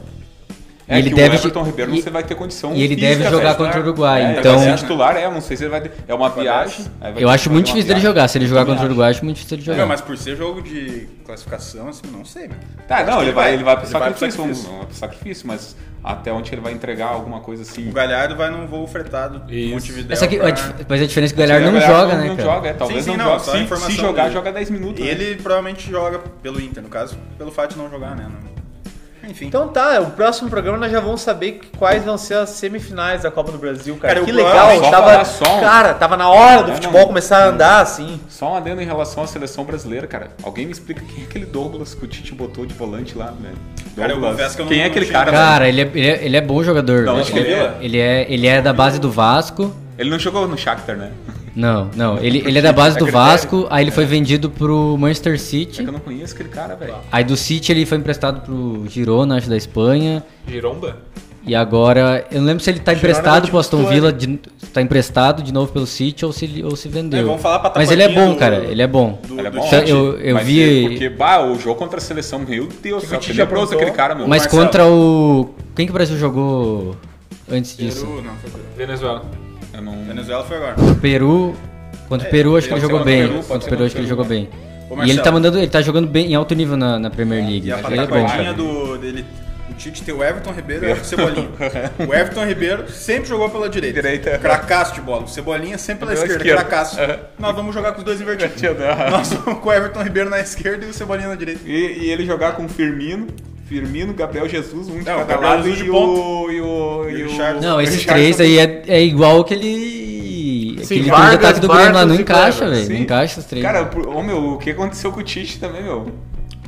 S3: É
S5: ele
S3: que
S5: deve-
S3: o Everton Ribeiro
S5: e-
S3: não sei vai ter condição.
S5: e ele
S3: física,
S5: deve jogar
S3: velho.
S5: contra o Uruguai,
S3: É,
S5: então-
S3: vai ser titular, é, não sei se ele vai. ter- É uma viagem. aí vai
S5: Eu
S3: ter
S5: acho
S3: que
S5: muito
S3: fazer
S5: difícil
S3: uma
S5: dele jogar. Se ele jogar
S3: Também
S5: contra o Uruguai, acho muito difícil dele
S2: Não,
S5: jogar.
S2: mas por ser jogo de classificação, assim, não sei, meu.
S3: acho. Tá, não, ele vai, ele vai pro
S2: Ele vai pro
S3: sacrifício,
S2: sacrifício.
S3: um- um sacrifício, mas até onde ele vai entregar alguma coisa
S2: O
S3: assim.
S2: Galhardo vai num voo fretado com
S6: Isso.
S2: o Montevideo.
S5: Essa aqui,
S2: pra-
S5: a dif- Mas a diferença é que o Galhardo não joga, né,
S3: Não
S5: cara?
S3: joga, é, talvez
S2: sim,
S3: não
S2: não,
S3: jogue.
S2: só a
S3: Se- Se,
S2: informação
S3: jogar,
S2: dele.
S3: joga 10 minutos. né?
S2: Ele provavelmente joga pelo Inter, no caso, pelo fato de não jogar, né? Não- Enfim.
S4: Então tá, o próximo programa nós já vamos saber que- quais vão ser as semifinais da Copa do Brasil, cara.
S2: Cara,
S4: que
S2: eu-
S4: legal,
S3: só
S4: tava,
S3: falar só um-
S4: cara, tava na hora do
S3: É,
S4: futebol
S3: não.
S4: começar a andar assim.
S3: Só um adendo em relação à seleção brasileira, cara. Alguém me explica quem é aquele Douglas que o Tite botou de volante lá, né?
S2: Cara, eu
S3: Douglas.
S2: confesso que eu não-
S3: Quem é
S2: não
S3: aquele
S2: tinha
S3: cara? velho?
S5: Cara, ele é, ele é, ele é bom jogador.
S3: Não, acho
S5: Eu acho
S3: que
S5: que ele,
S3: ele
S5: é, ele, é, da base do Vasco.
S3: Ele não jogou no Shakhtar, né?
S5: Não, não. Ele, ele é da base do Vasco, aí ele foi vendido pro Manchester
S3: É que
S5: City.
S3: eu não conheço aquele cara, velho.
S5: Aí do City ele foi emprestado pro Girona, acho, da Espanha.
S6: Giromba?
S5: E agora, eu não lembro se ele tá emprestado
S4: tipo
S5: pro Aston
S4: Tuane.
S5: Villa, de, tá emprestado de novo pelo City ou se, ele- ou se vendeu.
S2: É, vamos falar pra
S5: Mas ele é
S2: tapadinha
S5: bom,
S2: do-
S5: cara, ele é bom.
S2: do-
S3: Ele é
S2: do
S3: bom,
S5: Então,
S3: Tite,
S5: eu- eu
S3: mas
S5: vi-
S3: ele- Porque, bah, o jogo contra a seleção, meu Deus, que
S4: que o
S3: o
S4: Tite
S3: Tite aprontou
S4: aprontou?
S3: é aquele cara, meu.
S5: Mas
S2: Marcelo.
S5: contra o... Quem que o Brasil jogou antes disso?
S2: Peru, não, foi Peru.
S6: Venezuela.
S3: Eu não...
S2: Venezuela foi agora.
S5: Peru.
S2: É,
S5: Contra o Peru, acho que
S3: pode ser
S5: ele jogou
S3: contra o
S5: bem.
S3: Peru, pode
S5: Contra
S3: ser
S5: o Peru,
S3: contra
S5: acho que ele
S3: o
S5: jogou
S3: Peru.
S5: bem.
S2: Ô,
S5: E ele
S2: Marcelo.
S5: tá mandando, ele tá jogando bem em alto nível na, na Premier League.
S2: E a
S5: Ele é bom.
S2: pataquadinha
S5: cara.
S2: do, dele, o Tite tem o Everton Ribeiro e o Everton Cebolinha. o Everton Ribeiro sempre jogou pela direita.
S3: Direita.
S2: Cracaço de bola. O Cebolinha sempre pela
S3: Pela
S2: esquerda,
S3: esquerda.
S2: cracaço. Nós vamos jogar com os dois invertidos. Nós vamos com o Everton Ribeiro na esquerda e o Cebolinha na direita.
S3: E, e ele jogar com o Firmino, Firmino, Gabriel Jesus, um de
S2: Não,
S3: cada
S2: Gabriel
S3: lado,
S2: Jesus de
S3: e o, e o...
S2: E o
S3: o- É
S2: Richarlison.
S5: Não, esses
S3: Richarlison.
S5: três aí é, é igual aquele.
S4: Sim,
S5: aquele
S4: Vargas,
S5: time de ataque do Grêmio lá.
S4: Vargas
S5: Não
S4: e
S5: encaixa,
S4: Vargas,
S5: velho. Não
S3: Sim.
S5: encaixa os três.
S3: Cara,
S5: né?
S3: pro- ô, meu, o que aconteceu com o Tite também, meu?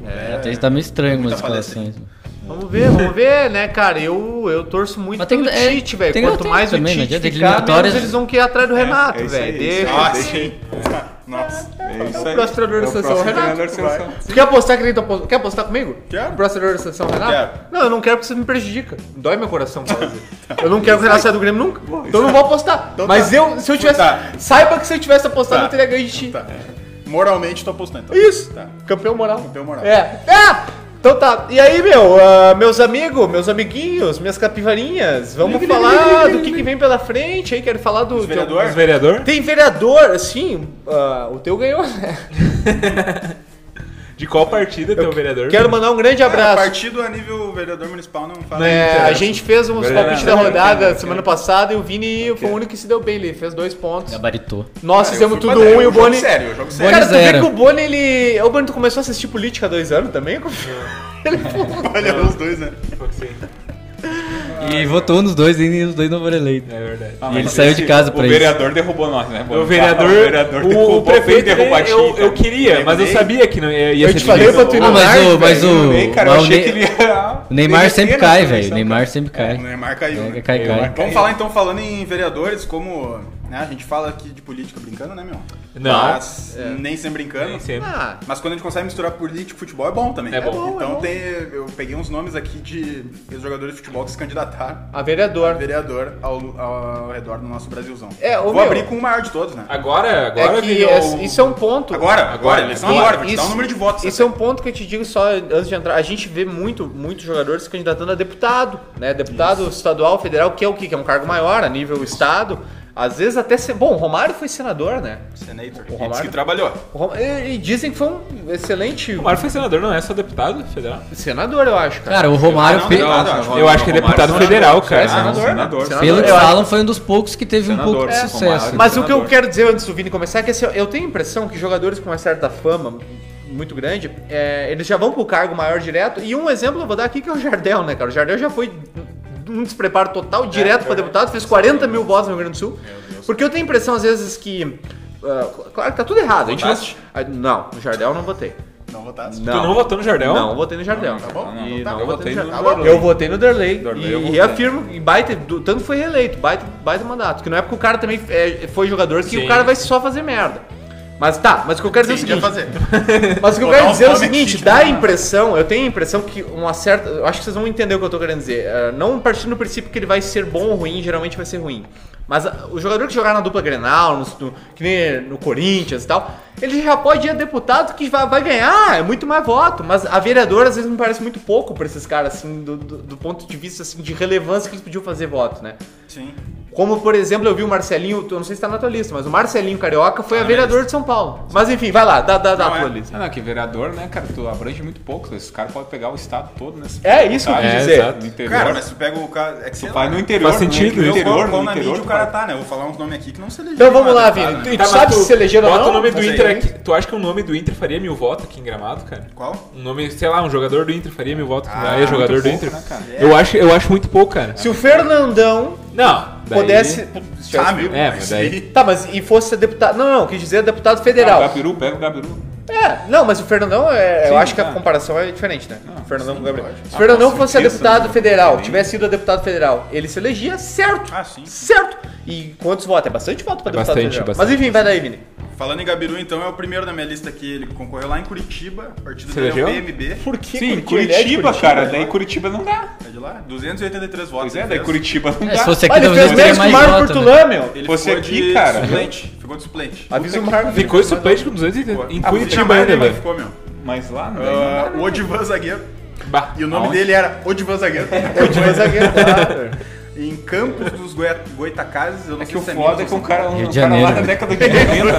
S5: é, até tá meio estranho umas
S2: muita palestra.
S5: escalações.
S4: Vamos ver, vamos ver, né, cara? Eu, eu torço muito
S5: Mas tem
S4: pelo
S5: que- é,
S4: Tite, velho.
S5: tem que
S4: Quanto
S5: dar
S4: mais
S5: tempo
S4: o
S5: também, não
S4: Tite
S5: adianta,
S4: ficar, menos
S5: eliminatórias-
S4: eles vão querer atrás
S2: É,
S4: do Renato,
S3: isso aí,
S4: velho.
S3: isso aí.
S4: Deixa-
S2: Ah,
S3: deixa
S2: sim. Nossa.
S3: É isso
S4: o
S3: aí.
S4: próximo treinador da
S3: É o
S4: seleção,
S3: próximo
S4: Renato.
S3: treinador da seleção.
S4: Você quer apostar que nem tu apostou? Quer apostar comigo?
S2: Quero.
S4: O Brasileiro da seleção, Renato?
S2: Quero.
S4: Não, eu não quero porque você me prejudica. Dói meu coração falar isso.
S2: Tá
S4: Eu não quero que o Renato saia do Grêmio nunca. Então eu não vou apostar.
S2: Então
S4: Mas
S2: tá.
S4: eu, se eu tivesse.
S2: Tá.
S4: Saiba que se eu tivesse apostado,
S2: Tá.
S4: eu teria ganho de ti.
S2: Tá. Moralmente tô apostando. então.
S4: Isso.
S2: Tá.
S4: Campeão moral.
S2: Campeão moral.
S4: É. Ah! Então tá. E aí, meu, ah, meus amigos, meus amiguinhos, minhas capivarinhas, vamos falar do que, que vem pela frente aí. Quero falar do.
S2: vereador?
S6: Os vereador?
S4: Tem vereador, assim, ah, o teu ganhou, né?
S6: De qual partida tem o vereador?
S4: Quero mandar um grande
S2: Cara,
S4: abraço.
S2: É, partido a nível vereador municipal não fala
S4: É,
S2: muito,
S4: a
S2: né?
S4: gente fez uns
S3: Verdade.
S4: palpites da rodada semana passada e o Vini foi o único que se deu bem, ele fez dois pontos.
S5: Gabaritou.
S4: Nós
S2: Cara, eu
S4: fizemos
S2: fui
S4: tudo
S2: padrão,
S4: um e
S2: eu
S4: o
S2: jogo
S4: Boni.
S2: Sério, eu jogo sério.
S4: Cara, tu vê
S5: zero.
S4: que o Boni, ele. O Boni, tu começou a assistir política há dois anos também?
S2: Olha os dois, né?
S5: E votou nos dois ainda e os dois não foram eleitos.
S6: É verdade.
S3: Ah,
S5: E ele
S3: mas
S5: saiu
S3: esse-
S5: de casa pra
S3: O
S5: isso.
S3: vereador derrubou nós, né?
S6: O
S3: Boni?
S6: vereador,
S3: O vereador derrubou,
S6: o,
S3: fez
S6: prefeito,
S3: derrubar
S6: ele- eu,
S3: Tite, né?
S6: eu
S3: cara.
S6: queria, mas eu
S2: Lembrei.
S6: sabia que não ia, ia
S4: Eu
S6: ser
S4: te falei
S6: difícil.
S4: pra tu ir
S5: Ah,
S4: no
S5: mas
S4: Nike,
S5: o, mas
S4: velho.
S5: o,
S3: Nem, cara,
S5: mas
S3: eu
S5: o
S3: achei que
S5: Ne-
S3: ele ia...
S5: o Neymar sempre cai, velho. O
S2: seleção,
S5: Neymar
S2: cara.
S5: sempre
S2: É,
S5: cai.
S2: O Neymar caiu,
S5: É,
S2: né?
S5: Cai,
S6: Neymar
S5: cai.
S2: Vamos falar então, falando em vereadores, como né? A gente fala aqui de política brincando, né, meu?
S6: Não.
S2: Mas, É. nem sempre brincando.
S6: Nem sempre.
S4: Ah,
S2: Mas quando a gente consegue misturar política e futebol é bom também.
S6: É bom.
S2: Então tem, eu peguei uns nomes aqui de jogadores de futebol que se candidataram
S4: a
S2: a
S4: vereador.
S2: vereador ao, ao redor do nosso Brasilzão.
S4: É, ô,
S2: Vou
S4: meu,
S2: abrir com o maior de todos, né?
S6: Agora, agora
S4: É que
S6: virou-
S4: es- isso é um ponto.
S2: Agora, agora, eles são agora, vou te dar o
S4: Isso-
S2: número de votos. tá né?
S4: Isso é um ponto que eu te digo só antes de entrar. A gente vê muito, muitos jogadores se candidatando a deputado, né? Deputado estadual, federal, que é o quê? Que é um cargo maior a nível estado. Às vezes até ser. Bom, o Romário foi senador, né?
S2: Senator.
S4: O
S2: Ele disse
S4: Romário.
S2: que trabalhou.
S4: O Rom- E e dizem que foi um excelente
S6: O Mário foi senador, não é só deputado federal?
S4: senador, eu acho, cara.
S5: Cara, o Romário,
S2: Ah, não,
S5: pe-
S2: não, não, não,
S6: Eu acho que ele é deputado federal, cara.
S4: senador,
S3: senador.
S4: Senador,
S5: pelo que
S4: eu acho.
S5: falam, foi um dos poucos que teve um
S3: Senador,
S5: pouco de
S3: é.
S5: sucesso.
S4: Mas o que eu
S3: Senador.
S4: quero dizer antes do Vini começar é que assim, eu tenho a impressão que jogadores com uma certa fama muito grande, é, eles já vão pro cargo maior direto. E um exemplo eu vou dar aqui que é o Jardel, né, cara? O Jardel já foi um despreparo total
S6: É,
S4: direto pra deputado, fez 40 mil votos no Rio Grande do Sul. Porque eu tenho a impressão, às vezes, que. ah, claro que tá tudo errado. A gente não,
S6: Votaste?
S4: Ah, não, no Jardel eu não votei.
S2: um- Não votasse.
S6: Tu não votou no Jardel?
S4: Não, eu votei no Jardel. Tá
S2: bom,
S4: E
S2: então tá.
S4: não, eu
S2: Eu
S4: votei no
S2: votei no
S4: Jardel.
S2: Derlei.
S4: Eu votei no Derlei.
S3: Derlei eu
S4: e
S3: votei.
S4: reafirmo, e baita, do- tanto foi reeleito, baita, baita mandato. Que na época o cara também é, foi jogador que
S6: Sim.
S4: o cara vai só fazer merda. Mas tá, mas o que eu quero dizer é o
S2: Podia
S4: seguinte.
S2: fazer.
S4: Mas o que eu
S2: Botar
S4: quero
S2: uns
S4: dizer é o
S2: nomes
S4: seguinte,
S2: chique,
S4: dá a
S2: né?
S4: impressão, eu tenho a impressão que uma certa. Eu acho que vocês vão entender o que eu tô querendo dizer. É, não partindo do princípio que ele vai ser bom ou ruim, geralmente vai ser ruim. Mas ah, o jogador que jogar na dupla Grenal, no, no- que nem no Corinthians e tal, ele já pode ir a deputado que vai, vai ganhar, é muito mais voto. Mas a vereadora às vezes me parece muito pouco pra esses caras, assim, do, do- do ponto de vista assim, de relevância que eles podiam fazer voto, né?
S2: Sim.
S4: Como, por exemplo, eu vi o Marcelinho, eu não sei se tá na tua lista, mas o Marcelinho Carioca foi a vereador de São Paulo. Mas enfim, vai lá, dá, dá, dá
S2: Ah, Não,
S4: a tua
S2: é.
S4: lista.
S3: Ah, não, que vereador, né, cara? Tu abrange muito pouco. Esse cara pode pegar o estado todo nessa.
S4: É isso que eu quis
S3: É,
S4: dizer.
S3: exato. No interior.
S2: Cara, mas tu pega o cara. É que sei
S3: Tu
S2: lá,
S3: vai no
S2: né?
S3: interior.
S6: Faz sentido,
S3: no
S2: Vê o
S3: interior,
S2: qual- qual
S3: no
S2: na
S3: interior.
S2: mídia o cara tá, né? Eu vou falar uns nomes aqui que não se elegeu.
S4: Então vamos lá,
S2: mas deputado,
S4: Vini.
S2: né?
S4: Tu sabe
S6: Tá, mas
S4: se elegeram ou
S6: bota
S4: não? Tá
S6: o nome do
S2: Não sei.
S4: é
S6: Inter aqui. Tu acha que o nome do Inter faria mil votos aqui em Gramado, cara?
S2: Qual?
S6: Um nome, sei lá, um jogador do Inter faria mil votos.
S2: Ah,
S6: Ah, é jogador do
S3: pouco,
S6: Inter.
S3: né, cara?
S6: Eu, acho, eu acho muito pouco, cara.
S4: Se o Fernandão
S6: Não. daí-
S4: pudesse. Se
S2: Ah,
S4: tivesse-
S2: meu.
S6: É, mas daí-
S2: sim.
S4: Tá, mas e fosse deputado. Não, não, quis dizer deputado federal.
S3: Ah, o Gabiru, pega o Gabiru.
S4: É, não, mas o Fernandão, é, eu
S3: Sim,
S4: acho que a
S3: tá.
S4: comparação é diferente, né? O Fernandão
S3: sim,
S4: com o Gabriel.
S3: lógico.
S4: Se o Fernandão
S3: Ah, com
S4: fosse a
S3: certeza,
S4: deputado
S3: né?
S4: federal,
S3: Sim.
S4: tivesse sido a deputado federal, ele se elegia certo.
S2: Ah, sim.
S4: Certo. E quantos votos? É bastante voto pra
S6: É
S4: deputado
S6: bastante,
S4: federal.
S6: bastante.
S4: Mas enfim, vai daí, Vini.
S2: Falando em Gabiru, então, é o primeiro da minha lista aqui. Ele concorreu lá em Curitiba. O partido
S6: Se
S2: dele é o
S6: elegeu?
S2: PMB.
S4: Por que
S3: Sim,
S4: Ele
S3: Curitiba,
S4: é de
S3: cara. Daí Curitiba não dá.
S2: É de lá? 283 votos.
S3: Pois é,
S2: ele
S3: daí
S2: fez.
S3: Curitiba não
S5: É,
S3: dá.
S5: se fosse aqui,
S4: Olha, ele
S5: talvez
S4: fez
S5: eu teria
S4: menos que o
S5: mais
S4: Mário
S5: voto. né?
S4: Curtulã, meu.
S2: Ele
S3: Você
S2: ficou
S3: aqui,
S2: de
S3: cara.
S2: suplente. Ficou de suplente.
S4: Avisa o Mário.
S6: Ficou esse suplente com 280 em
S2: Ah,
S6: Curitiba
S2: jamais
S6: ainda,
S2: ele
S6: velho.
S2: Ficou, meu.
S3: Mas lá né? não dá.
S2: Ah, o Odivan Zagueiro.
S6: Bah.
S2: E o nome
S3: Aonde?
S2: dele era Odivan Zagueiro.
S4: Mas é que- claro.
S2: em Campos dos Goi- Goitacazes, eu não
S3: É que
S2: sei
S3: o
S2: se é
S3: foda é
S2: Minas
S3: que é
S2: ou
S3: um cara, um
S5: Rio de
S3: cara lá
S5: Janeiro.
S3: da década de 90. velho.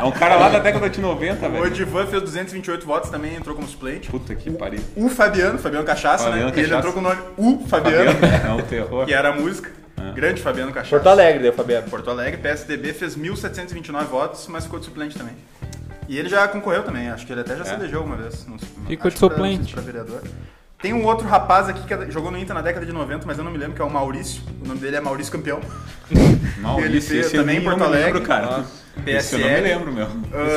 S3: é um cara lá da década de 90,
S2: São Paulo. O
S3: velho.
S2: Odivan fez 228 votos, também entrou como suplente.
S3: Puta que pariu.
S2: O Fabiano, Fabiano Cachaça,
S3: Fabiano
S2: né? E Ele
S3: Cachaça.
S2: entrou com o nome U Fabiano,
S3: Fabiano, Ah. É um terror.
S2: que era a música. Grande Fabiano Cachaça.
S4: Porto Alegre, deu, Fabiano.
S2: Porto Alegre, PSDB fez 1.729 votos, mas ficou de suplente também. E ele já concorreu também, acho que ele até já se elegeu uma vez. Não sei,
S6: É. Ficou
S2: acho
S6: de
S2: que pra-
S6: suplente.
S2: não sei se pra vereador. Tem um outro rapaz aqui que jogou no Inter na década de 90, mas eu não me lembro, que é o Maurício. O nome dele é Maurício Campeão. ele
S3: Maurício,
S2: fez
S3: esse eu
S2: também
S3: nem-
S2: em Porto
S3: eu não
S2: Alegre.
S3: lembro, cara. Esse eu não me
S2: PSL.
S3: lembro, meu.
S2: Ah,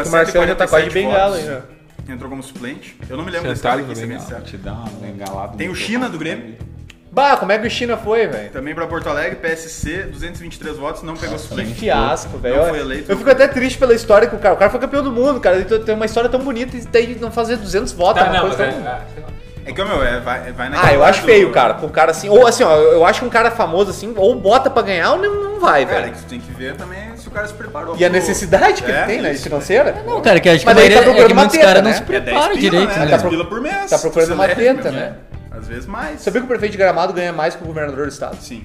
S4: que o Marcelo já tá quase
S2: 147
S4: bem
S2: votos.
S4: galo aí, né?
S2: Entrou como suplente. Eu não me lembro desse cara
S6: Sentado
S2: aqui,
S6: no
S2: se é bem
S6: tá Bengala.
S2: sincero.
S3: Te dá uma engalada.
S2: Tem o
S3: no teu
S2: China
S3: papo,
S2: do Grêmio,
S4: Bah, como é que o China foi, velho?
S2: também pra Porto Alegre, PSC, 223 votos, não pegou
S4: Que
S2: suplente.
S4: fiasco, velho.
S2: Não foi eleito.
S4: Eu fico até triste pela história que o cara. O cara foi campeão do mundo, cara. Ele tem uma história tão bonita e daí não fazer 200 votos é
S6: Tá,
S4: uma
S6: não, mas
S4: coisa
S6: é,
S4: tão.
S6: ah, sei lá.
S2: É que, ó, meu, é, vai, vai na
S4: Ah, eu
S2: cara
S4: acho
S2: do-
S4: feio, cara. Pro cara assim. Ou assim, ó, eu acho que um cara famoso assim, ou bota pra ganhar ou não, não vai,
S2: Cara, é
S4: velho.
S2: que tu tem que ver também se o cara se preparou.
S4: E a
S2: pro-
S4: necessidade que
S2: É,
S4: ele tem, né?
S2: isso.
S4: Financeira?
S5: Não, cara, que acho que, a
S4: Mas daí tá
S5: maioria, é que
S4: procurando uma
S5: muitos
S4: teta,
S5: caras não
S4: né?
S5: se
S2: É 10
S5: preparam
S2: pila,
S5: direito,
S2: né?
S5: né?
S2: 10 pila por mês.
S4: tá procurando
S2: Você
S4: uma
S2: leva,
S4: tenta,
S2: meu,
S4: né?
S2: Às vezes mais.
S4: Sabia que o prefeito de gramado ganha mais que o governador do estado?
S2: Sim.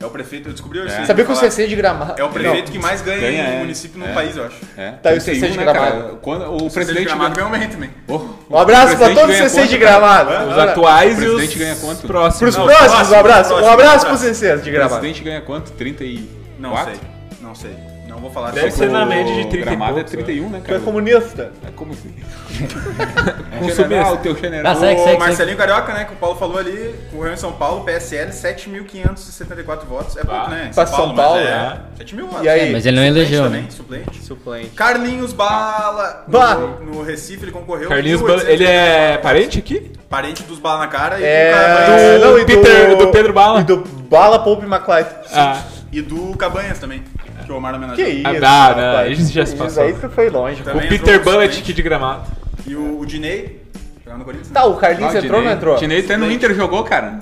S2: É o prefeito, eu descobri hoje.
S3: É.
S2: sim,
S4: Sabia que o
S2: falar.
S4: CC de gramado.
S2: É o prefeito
S4: Não.
S2: que mais ganha,
S3: Ganha,
S2: em
S3: é.
S2: município no
S3: É.
S2: país, eu acho.
S3: É.
S4: Tá, e o
S3: 31,
S4: CC de
S3: né,
S4: Gramado?
S3: cara? Quando o
S2: O CC de
S3: presidente
S2: Gramado
S3: ganha-
S2: ganhou bem também.
S3: Oh,
S4: Um abraço pra
S3: presidente
S4: todos os
S3: ganha
S4: CC de
S3: quanto, cara?
S4: gramado.
S6: Os
S4: Olha,
S6: atuais e
S3: O
S6: os
S3: presidente ganha quanto?
S6: próximos.
S4: Pros
S2: Não,
S4: próximos, um abraço.
S2: próximo,
S4: Um abraço pro
S2: próximo.
S4: CC de
S3: O
S4: gramado.
S3: presidente ganha quanto? 30 e...
S2: Não
S3: quatro? É
S2: sei. Não sei. Não vou falar
S6: Deve
S2: sobre
S6: ser na
S2: o-
S6: média de 30 e
S3: Gramado é
S6: poucos,
S3: 31, né,
S4: Tu é
S3: cara?
S4: comunista.
S3: É como assim? é
S6: Consumista.
S3: general, o teu
S5: Ah,
S3: general.
S5: segue, segue,
S2: O
S5: segue.
S2: Marcelinho Carioca, né, que o Paulo falou ali, correu em São Paulo, PSL, 7.574 votos. É
S3: Ah.
S2: pouco, né?
S4: Pra São Paulo, né?
S2: mas é 7 mil votos.
S4: E aí?
S5: Mas ele não
S2: Suplente
S5: elegeu,
S2: também,
S5: né?
S2: Suplente.
S4: Suplente.
S2: Carlinhos Bala.
S4: Bah.
S2: No, no Recife ele concorreu.
S6: Carlinhos,
S2: 1800,
S6: Bala- ele é parente aqui?
S2: Parente dos Bala na cara e
S4: É,
S2: do Cabanhas.
S4: não, e
S6: Peter- do Pedro Bala.
S4: E do Bala Pope McLeod.
S6: Ah,
S2: E do Cabanhas também. que o Omar
S4: Que
S2: homenageou.
S4: isso?
S6: Ah, dá,
S4: rapaz.
S6: dá, isso já se
S4: Isso
S6: passou.
S4: aí tu foi longe.
S2: Também
S6: O
S2: entrou
S6: Peter
S2: um
S6: Bullet,
S2: suplente.
S6: que de gramado.
S2: E o, o Dinei, jogando no Corinthians. né?
S4: Tá, o Carlinhos
S3: Ah, o
S4: entrou ou não
S3: Dinei-
S4: entrou?
S3: Dinei até no Inter jogou, cara.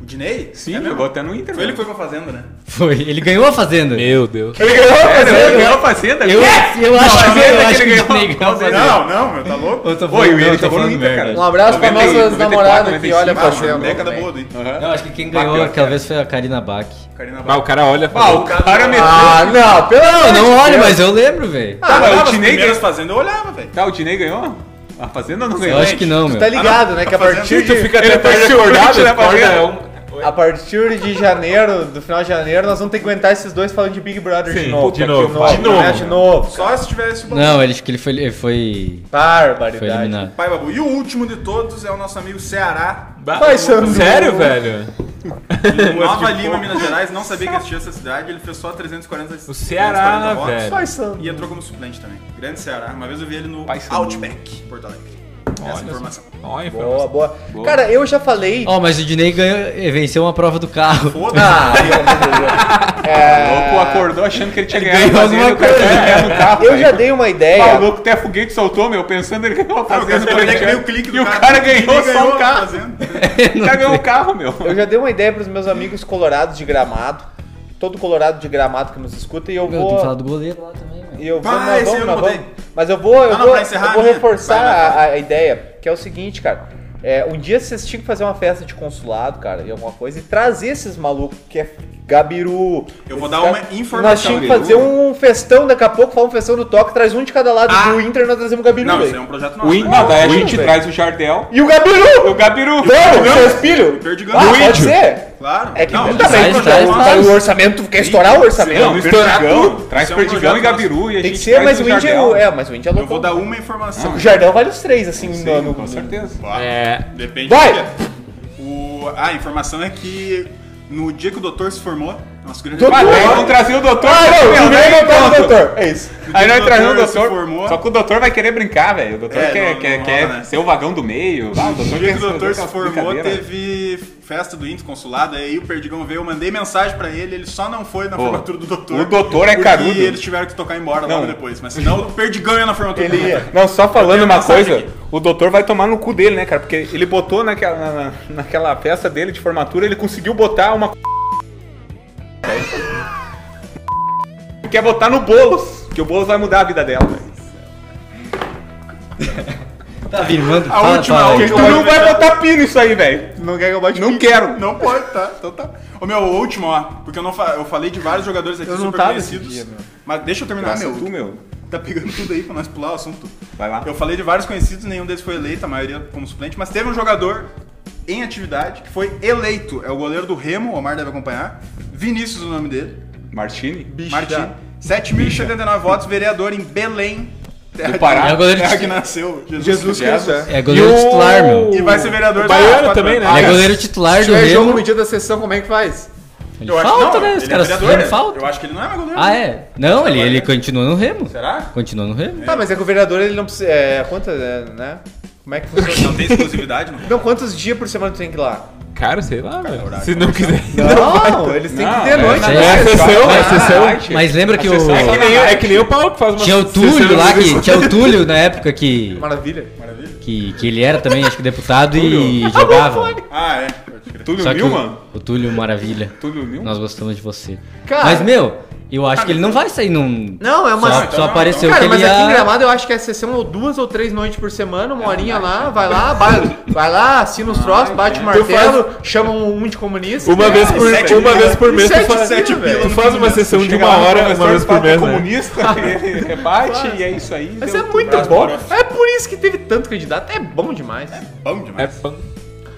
S2: O Dinei?
S3: Sim,
S2: É mesmo?
S3: jogou até no Inter.
S2: Foi ele
S3: velho.
S2: que foi pra Fazenda, né?
S5: Foi. Ele ganhou a fazenda.
S6: Meu Deus.
S4: Ele ganhou a
S3: Ele
S4: fazenda.
S3: ganhou a fazenda?
S5: Eu, eu acho que
S3: Fazenda
S5: eu acho
S3: que
S5: que
S3: ele
S5: ele
S3: ganhou.
S5: ganhou a fazenda.
S2: Não, não, meu, tá louco?
S5: Eu tô
S3: Oi,
S5: falando,
S3: ele
S5: não, eu tô
S3: jogou
S5: falando
S3: no Inter,
S5: merda.
S3: cara.
S4: Um abraço pra
S3: 98,
S4: nossas
S3: 94,
S4: namoradas que olham
S3: 95.
S4: pra
S2: Ah,
S4: fazenda.
S2: década boa do Inter.
S5: Não, acho que quem ganhou
S3: pior,
S5: aquela vez foi a Karina Bach.
S2: Karina
S6: Ah, o cara olha e
S3: Ah,
S6: fala.
S3: o cara meteu.
S4: Ah, não, pelo amor
S5: Não,
S4: de
S5: não
S4: Deus.
S5: olha, mas eu lembro, velho.
S3: tá, mas o
S2: As
S3: Dinei
S2: primeiras
S3: ganhou.
S2: Fazenda eu olhava, velho.
S3: Tá, o Dinei ganhou? A fazenda não
S5: Eu
S3: ganhou.
S5: acho que Ah, não, meu.
S4: Tá ligado, né? Que a
S2: Fazenda,
S4: partir
S6: Tu
S4: de...
S6: fica até tarde acordado,
S3: né, pra
S6: acorda,
S3: ver?
S6: é um-
S4: A partir de janeiro, do final de janeiro, nós vamos ter que aguentar esses dois falando de Big Brother de
S6: Sim,
S4: novo.
S6: de novo,
S4: né?
S6: de novo.
S4: De novo.
S2: Só se tivesse o
S5: Não, ele, acho que ele foi, ele foi, foi
S4: Barbaridade.
S5: eliminado.
S2: Pai Babu. E o último de todos é o nosso amigo Ceará.
S4: Vai, Sandro.
S6: Sério, velho?
S2: de Nova Lima, Minas Gerais. Não sabia que existia essa cidade. Ele fez só 340
S6: O Ceará,
S2: 340 votos.
S6: velho.
S4: Vai, Sandro.
S2: E entrou como suplente também. Grande Ceará. Uma vez eu vi ele no
S3: Pai, Sandro.
S2: Outback, Porto Alegre. Essa é informação.
S6: Olha,
S4: Boa,
S6: informação.
S4: boa. Cara, eu já falei...
S5: Ó, mas o Dinei ganhou, eh, venceu uma prova do carro.
S4: Ah, pelo amor de Deus.
S3: O
S4: É,
S3: louco acordou achando que ele tinha ganhado.
S5: ganhou
S3: a fazenda,
S5: alguma
S3: o cara
S5: coisa.
S3: tinha ganhado o carro,
S4: Eu
S3: velho.
S4: já dei uma
S3: Ah, o
S4: ideia.
S3: louco até foguete soltou, meu, pensando ele ganhou é a fazenda.
S2: Ele
S3: do
S2: ganhou o
S3: Corinthians.
S2: clique do
S3: e o cara,
S2: cara
S3: ganhou
S2: Ele
S3: só um o
S2: a
S3: carro.
S2: Fazenda.
S3: O cara ganhou o carro, meu.
S4: Eu já dei uma ideia pros meus amigos colorados de gramado. Todo colorado de gramado que nos escuta. E eu
S5: Meu, tem que falar
S4: vou...
S5: do goleiro lá também, meu.
S4: E eu vou,
S2: Vai,
S4: nós
S2: esse
S4: vamos,
S2: eu não
S4: nós vamos.
S2: botei.
S4: Mas eu vou, eu
S2: Ah, não,
S4: vou,
S2: pra encerrar
S4: eu vou
S2: a minha.
S4: reforçar
S2: Vai, vai,
S4: a, a ideia, que é o seguinte, cara. É, um dia vocês tinham que fazer uma festa de consulado, cara, e alguma coisa, e trazer esses malucos que é Gabiru.
S2: Eu
S4: esses
S2: vou dar
S4: caras.
S2: uma
S4: Nós
S2: informação.
S4: tínhamos que fazer um festão daqui a pouco, falar um festão do toque, traz um de cada lado
S2: Ah.
S4: do Inter, nós trazemos o Gabiru.
S2: Não,
S4: velho.
S2: isso aí é um projeto nosso.
S3: O Inter,
S2: né?
S3: não, daí a
S4: Não,
S3: gente
S4: velho.
S3: traz o Jardel
S4: E o Gabiru!
S3: e o Gabiru.
S4: Vamos, seus filhos!
S2: Perdigão.
S4: Ah,
S2: Do
S4: pode
S2: índio.
S4: ser?
S2: Claro.
S4: É que
S2: Não,
S4: também,
S2: isso é um
S5: traz,
S2: projeto
S5: traz,
S2: nosso.
S4: Aí o orçamento, quer estourar o orçamento?
S3: Não,
S2: estourar
S3: Perdigão,
S2: tudo.
S3: Traz
S2: Isso é um
S3: Perdigão e
S2: projeto nosso.
S3: Gabiru e
S4: Tem
S3: a
S4: que
S3: gente
S4: ser,
S3: traz
S4: mas o Indy é,
S3: um Jardel.
S4: o- é, mas o Indy é
S2: Eu vou
S4: louco.
S2: dar um uma informação.
S4: O Jardel vale os três, assim, no, no-
S3: Com certeza.
S6: É.
S2: Depende
S4: Vai!
S2: do dia. O... Ah, a informação é que no dia que o doutor se formou, nosso grande
S4: Doutor?
S3: Ah,
S2: amigo-
S3: daí vamos trazer o doutor. né?
S4: Ah,
S3: meu,
S4: não, o
S3: daí
S4: Jardel
S3: pronto.
S4: tá no doutor. É isso.
S3: Aí nós trazemos o
S2: se
S3: doutor.
S2: formou.
S3: Só que o doutor vai querer brincar, velho. O doutor
S2: É,
S3: quer,
S2: não-
S3: quer,
S2: não
S3: quer
S2: rola, né?
S3: ser o vagão do meio. Lá, o doutor
S2: No dia
S3: quer
S2: que o doutor se formou,
S3: brincadeira. né?
S2: teve festa do Inter consulado, aí o Perdigão veio, eu mandei mensagem pra ele, ele só não foi na
S3: Pô,
S2: formatura do doutor.
S3: o doutor é
S2: porque
S3: carudo.
S2: eles tiveram que tocar embora
S3: Não.
S2: logo depois, mas senão o Perdigão ia na formatura do
S4: Ele
S2: doutor.
S4: ia.
S3: Não, só falando
S2: tenho
S3: uma
S2: mensagem
S3: coisa,
S2: aqui.
S3: o doutor vai tomar no cu dele, né, cara? Porque ele botou naquela, na- na- naquela festa dele de formatura, ele conseguiu botar uma. Ele Quer botar no Boulos, que o Boulos vai mudar a vida dela. velho.
S5: Tá firmando.
S2: A última, a
S3: Tu
S2: última.
S3: não Então vai botar pino isso aí, velho.
S2: Não quer que eu bote
S3: Não
S2: pique?
S3: quero.
S2: Não pode, tá? Então tá. Ô meu, o último, ó. Porque eu, não fa- eu falei de vários jogadores aqui
S4: Eu não
S2: super
S4: tava esse
S2: conhecidos.
S4: dia, meu.
S2: mas deixa eu terminar,
S3: Nossa,
S2: Ah, meu.
S3: tu, meu.
S2: Tá pegando tudo aí pra nós pular o assunto.
S3: Vai lá.
S2: Tá? Eu falei de vários conhecidos, nenhum deles foi eleito, a maioria como suplente, mas teve um jogador em atividade que foi eleito. É o goleiro do Remo, o Omar deve acompanhar. Vinícius, o nome dele.
S3: Martini?
S2: Martim. 7.079 votos, vereador em Belém. Terra
S3: Do Pará.
S2: de-
S5: É o goleiro
S2: terra
S5: de-
S2: que nasceu. Jesus,
S4: Jesus Cristo, é.
S5: É goleiro titular, meu.
S2: E vai ser vereador
S6: O baiano
S2: daqui a quatro
S6: também,
S2: anos.
S6: né?
S5: Ele é goleiro titular
S4: Se
S5: do
S4: tiver jogo no
S5: Remo.
S4: dia da sessão, como é que faz?
S5: Ele
S2: Eu acho que não,
S5: falta, né? Os
S2: ele é
S5: caras
S2: vereador,
S5: ele
S2: né?
S5: falta.
S2: Eu acho que ele não é mais goleiro.
S5: Ah, é? Não, ele, ele continua no Remo.
S2: Será?
S5: Continua no Remo.
S4: Tá, mas é que o vereador, ele não precisa... É, quantas, é, né? Como é que funciona?
S2: Não tem exclusividade, não.
S4: Não, quantos dias por semana tu tem que ir lá?
S6: Cara, sei lá, velho. Se não quiser.
S4: Não, eles têm que ter noite.
S5: é,
S4: né?
S5: é,
S6: exceção, é exceção.
S5: Mas lembra que o.
S6: É que, nem, é que nem o Paulo que faz uma
S5: Tinha o Túlio lá, que tinha o Túlio na época que,
S4: Maravilha.
S5: que, que ele era também, acho que deputado e jogava.
S2: Ah, é. Pode crer.
S3: Túlio
S5: Só que
S3: Nilman?
S5: o, o Túlio, maravilha.
S3: Túlio Nilman?
S5: Nós gostamos de você.
S4: Cara-
S5: Mas, meu, eu acho que ele não vai sair num.
S4: Não, é uma...
S5: Só,
S2: então
S5: só
S2: não,
S5: apareceu
S4: Cara,
S5: que
S4: mas
S5: ele
S4: aqui em
S5: ia.
S4: Gramado eu acho que é sessão ou duas ou três noites por semana, uma horinha lá, vai lá, vai, vai lá, assina os troços, bate o martelo, chama um de comunista.
S6: Uma vez por,
S2: sete
S6: uma
S2: mil.
S6: vez por mês
S4: Sete
S6: tu faz,
S4: mil, velho.
S6: tu faz uma sessão de
S3: Chega
S6: uma
S3: lá, o
S6: hora,
S3: professor
S6: uma vez por
S3: fala que é
S6: mês, né?
S3: comunista, ele rebate e é isso aí.
S4: Mas é
S3: deu tudo.
S4: muito bom. É por isso que teve tanto candidato. É bom demais.
S2: Bom
S6: É
S2: demais.
S6: punk.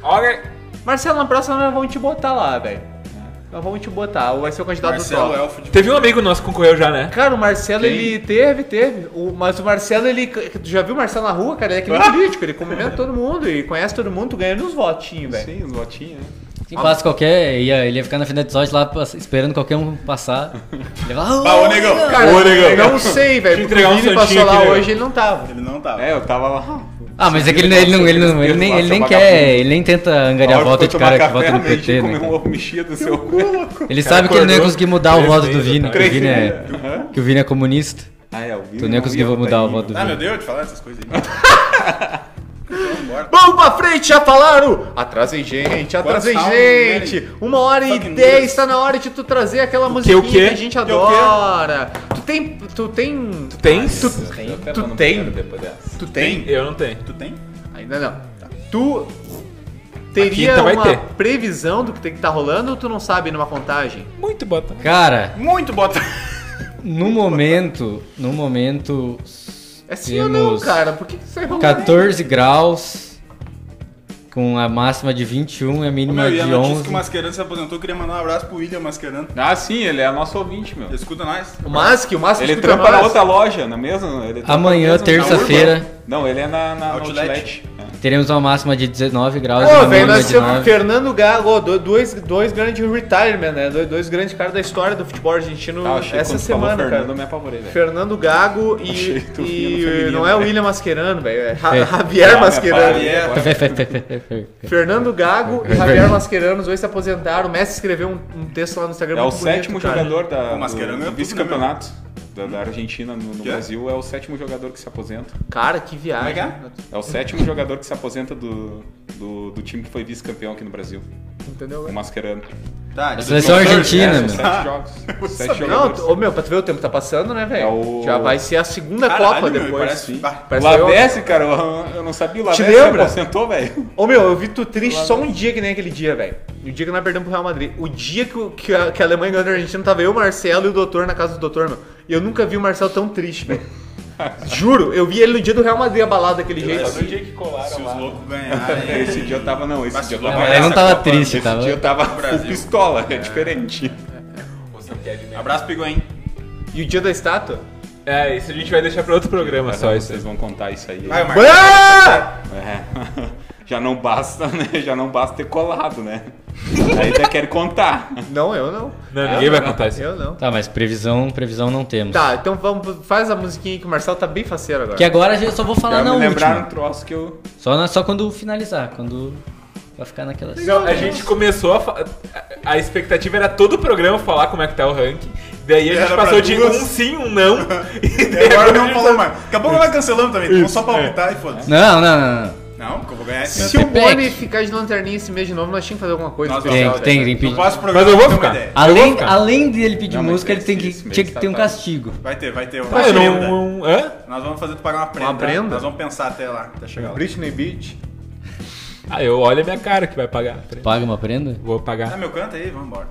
S6: Olha,
S4: Marcelo, na próxima nós vamos te botar lá, velho. Nós vamos te botar. Vai ser o candidato Tá do
S2: Marcelo é
S4: top.
S2: Elfo de
S6: Teve um amigo nosso que concorreu já, né?
S4: Cara, o Marcelo, ele teve, teve. O- mas o Marcelo, ele. Tu já viu o Marcelo na rua, cara? Ele é que nem político. Ele cumprimenta todo mundo e conhece todo mundo, tu ganha nos votinhos, velho.
S3: Sim, os votinhos, né?
S5: Se passa qualquer. Ia, ele ia ficar na frente do episódio lá pass- esperando qualquer um passar. Ele vai, "Ah,
S2: Bah,
S4: né?
S5: ô,
S2: ô, negão.
S4: Cara,
S6: Ô, negão.
S4: não sei, velho. Porque
S6: entregar
S4: o
S6: um
S4: Vini
S6: santinho
S4: passou lá
S6: aqui, negão.
S4: hoje ele não tava.
S2: Ele não tá tava.
S3: É, eu tava lá.
S5: Ah, mas é que ele, ele não, ele, não, ele nem, ele nem quer, ele nem tenta
S3: Na
S5: angariar
S3: hora
S5: a
S3: que
S5: volta
S3: foi
S5: de
S3: tomar
S5: cara que
S3: café,
S5: vota no
S3: a gente
S5: PT, né?
S3: comeu
S5: cara?
S3: uma mexia do seu cu.
S4: um
S5: Ele sabe que ele não ia
S6: acordou,
S5: conseguir mudar o
S6: três
S5: voto do
S6: vezes,
S5: Vini, que o
S6: três
S5: Vini é, que o Vini é comunista.
S3: Ah, é, o Vini
S5: Tu nem
S3: não
S5: conseguiu
S3: ia
S5: mudar
S3: votar
S5: o
S3: em
S5: voto do
S2: Ah,
S5: Vini.
S2: meu Deus, de falar essas coisas aí.
S4: Vamos pra frente, já falaram! Atrasei gente, atrasei
S2: Quantos
S4: gente!
S2: rounds,
S4: Uma hora e
S2: Fucking
S4: dez,
S2: minutes.
S4: tá na hora de tu trazer aquela musiquinha que,
S6: quê?
S4: a gente
S2: Que o quê?
S4: adora! Tu tem. Tu tem. Tu
S6: Tens?
S4: Tu,
S3: mim. Eu até
S4: tu
S3: não quero
S4: tem?
S3: depois dessa.
S4: Tu tem?
S6: Eu não tenho.
S2: Tu tem?
S4: Ainda não. Tu teria
S3: então
S6: quinta vai
S4: uma
S6: ter.
S4: previsão do que tem que tá rolando ou tu não sabe numa contagem?
S6: Muito bota.
S5: Cara,
S2: Muito bota.
S5: no momento, no momento
S4: É sim ou não,
S5: Temos
S4: cara? Por que que você errou?
S5: 14 graus com a máxima de 21 e a
S2: Ô,
S5: mínima
S2: meu, e a
S5: de
S2: notícia que
S5: 11.
S2: o Mascherano se aposentou, eu queria mandar um abraço pro William Mascherano.
S3: Ah, sim, ele é nosso ouvinte, meu.
S2: Ele Escuta nós.
S4: O Mask, o Mask
S3: Ele
S4: escuta
S3: trampa na
S4: nós.
S3: outra loja, não é mesmo? Ele trampa
S5: Amanhã,
S3: na mesma-
S5: terça-feira.
S3: na Urban. Não, ele é na, na na
S2: Outlet.
S3: Outlet. É.
S5: Teremos uma máxima de 19 graus e
S4: Pô,
S5: uma
S4: velho,
S5: mínima
S4: nós
S5: de
S4: temos
S5: 9.
S4: Fernando Galo, ó, do- dois, dois grandes retirement, né? Dois, dois grandes caras da história do futebol argentino
S3: Ah, achei
S4: essa
S3: quando tu falou
S4: semana,
S3: Fernando,
S4: cara.
S3: eu me apavorei, velho.
S4: Fernando Gago e,
S3: Achei tu
S4: e
S3: vindo feminino,
S4: não é o
S3: velho.
S4: William Mascherano, velho, é Ja-
S5: É.
S4: Javier
S3: Ah,
S4: Mascherano.
S3: rapaz,
S2: É.
S3: agora-
S4: Fernando Gago e Javier Mascherano, os dois se aposentaram. O Messi escreveu um, um texto lá no Instagram
S3: É
S4: muito
S3: o
S4: bonito,
S3: sétimo
S4: cara.
S3: jogador da,
S2: O Mascherano
S3: do, do
S2: é tudo,
S3: vice-campeonato da, da Argentina no, no
S2: Que é?
S3: Brasil. É o sétimo jogador que se aposenta.
S4: Cara, que viagem.
S2: Como é
S3: É o sétimo jogador que se aposenta do, do, do time que foi vice-campeão aqui no Brasil.
S4: Entendeu?
S3: O Mascherano.
S2: Tá,
S5: A seleção
S3: É,
S5: argentina,
S3: são
S5: meu.
S2: Ah.
S3: sete jogos. Sete
S4: Não,
S3: jogadores.
S4: tu- ô, meu, pra tu ver o tempo tá passando, né, velho?
S3: É o-
S4: Já vai ser a segunda
S2: Caralho,
S4: Copa
S2: meu,
S4: depois.
S2: parece- bah.
S4: Parece que eu-
S3: Lavesse, cara, eu, eu não sabia. O Lavesse
S4: lembra?
S3: aposentou, velho.
S4: Ô meu, eu vi tu triste só um dia que nem aquele dia, velho. O dia que nós perdemos pro Real Madrid. O dia que, o- que a, que a Alemanha ganhou da Argentina, tava eu, o Marcelo e o doutor na casa do doutor, meu. E eu nunca vi o Marcelo tão triste, velho. Juro, eu vi ele no dia do Real Madrid abalado daquele jeito.
S2: Se os loucos ganharem.
S3: Esse dia eu tava, não. Esse dia eu
S5: Não,
S3: tava.
S5: mas ele não tava triste,
S3: Esse
S5: tava.
S3: dia eu tava
S2: né? Brasil.
S3: com pistola, é diferente.
S2: Abraço, Pigoin.
S4: E o dia da estátua?
S6: É, isso a gente vai deixar pra outro programa só, isso.
S3: Vocês vão contar isso aí.
S2: Vai, Marcos.
S4: Ah!
S3: É. Já não basta, né? Já não basta ter colado, né? Aí Ainda quer contar.
S4: Não, eu não.
S6: Não, ninguém vai contar isso.
S4: Eu não.
S5: Tá, mas previsão, previsão não temos.
S4: Tá, então vamos, faz a musiquinha aí que o Marcelo tá bem faceiro agora.
S5: Que agora eu só vou falar
S3: Já
S5: na
S3: me lembraram um
S5: última.
S3: troço que eu.
S5: Só, na- só quando finalizar, quando vai ficar naquela...
S6: A gente começou a. fa- A a expectativa era todo o programa falar como é que tá o ranking. Daí a gente
S2: Era
S6: passou
S2: pra
S6: de um
S2: duas.
S6: sim, um não. E daí
S2: Agora
S6: a
S2: não
S6: gente
S2: falou mais. Daqui a pouco vai cancelando também. Vamos só palpitar e foda-se.
S5: Não, não, não, não.
S2: Não, que eu vou ganhar esse ano.
S4: Se o
S5: Pepe.
S4: Boni um ficar de lanterninha esse mês de novo, nós tínhamos que fazer alguma coisa.
S2: Nós
S4: especial,
S5: Tem,
S4: velho.
S5: tem, tem que
S2: No
S5: pedir.
S2: próximo
S6: Mas
S2: programa
S6: eu vou
S2: tem uma
S6: ficar.
S2: ideia.
S5: Além,
S6: ficar.
S5: além dele pedir
S3: Não, mas
S5: música, ele tem que,
S3: esse mês
S5: tinha que
S3: tá
S5: ter um
S3: tarde.
S5: castigo.
S2: Vai ter, vai ter. Uma
S6: Ah, eu
S2: prenda.
S6: não. um- hã?
S2: Nós vamos fazer tu pagar uma prenda.
S4: Uma prenda?
S2: Nós vamos pensar até lá, até chegar lá.
S4: Britney Beach.
S6: Ah, eu olho a minha cara que vai pagar. tá
S5: Paga uma prenda?
S6: Vou
S2: Ah,
S6: pagar.
S2: meu canto aí, vambora.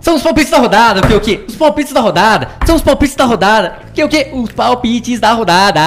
S5: São os palpites da rodada, o que o que? Os palpites da rodada. São os palpites da rodada. O que o que? Os palpites da rodada.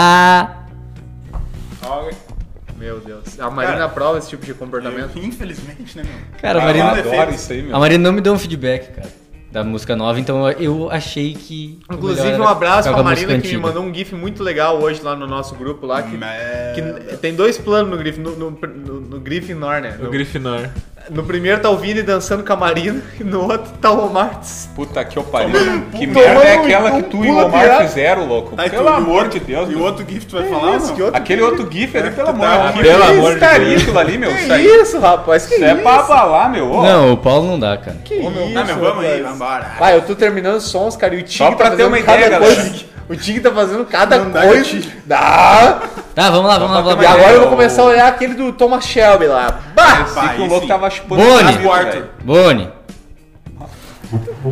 S4: Meu Deus. A Marina
S2: Cara,
S4: aprova esse tipo de comportamento.
S2: Eu, infelizmente, né, meu?
S5: Cara, a
S2: Ah,
S5: Marina,
S2: lá.
S3: Tá eu adoro isso aí,
S5: a
S3: meu.
S5: Marina não me deu um feedback, cara, da música nova, então eu achei que. o melhor
S4: Inclusive,
S5: era
S4: um abraço
S5: ficar
S4: pra
S5: com a música
S4: Marina que me
S5: antiga.
S4: mandou um GIF muito legal hoje lá no nosso grupo lá. Que, que tem dois planos no GIF, no, no, no, no Gryffindor, né?
S6: O
S4: No,
S6: Grifinor.
S4: no primeiro tá o Vini dançando com a Marina e no outro tá o Omar.
S3: Puta que eu pariu. Que
S4: tomando
S3: merda é
S4: um-
S3: aquela
S4: um
S3: que tu e o
S4: pula
S3: Omar
S4: pirata.
S3: fizeram, louco?
S2: Tá, e
S3: Pelo
S2: tu-
S3: amor de Deus.
S2: E o
S3: meu.
S2: outro GIF tu vai falar,
S4: isso,
S2: não?
S4: que outro
S3: Aquele outro gif ali, pelo amor
S2: tá,
S3: de Deus.
S6: pelo amor de
S3: estaria
S6: Deus.
S3: aquilo ali, meu.
S4: Que
S3: Isso aí-
S4: isso, rapaz? Que
S3: isso é
S4: isso?
S3: pra abalar, meu. Ô,
S5: Não, o Paulo não dá, cara.
S4: Que isso,
S2: Ah, meu, vamos aí,
S4: rapaz.
S2: vambora.
S4: Vai, eu tô terminando os sons, cara, e o Tig
S3: Só pra
S4: tá
S3: ter
S4: fazendo
S3: uma
S4: cada
S3: ideia,
S4: coisa.
S3: galera.
S4: O Tig tá fazendo cada
S2: Não dá,
S4: coisa. Dá!
S5: Tá, vamos lá, vamos lá, vamos
S4: E
S5: lá.
S4: agora eu
S3: o-
S4: vou começar a olhar aquele do Thomas Shelby lá. Bah!
S3: Pensei que o
S2: Pai,
S3: louco
S2: sim.
S3: tava chupando
S5: Boni.
S3: o
S2: Quarto.
S3: velho.
S5: Boni.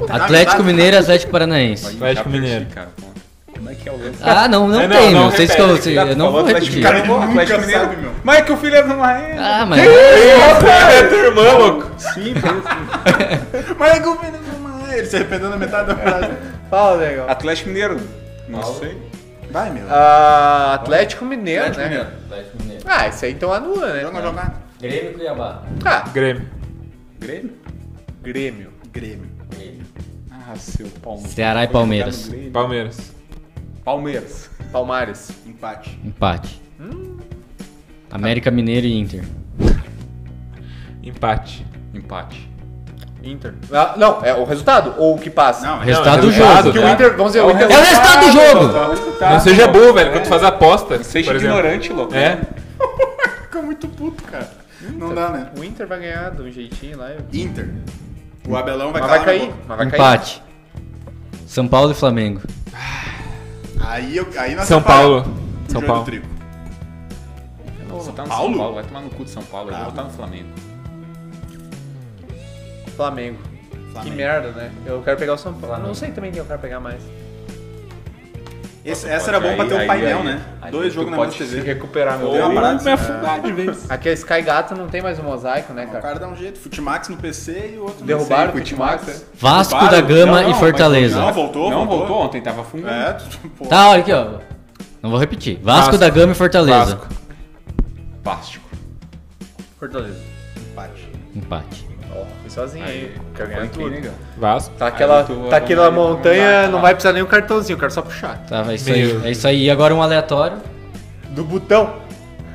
S5: Atlético Mineiro e Atlético Paranaense.
S3: Já
S6: Atlético
S3: perdi,
S6: Mineiro.
S3: cara. Como é que é o lance?
S5: Ah, não, não
S6: É, não,
S5: tem,
S6: não,
S5: não sei se que
S6: repete,
S5: eu, se- eu não vou repetir.
S2: Cara,
S3: Pô,
S2: ele
S3: Atlético
S2: nunca
S3: Mineiro.
S2: sabe, meu.
S3: Mas é que o filho é do Maia.
S5: Ah, mas.
S6: É teu irmão, louco.
S2: Mas é que o Vini- Ele se arrependeu na metade da frase.
S4: Fala, legal.
S3: Atlético Mineiro. Não sei.
S2: Vai, meu.
S4: Ah, Atlético Mineiro, né?
S5: Atlético Mineiro.
S4: Ah, isso aí então anula, né?
S2: Joga, joga.
S5: Grêmio e Cuiabá.
S4: Ah,
S6: Grêmio.
S3: Grêmio?
S4: Grêmio.
S2: Grêmio.
S3: Ah, seu Palmeiras.
S5: Ceará e Palmeiras.
S3: Tá no Grêmio.
S6: Palmeiras.
S3: Palmeiras.
S4: Palmares.
S2: Empate.
S5: Hum. Empate. América Mineiro e Inter.
S6: Empate.
S3: Empate.
S4: Inter. Ah, não, é o resultado ou o que passa? Ah,
S2: Não, é né?
S5: Resultado do
S6: resultado,
S5: jogo.
S4: Que o Inter, vamos dizer, o Inter
S5: É o resultado do jogo!
S6: Tá
S3: Tá,
S6: Não seja burro, velho, quando tu faz a aposta.
S3: Seja
S6: por exemplo.
S3: ignorante, louco.
S6: É.
S2: fica muito puto, cara. Não dá, né?
S4: O Inter vai ganhar de um jeitinho lá. e-
S2: Inter. O Abelão vai
S4: Mas
S2: calar
S4: vai
S2: na
S4: cair.
S2: boca.
S4: Mas vai cair.
S5: Empate. São Paulo e Flamengo.
S2: Aí, eu- aí nós
S6: São
S2: separamos
S6: Paulo.
S2: o
S6: São
S2: joio
S6: Paulo.
S2: do trigo.
S3: Eu vou votar tá no
S2: Paulo?
S3: São Paulo, vai tomar no cu de São Paulo, eu vou
S2: Bravo.
S3: votar no Flamengo.
S4: Flamengo. Que
S2: Flamengo.
S4: merda, né? Eu quero pegar o São Paulo. Não sei também quem eu quero pegar mais.
S2: Esse- essa era bom pra ter
S3: Aí-
S2: um painel,
S3: aí-
S2: né?
S3: aí
S2: Dois
S3: tu
S2: jogos na
S3: pode
S2: Mãos TV.
S3: se
S4: recuperar
S2: Deu uma parada.
S6: Me
S2: assim.
S6: afundar de vez.
S4: Aqui a Sky Gato não tem mais o mosaico, né,
S2: O
S4: cara?
S2: cara dá um jeito. Futimax no PC e o outro no
S4: Derrubaram o
S2: PC.
S4: Futimax.
S5: Vasco da
S2: Derrubaram?
S5: Gama
S3: Não, não,
S5: e
S3: mas
S5: Fortaleza.
S2: Não, voltou.
S3: não, voltou ontem, tava fungando.
S2: É, tu- pô.
S5: Tá, olha aqui, ó. Não vou repetir. Vasco,
S6: Vasco.
S5: da Gama e Fortaleza.
S6: Vasco.
S3: Plástico.
S4: Fortaleza.
S2: Empate.
S5: Empate.
S4: Ó, fui sozinho aí.
S2: É,
S4: Quero ganhar
S3: Foi bem
S4: tudo.
S3: legal.
S6: Vasco.
S4: Tá aquela,
S3: Aí tu-
S4: tá aquela
S3: aí tu-
S4: montanha,
S3: tá, tá.
S4: não vai precisar nem um cartãozinho, eu quero só puxar.
S5: Tá, é isso
S6: Meu.
S5: aí. É isso aí. E agora um aleatório.
S4: Do botão.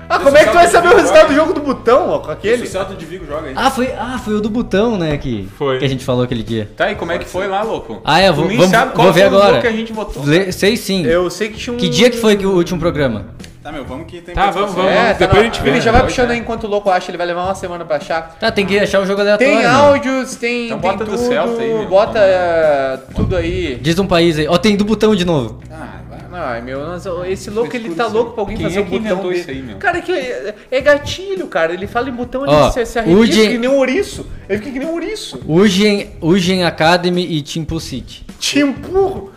S4: Ah, como é que tu vai saber o resultado do jogo do botão, ó, com
S2: Ele.
S4: aquele?
S2: O Celta de Vigo joga aí.
S5: Ah, foi, ah, foi o do botão, né, que,
S6: Foi.
S5: que a gente falou aquele dia.
S3: Tá, e como é que foi lá, louco?
S5: Ah, é,
S3: Tu
S5: vou-
S3: nem
S5: vamos-
S3: sabe qual
S5: vou ver
S3: foi o jogo
S5: agora.
S3: que a gente votou.
S5: Le- sei sim.
S4: Eu sei que tinha um...
S5: Que dia que foi que o último programa?
S2: Tá, meu, vamos que tem
S6: Tá, vamos,
S2: participação.
S6: vamos.
S4: É,
S6: Depois
S4: depois
S6: a gente vê,
S4: Ele já
S6: né?
S4: vai
S6: Hoje,
S4: puxando
S6: né?
S4: aí enquanto o louco acha, ele vai levar uma semana pra achar.
S5: Tá, tem que achar o jogo aleatório.
S4: Tem
S5: né?
S4: áudios, tem,
S3: Então
S4: tem
S3: bota do
S4: tudo,
S3: Celta aí, meu.
S4: bota eh, tudo aí.
S5: Diz um país aí. Ó, tem do botão de novo.
S2: Ah, vai.
S4: Ai, meu, nossa, esse louco, ele tá louco pra alguém
S3: Quem
S4: fazer
S3: é
S4: um
S3: que
S4: botão
S3: inventou
S4: dele.
S3: isso aí, meu?
S4: Cara, que é, é gatilho, cara. Ele fala em botão,
S5: Ó,
S4: ele se, se arrepia,
S5: Udi-
S4: fica que nem um ouriço. Ele fica que nem um ouriço.
S5: Urgen, Urgen Academy e Timpo City.
S4: Te empurro.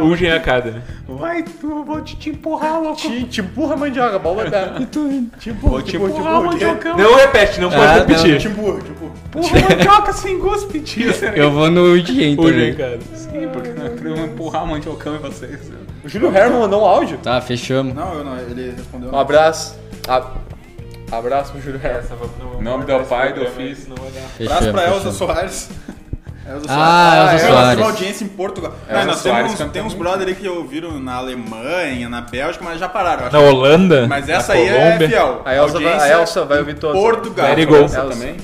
S6: Urgem Academy.
S4: Vai tu, vou te, te empurrar, louco. Te, te empurra, mandioca, bola da... Te empurra, te empurra, te empurra.
S6: Não, repete, não pode
S5: Ah,
S6: repetir.
S2: Timbu, tipo.
S5: Eu vou no Urgen
S6: Urgem
S5: também.
S6: Academy.
S3: Sim, porque nós queremos empurrar o mandiocão em vocês. né?
S4: O Júlio Herman mandou um áudio.
S5: Tá, fechamos.
S2: Não, eu não, ele respondeu.
S4: Um abraço. A- Abraço pro Júlio Herman.
S3: Em nome do pai, do filho.
S2: Abraço
S5: Fechamos.
S2: pra Elza
S5: fechamos.
S2: Soares. Elza
S5: Ah, Elza
S2: Ela
S5: Soares.
S2: tem uma audiência em Portugal.
S3: Elza
S2: Não, nós
S3: Soares
S2: temos uns,
S3: canta
S2: tem uns
S3: muito.
S2: brother aí que ouviram na Alemanha, na Bélgica, mas já pararam. eu acho.
S6: Na Holanda?
S2: Mas
S6: na
S2: essa aí é
S6: Colômbia.
S2: fiel.
S4: A Elsa vai- a
S2: Audiência
S4: Elsa vai ouvir todos.
S2: Portugal.
S6: Very go.
S3: Você
S4: Elsa.
S3: também?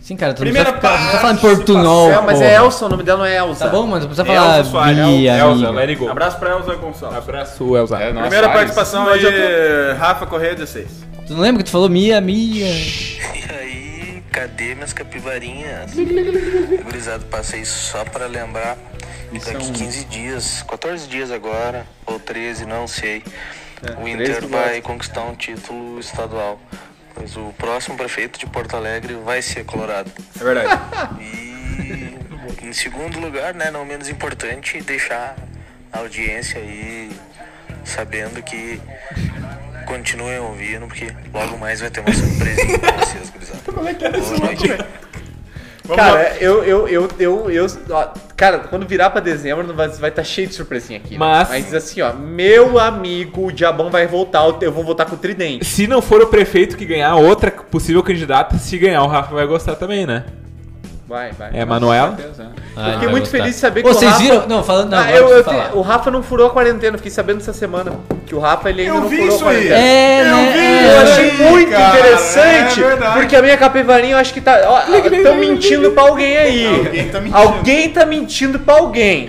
S5: Sim, cara, tu não
S2: Primeira
S5: precisa ficar, não precisa falar em
S2: participação.
S5: portunhol.
S4: É, mas
S5: porra.
S4: é Elsa, o nome dela não é Elsa.
S5: Tá bom, mas não precisa falar
S2: Elza Soares,
S5: Bia,
S6: Elza,
S5: amiga.
S6: let it go.
S2: Abraço pra Elza Gonçalves.
S6: Abraço, Elza.
S3: É, nossa,
S2: Primeira
S3: Ares.
S2: participação aí, Rafa Correia 16.
S5: Tu não lembra que tu falou Mia, Mia?
S9: E aí, cadê minhas capivarinhas? Gurizado, passei só pra lembrar. Daqui 15 dias, 14 dias agora, ou 13, não sei.
S2: É,
S9: o Inter vai conquistar um título estadual. Mas o próximo prefeito de Porto Alegre vai ser Colorado.
S2: É verdade.
S9: E em segundo lugar, né, não menos importante, deixar a audiência aí sabendo que continuem ouvindo, porque logo mais vai ter uma surpresinha pra vocês, gurizada. Boa noite.
S4: Cara, eu, eu, eu, eu, eu, ó, cara, quando virar pra dezembro, não vai estar cheio de surpresinha aqui. né?
S6: Mas-
S4: Mas assim, ó, meu amigo, o diabão vai voltar, eu vou voltar com o tridente.
S6: Se não for o prefeito que ganhar, outra possível candidata, se ganhar, o Rafa vai gostar também, né?
S4: Vai, vai.
S6: É, Manuela.
S3: Deus, é.
S5: Ah,
S4: Fiquei muito feliz de saber que
S5: Ô,
S4: o
S5: vocês
S4: Rafa-
S5: viram? Não, falando. Não,
S4: Ah,
S5: agora
S4: eu-
S5: deixa
S4: eu
S5: eu falar.
S4: te- o Rafa não furou a quarentena, eu fiquei sabendo essa semana. Que o Rafa ele ainda
S2: Eu
S4: não
S2: vi
S4: furou
S2: isso
S4: a
S2: aí.
S4: quarentena.
S5: É,
S2: Eu
S5: né,
S2: vi,
S5: é.
S4: Eu achei muito
S2: cara,
S4: interessante,
S2: é verdade.
S4: porque a minha capivarinha eu acho que tá. Ó, tão mentindo pra alguém aí.
S2: Alguém tá mentindo. É.
S4: Alguém tá mentindo pra alguém.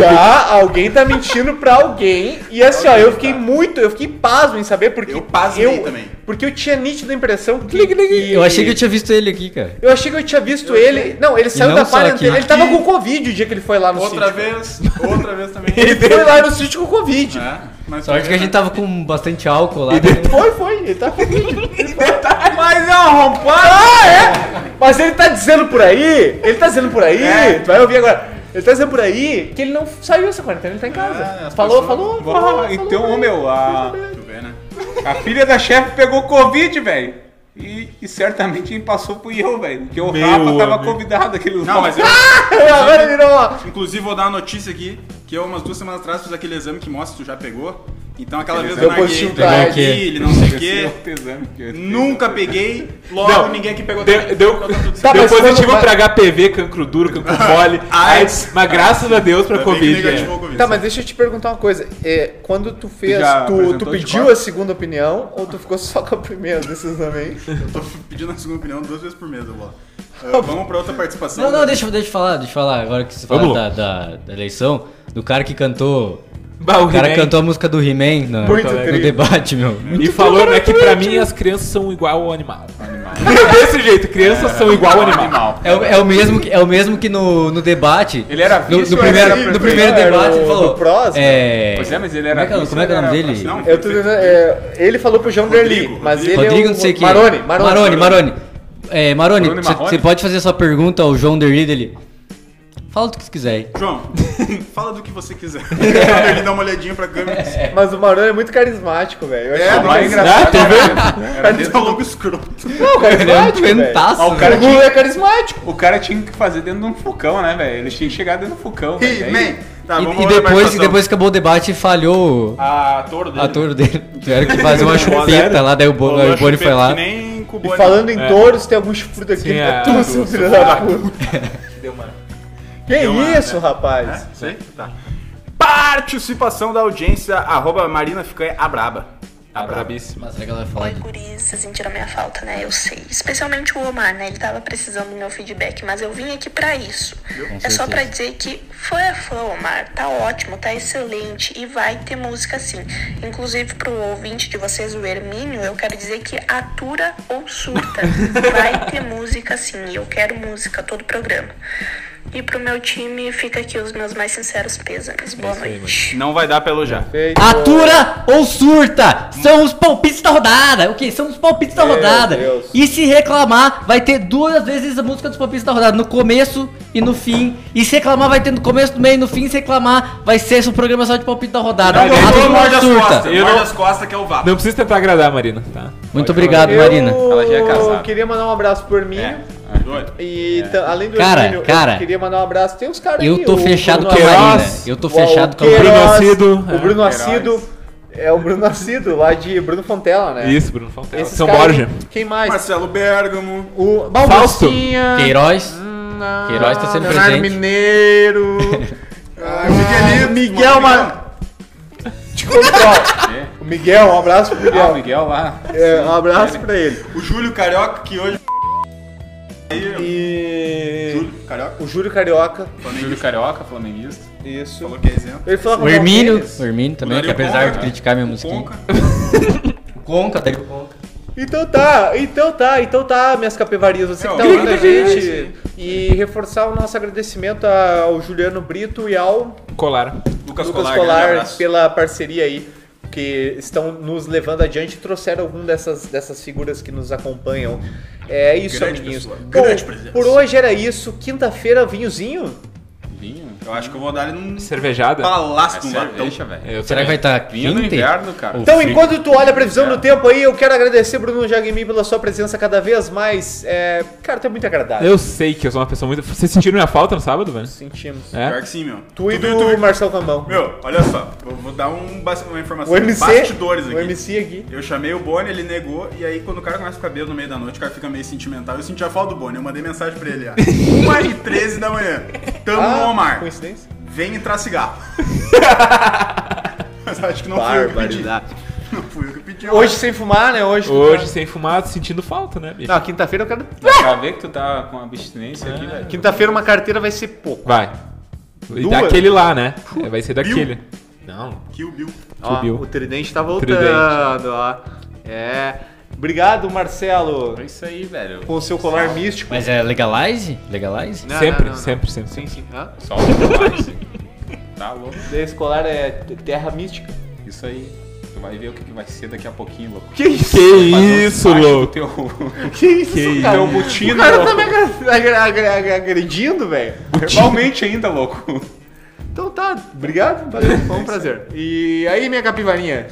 S4: Tá? Alguém tá mentindo pra alguém. E assim, ó, eu fiquei muito, eu fiquei pasmo em saber porque.
S2: É tá. Eu pasmei também.
S4: Porque eu tinha nítida impressão que.
S5: Eu achei que eu tinha visto ele aqui, cara.
S4: Eu achei que eu tinha visto ele. Não, ele saiu
S5: não
S4: da
S5: só
S4: quarentena.
S5: aqui.
S4: Ele tava com Covid o dia que ele foi lá no
S2: Outra
S4: sítio.
S2: vez, outra vez também.
S4: Ele foi lá no sítio com Covid.
S2: É, mas
S5: Sorte que a
S4: tá-
S5: gente tava com bastante álcool lá. né?
S2: É.
S4: Foi, foi. Ele tava com Covid.
S2: Mas é uma rompada!
S4: Ah, é? Mas ele tá dizendo por aí, ele tá dizendo por aí, tu vai ouvir agora. Ele tá dizendo por aí que ele não saiu essa quarentena, ele tá em casa.
S2: É, as
S4: falou,
S2: pessoas-
S4: falou,
S2: Bom,
S4: falou,
S3: Ah, então,
S2: um
S3: ô meu, a,
S2: Tu vê, né?
S3: a filha da chefe pegou Covid, velho. E, e certamente quem passou fui eu, velho. Porque o
S6: Meu
S3: Rafa tava
S6: amigo.
S3: convidado aquele
S2: Não, mas eu,
S4: falou. Agora ele não.
S2: inclusive, vou dar uma notícia aqui, que eu, umas duas semanas atrás, fiz aquele exame que mostra se tu já pegou. Então aquela vez eu
S4: exame positivo
S2: narguei,
S4: pra
S2: peguei
S5: AIDS.
S2: aquele, não sei o
S3: Esse é
S2: quê.
S3: outro exame que eu-
S2: Nunca peguei, logo
S6: Não.
S2: ninguém aqui pegou
S6: Deu,
S2: também.
S6: deu,
S2: Então tá tudo
S4: Tá,
S6: deu
S4: mas
S6: positivo
S4: quando-
S6: pra HPV, cancro duro, cancro mole, AIDS, mas graças a Deus pra
S2: Ainda bem que
S6: Covid.
S2: negativou
S6: é.
S2: o Covid.
S4: Tá, mas deixa eu te perguntar uma coisa. É, quando tu fez,
S3: já
S4: tu,
S3: apresentou
S4: tu
S3: de
S4: pediu
S3: volta?
S4: a segunda opinião ou tu ficou só com a primeira desses também?
S2: Eu tô pedindo a segunda opinião duas vezes por mês, eu vou. Ah, vamos pra outra participação.
S5: Não,
S2: né?
S5: não, deixa, eu- deixa eu falar, deixa eu falar. Agora que você
S6: Vamos
S5: falou da, da, da eleição, do cara que cantou.
S6: Bah,
S5: O cara
S6: He-Man.
S5: cantou a música do He-Man na-
S4: Muito
S5: no
S4: triste.
S5: debate, meu.
S6: E falou né, que pra mim as crianças são igual ao animal. Desse jeito,
S2: É,
S6: crianças são igual ao animal.
S3: Animal.
S5: É o, é o mesmo que, é o mesmo que no, no debate.
S3: Ele era
S5: no,
S3: vice
S5: no
S3: ou era
S5: primeiro,
S3: prefeito?
S5: no primeiro
S4: Era
S5: debate
S4: o-
S5: ele falou.
S4: do Prós,
S5: é,
S3: Pois é, mas ele
S5: como
S3: era
S5: é que, é o-
S3: vice,
S5: como é que é o nome
S3: ele era
S5: dele?
S2: Assim, Não,
S4: Eu tô dizendo, é, ele falou pro João Derli,
S2: Rodrigo,
S4: mas ele
S5: Rodrigo,
S4: é o
S5: não sei o que.
S4: Maroni, Maroni.
S5: Maroni, Maroni. É, Maroni,
S3: Maroni
S5: você-
S3: Marrone?
S5: você pode fazer sua pergunta ao João Derrida dele. Fala o que você quiser aí.
S2: João, fala do que você quiser. Ele dá uma olhadinha pra câmera.
S4: Mas o Maroni é muito carismático, velho. Eu achei
S2: É,
S4: muito
S2: mas-
S4: engraçado.
S2: Era dentro logo escroto.
S4: Não, o
S5: Ele é um
S4: carismático, velho.
S5: ventaço,
S3: Ó, o cara
S4: O
S5: velho.
S4: Lula é carismático.
S3: O cara tinha que fazer dentro de um focão, né, velho? Ele tinha que chegar dentro do focão. velho. É Aí-
S2: He-Man. Tá,
S5: E-
S2: vamos
S5: e
S2: outra
S5: depois,
S2: participação.
S5: depois que acabou o debate, falhou o
S2: Ah,
S6: A touro
S4: Ah,
S6: dele.
S5: ator dele. Tiveram que fazer uma chupeta
S2: Sério?
S5: lá, daí o Bo-
S2: Rolou
S5: o Boni foi
S2: chupeta
S5: lá.
S2: que nem com o
S4: E
S2: Boni.
S4: falando em touros, tem alguns frutos aqui.
S6: Sim,
S4: que
S6: é,
S4: é tudo,
S6: tudo,
S4: filho da puta.
S6: Deu uma-
S4: Que
S2: Deu uma-
S4: isso, rapaz?
S2: É? Sei? Tá. Participação da audiência, arroba Marina Ficanha Abraba.
S6: Tá brabíssima.
S5: Mas será é que ela vai falar
S10: Oi,
S5: de...
S10: guris, vocês sentiram a minha falta, né? Eu sei. Especialmente o Omar, né? Ele tava precisando do meu feedback, mas eu vim aqui pra isso. É só pra dizer que foi a fã, Omar. Tá ótimo, tá excelente e vai ter música sim. Inclusive pro ouvinte de vocês, o Hermínio, eu quero dizer que atura ou surta. Vai ter música sim, e eu quero música todo o programa. E pro meu time, fica aqui os meus mais sinceros pêsames. Boa noite.
S2: Não vai dar pra elogiar.
S4: Feito.
S5: Atura ou surta? São os palpites da rodada. O que? São os palpites da
S4: Meu
S5: rodada.
S4: Deus.
S5: E se reclamar, vai ter duas vezes a música dos palpites da rodada. No começo e no fim. E se reclamar, vai ter no começo, no meio e no fim. Se reclamar, vai ser esse um programa só de palpite da
S3: Tá
S5: rodada.
S6: Não, não,
S5: Atura
S6: não, morde
S5: ou
S6: as
S5: surta?
S6: costas. Eu
S2: Morde
S6: não-
S2: as costas que é o Vapo.
S6: Não precisa tentar agradar, Marina, tá?
S5: Muito obrigado,
S4: Eu
S5: Marina.
S3: Ela já é casada. É.
S4: queria mandar um abraço por mim.
S2: Doido.
S4: E tam- além do
S5: Cara,
S4: Hermínio,
S5: cara,
S4: eu queria mandar um abraço. Tem uns caras
S5: Eu
S4: aí,
S5: tô
S4: o
S5: fechado com
S4: Bruno
S5: a
S4: Assis,
S5: Marina. Eu tô fechado com a Marina.
S4: Queiroz,
S6: Assido,
S4: O
S6: é.
S4: Bruno Assido. É o Bruno Assido, lá de Bruno Fontela, né?
S6: Isso, Bruno Fontela.
S4: Esses
S6: São
S4: caras-
S6: Borja.
S4: Quem mais?
S2: Marcelo Bergamo.
S4: O
S6: Fausto.
S4: Balbucinha.
S5: Queiroz.
S4: Não.
S5: Queiroz tá sempre
S4: Leonardo
S5: presente.
S4: Mineiro.
S2: Ah, Miguelito.
S4: É, Miguel, mano. O Miguel, um abraço pro
S3: Ah, o
S4: Miguel.
S3: Miguel lá.
S4: É, um abraço pra ele.
S2: O Júlio Carioca, que hoje... Aí, o
S4: E.
S2: Júlio Carioca.
S4: O Júlio Carioca.
S3: Júlio Carioca, flamenguista.
S4: Isso.
S2: Falou que é exemplo.
S4: Ele falou com
S5: O Hermínio.
S4: Palmeiras.
S5: O Hermínio também,
S2: Dario
S5: que apesar de
S2: Conca.
S5: criticar minha musiquinha.
S2: Conca.
S5: Conca, Dario Conca.
S4: Então tá, então tá, então tá, minhas capivarias, você que tá
S2: Não,
S4: ouvindo a
S2: mas-
S4: gente. E reforçar o nosso agradecimento ao Juliano Brito e ao
S6: Colaram.
S2: Lucas,
S4: Lucas
S2: Colar,
S4: Colar,
S2: grande abraço.
S4: pela parceria aí, que estão nos levando adiante e trouxeram algum dessas, dessas figuras que nos acompanham. É isso,
S2: Grande
S4: amiguinhos.
S2: pessoa,
S4: Bom,
S2: grande presença.
S4: por hoje era isso. Quinta-feira, vinhozinho.
S3: Vinho.
S2: Eu acho que eu vou dar ele num
S6: Cervejada.
S2: palácio,
S3: É
S2: num latão.
S3: Cerveja, velho.
S6: Eu
S5: Será que vai
S6: também.
S5: estar
S3: Vinho no
S5: quinta?
S3: inverno, cara.
S5: O
S4: Então,
S5: frio.
S4: enquanto tu olha a previsão do tempo aí, eu quero agradecer, Bruno Jagmin, pela sua presença cada vez mais. É, cara, tu é muito agradável.
S6: Eu sei que eu sou uma pessoa muito. Vocês sentiram minha falta no sábado, velho?
S4: Sentimos.
S6: É?
S2: Pior que sim, meu.
S4: né? Tu e
S2: viu, viu?
S4: do Marcelo Camão.
S2: Meu, olha só. Eu vou dar um, bas- uma informação.
S4: O MC,
S2: Bastidores aqui.
S4: o MC aqui.
S2: Eu chamei o Boni, ele negou, e aí quando o cara começa a ficar bêbado no meio da noite, o cara fica meio sentimental. Eu senti a falta do Boni, eu mandei mensagem pra ele, ó. 1h13 da manhã. Tamo
S4: Ah,
S2: no Omar.
S4: Coincidência?
S2: Vem entrar cigarro. Mas acho que não fui eu que pedi. Não fui eu que pedi.
S4: Hoje sem fumar, né? Hoje.
S6: Hoje, sem fumar, sentindo falta, né, bicho?
S4: Não, quinta-feira eu quero.
S3: Pra ver que tu tá com abstinência
S2: É.
S3: aqui, velho.
S4: Quinta-feira uma carteira vai ser pouco.
S6: Vai. E
S4: Duas?
S6: daquele lá, né? É, vai ser daquele. Não.
S2: Kill Bill.
S4: Ó,
S6: Bill.
S4: o Tridente tá voltando,
S6: Tridente.
S4: ó. É. Obrigado, Marcelo,
S3: É isso aí, velho.
S4: com o seu colar místico.
S5: Mas é legalize? Legalize?
S4: Não,
S6: sempre,
S4: não, não, não.
S6: sempre, sempre,
S4: Sim, sim. Hã?
S3: Só o que Tá louco.
S4: Esse colar é terra mística.
S3: Isso aí. Tu vai ver o que, que vai ser daqui a pouquinho, louco.
S4: Que isso?
S6: Que é isso,
S3: Faz
S6: louco.
S3: o Teu...
S4: Que isso, cara?
S3: teu botino,
S4: o cara tá
S3: louco.
S4: me agra- agra- agra- agra- agredindo, velho.
S3: Verbalmente ainda, louco.
S4: Então tá, obrigado, valeu, foi um prazer. E aí, minha capivarinha?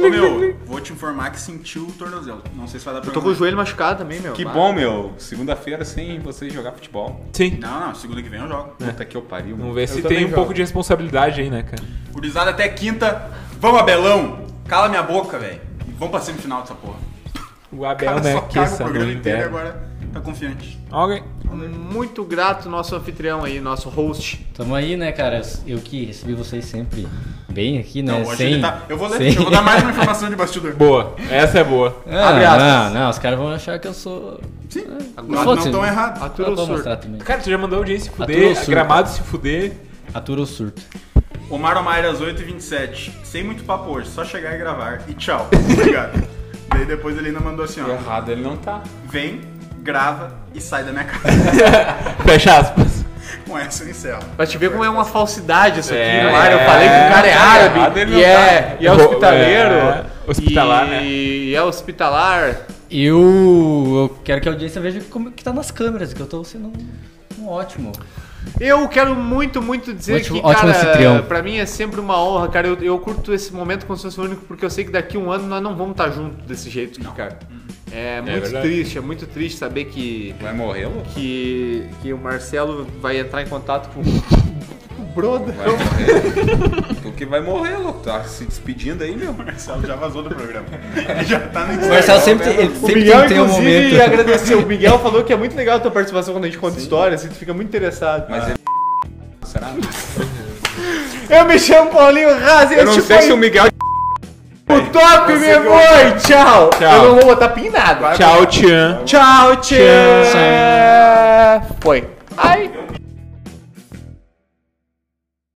S2: Ô, meu, vou te informar que sentiu o tornozelo. Não sei se vai dar pra
S4: Eu tô com o joelho machucado também, meu.
S3: Que bom, meu. Segunda-feira sem você jogar futebol.
S6: Sim.
S2: Não, não, segunda que vem eu jogo.
S3: Puta que eu pariu.
S6: Vamos
S3: Meu.
S6: ver se tem um pouco de responsabilidade aí, né, cara?
S2: Gurizada até quinta. Vamos, Abelão! Cala minha boca, velho. E vamos pra semifinal dessa porra.
S6: O
S2: O
S6: Abel
S2: cara
S6: né,
S2: só
S6: que
S2: caga o
S6: essa no
S2: programa inteiro e
S6: inverno.
S2: agora tá confiante.
S6: Ok.
S4: Muito grato nosso anfitrião aí, nosso host.
S5: Tamo aí, né, cara? Eu que recebi vocês sempre bem aqui, né?
S2: Não, hoje
S5: Sem-
S2: ele tá. Eu vou ler,
S5: sem-
S2: eu vou dar mais uma informação de bastidor.
S6: Boa. Essa é boa.
S4: Abre aspas.
S5: Ah, não, não, os caras vão achar que eu sou.
S2: Sim,
S5: Agora-
S2: não, não tão errado.
S4: Atura
S5: eu
S4: o
S5: vou
S4: surto.
S5: mostrar também.
S6: Cara, tu já mandou a audiência se
S5: Atua o
S6: fuder, a
S5: surto.
S6: gramado se fuder.
S5: Atura o surto.
S2: Omar Omar às 8h27. Sem muito papo hoje, só chegar e gravar. E tchau. Obrigado. Daí depois ele ainda mandou assim, ó.
S3: Errado ele não tá.
S2: Vem, grava e sai da minha casa.
S6: Fecha aspas.
S2: Com essa eu encerro.
S4: Pra te ver como é uma falsidade isso aqui,
S6: É,
S4: não era? Eu falei que o cara é árabe
S3: ele
S4: e
S3: não
S4: é, e é
S6: Ro-
S4: hospitaleiro.
S6: é, hospitalar,
S4: e,
S6: né?
S4: E é hospitalar.
S5: Eu, eu quero que a audiência veja como que tá nas câmeras, que eu tô sendo um, um ótimo.
S4: Eu quero muito, muito dizer
S5: Ótimo-
S4: que,
S5: ótimo
S4: cara,
S5: anfitrião.
S4: pra mim é sempre uma honra, cara. Eu, eu curto esse momento como se fosse o único, porque eu sei que daqui a um ano nós não vamos estar juntos desse jeito, cara. É muito
S6: verdade.
S4: triste, é muito triste saber que,
S3: Vai morrer, louco?
S4: que, que o Marcelo vai entrar em contato com o Broda.
S3: Vai morrer. Tu que vai morrer, louco. Tá se despedindo aí, meu.
S2: O Marcelo já vazou do programa. Ele já tá no
S5: O Marcelo sempre, ele
S4: O
S5: sempre
S4: Miguel,
S5: tem que ter um
S4: inclusive,
S5: momento.
S4: agradeceu. O Miguel falou que é muito legal a tua participação quando a gente conta histórias, assim, tu fica muito interessado. Ah.
S3: Mas ele. Será?
S4: Eu me chamo Paulinho Razi,
S11: Eu não sei se o Miguel.
S4: o top me foi. Tchau. Eu não vou botar pin em nada.
S6: Tchau, Tian.
S4: Tchau, tchau. Foi. Ai.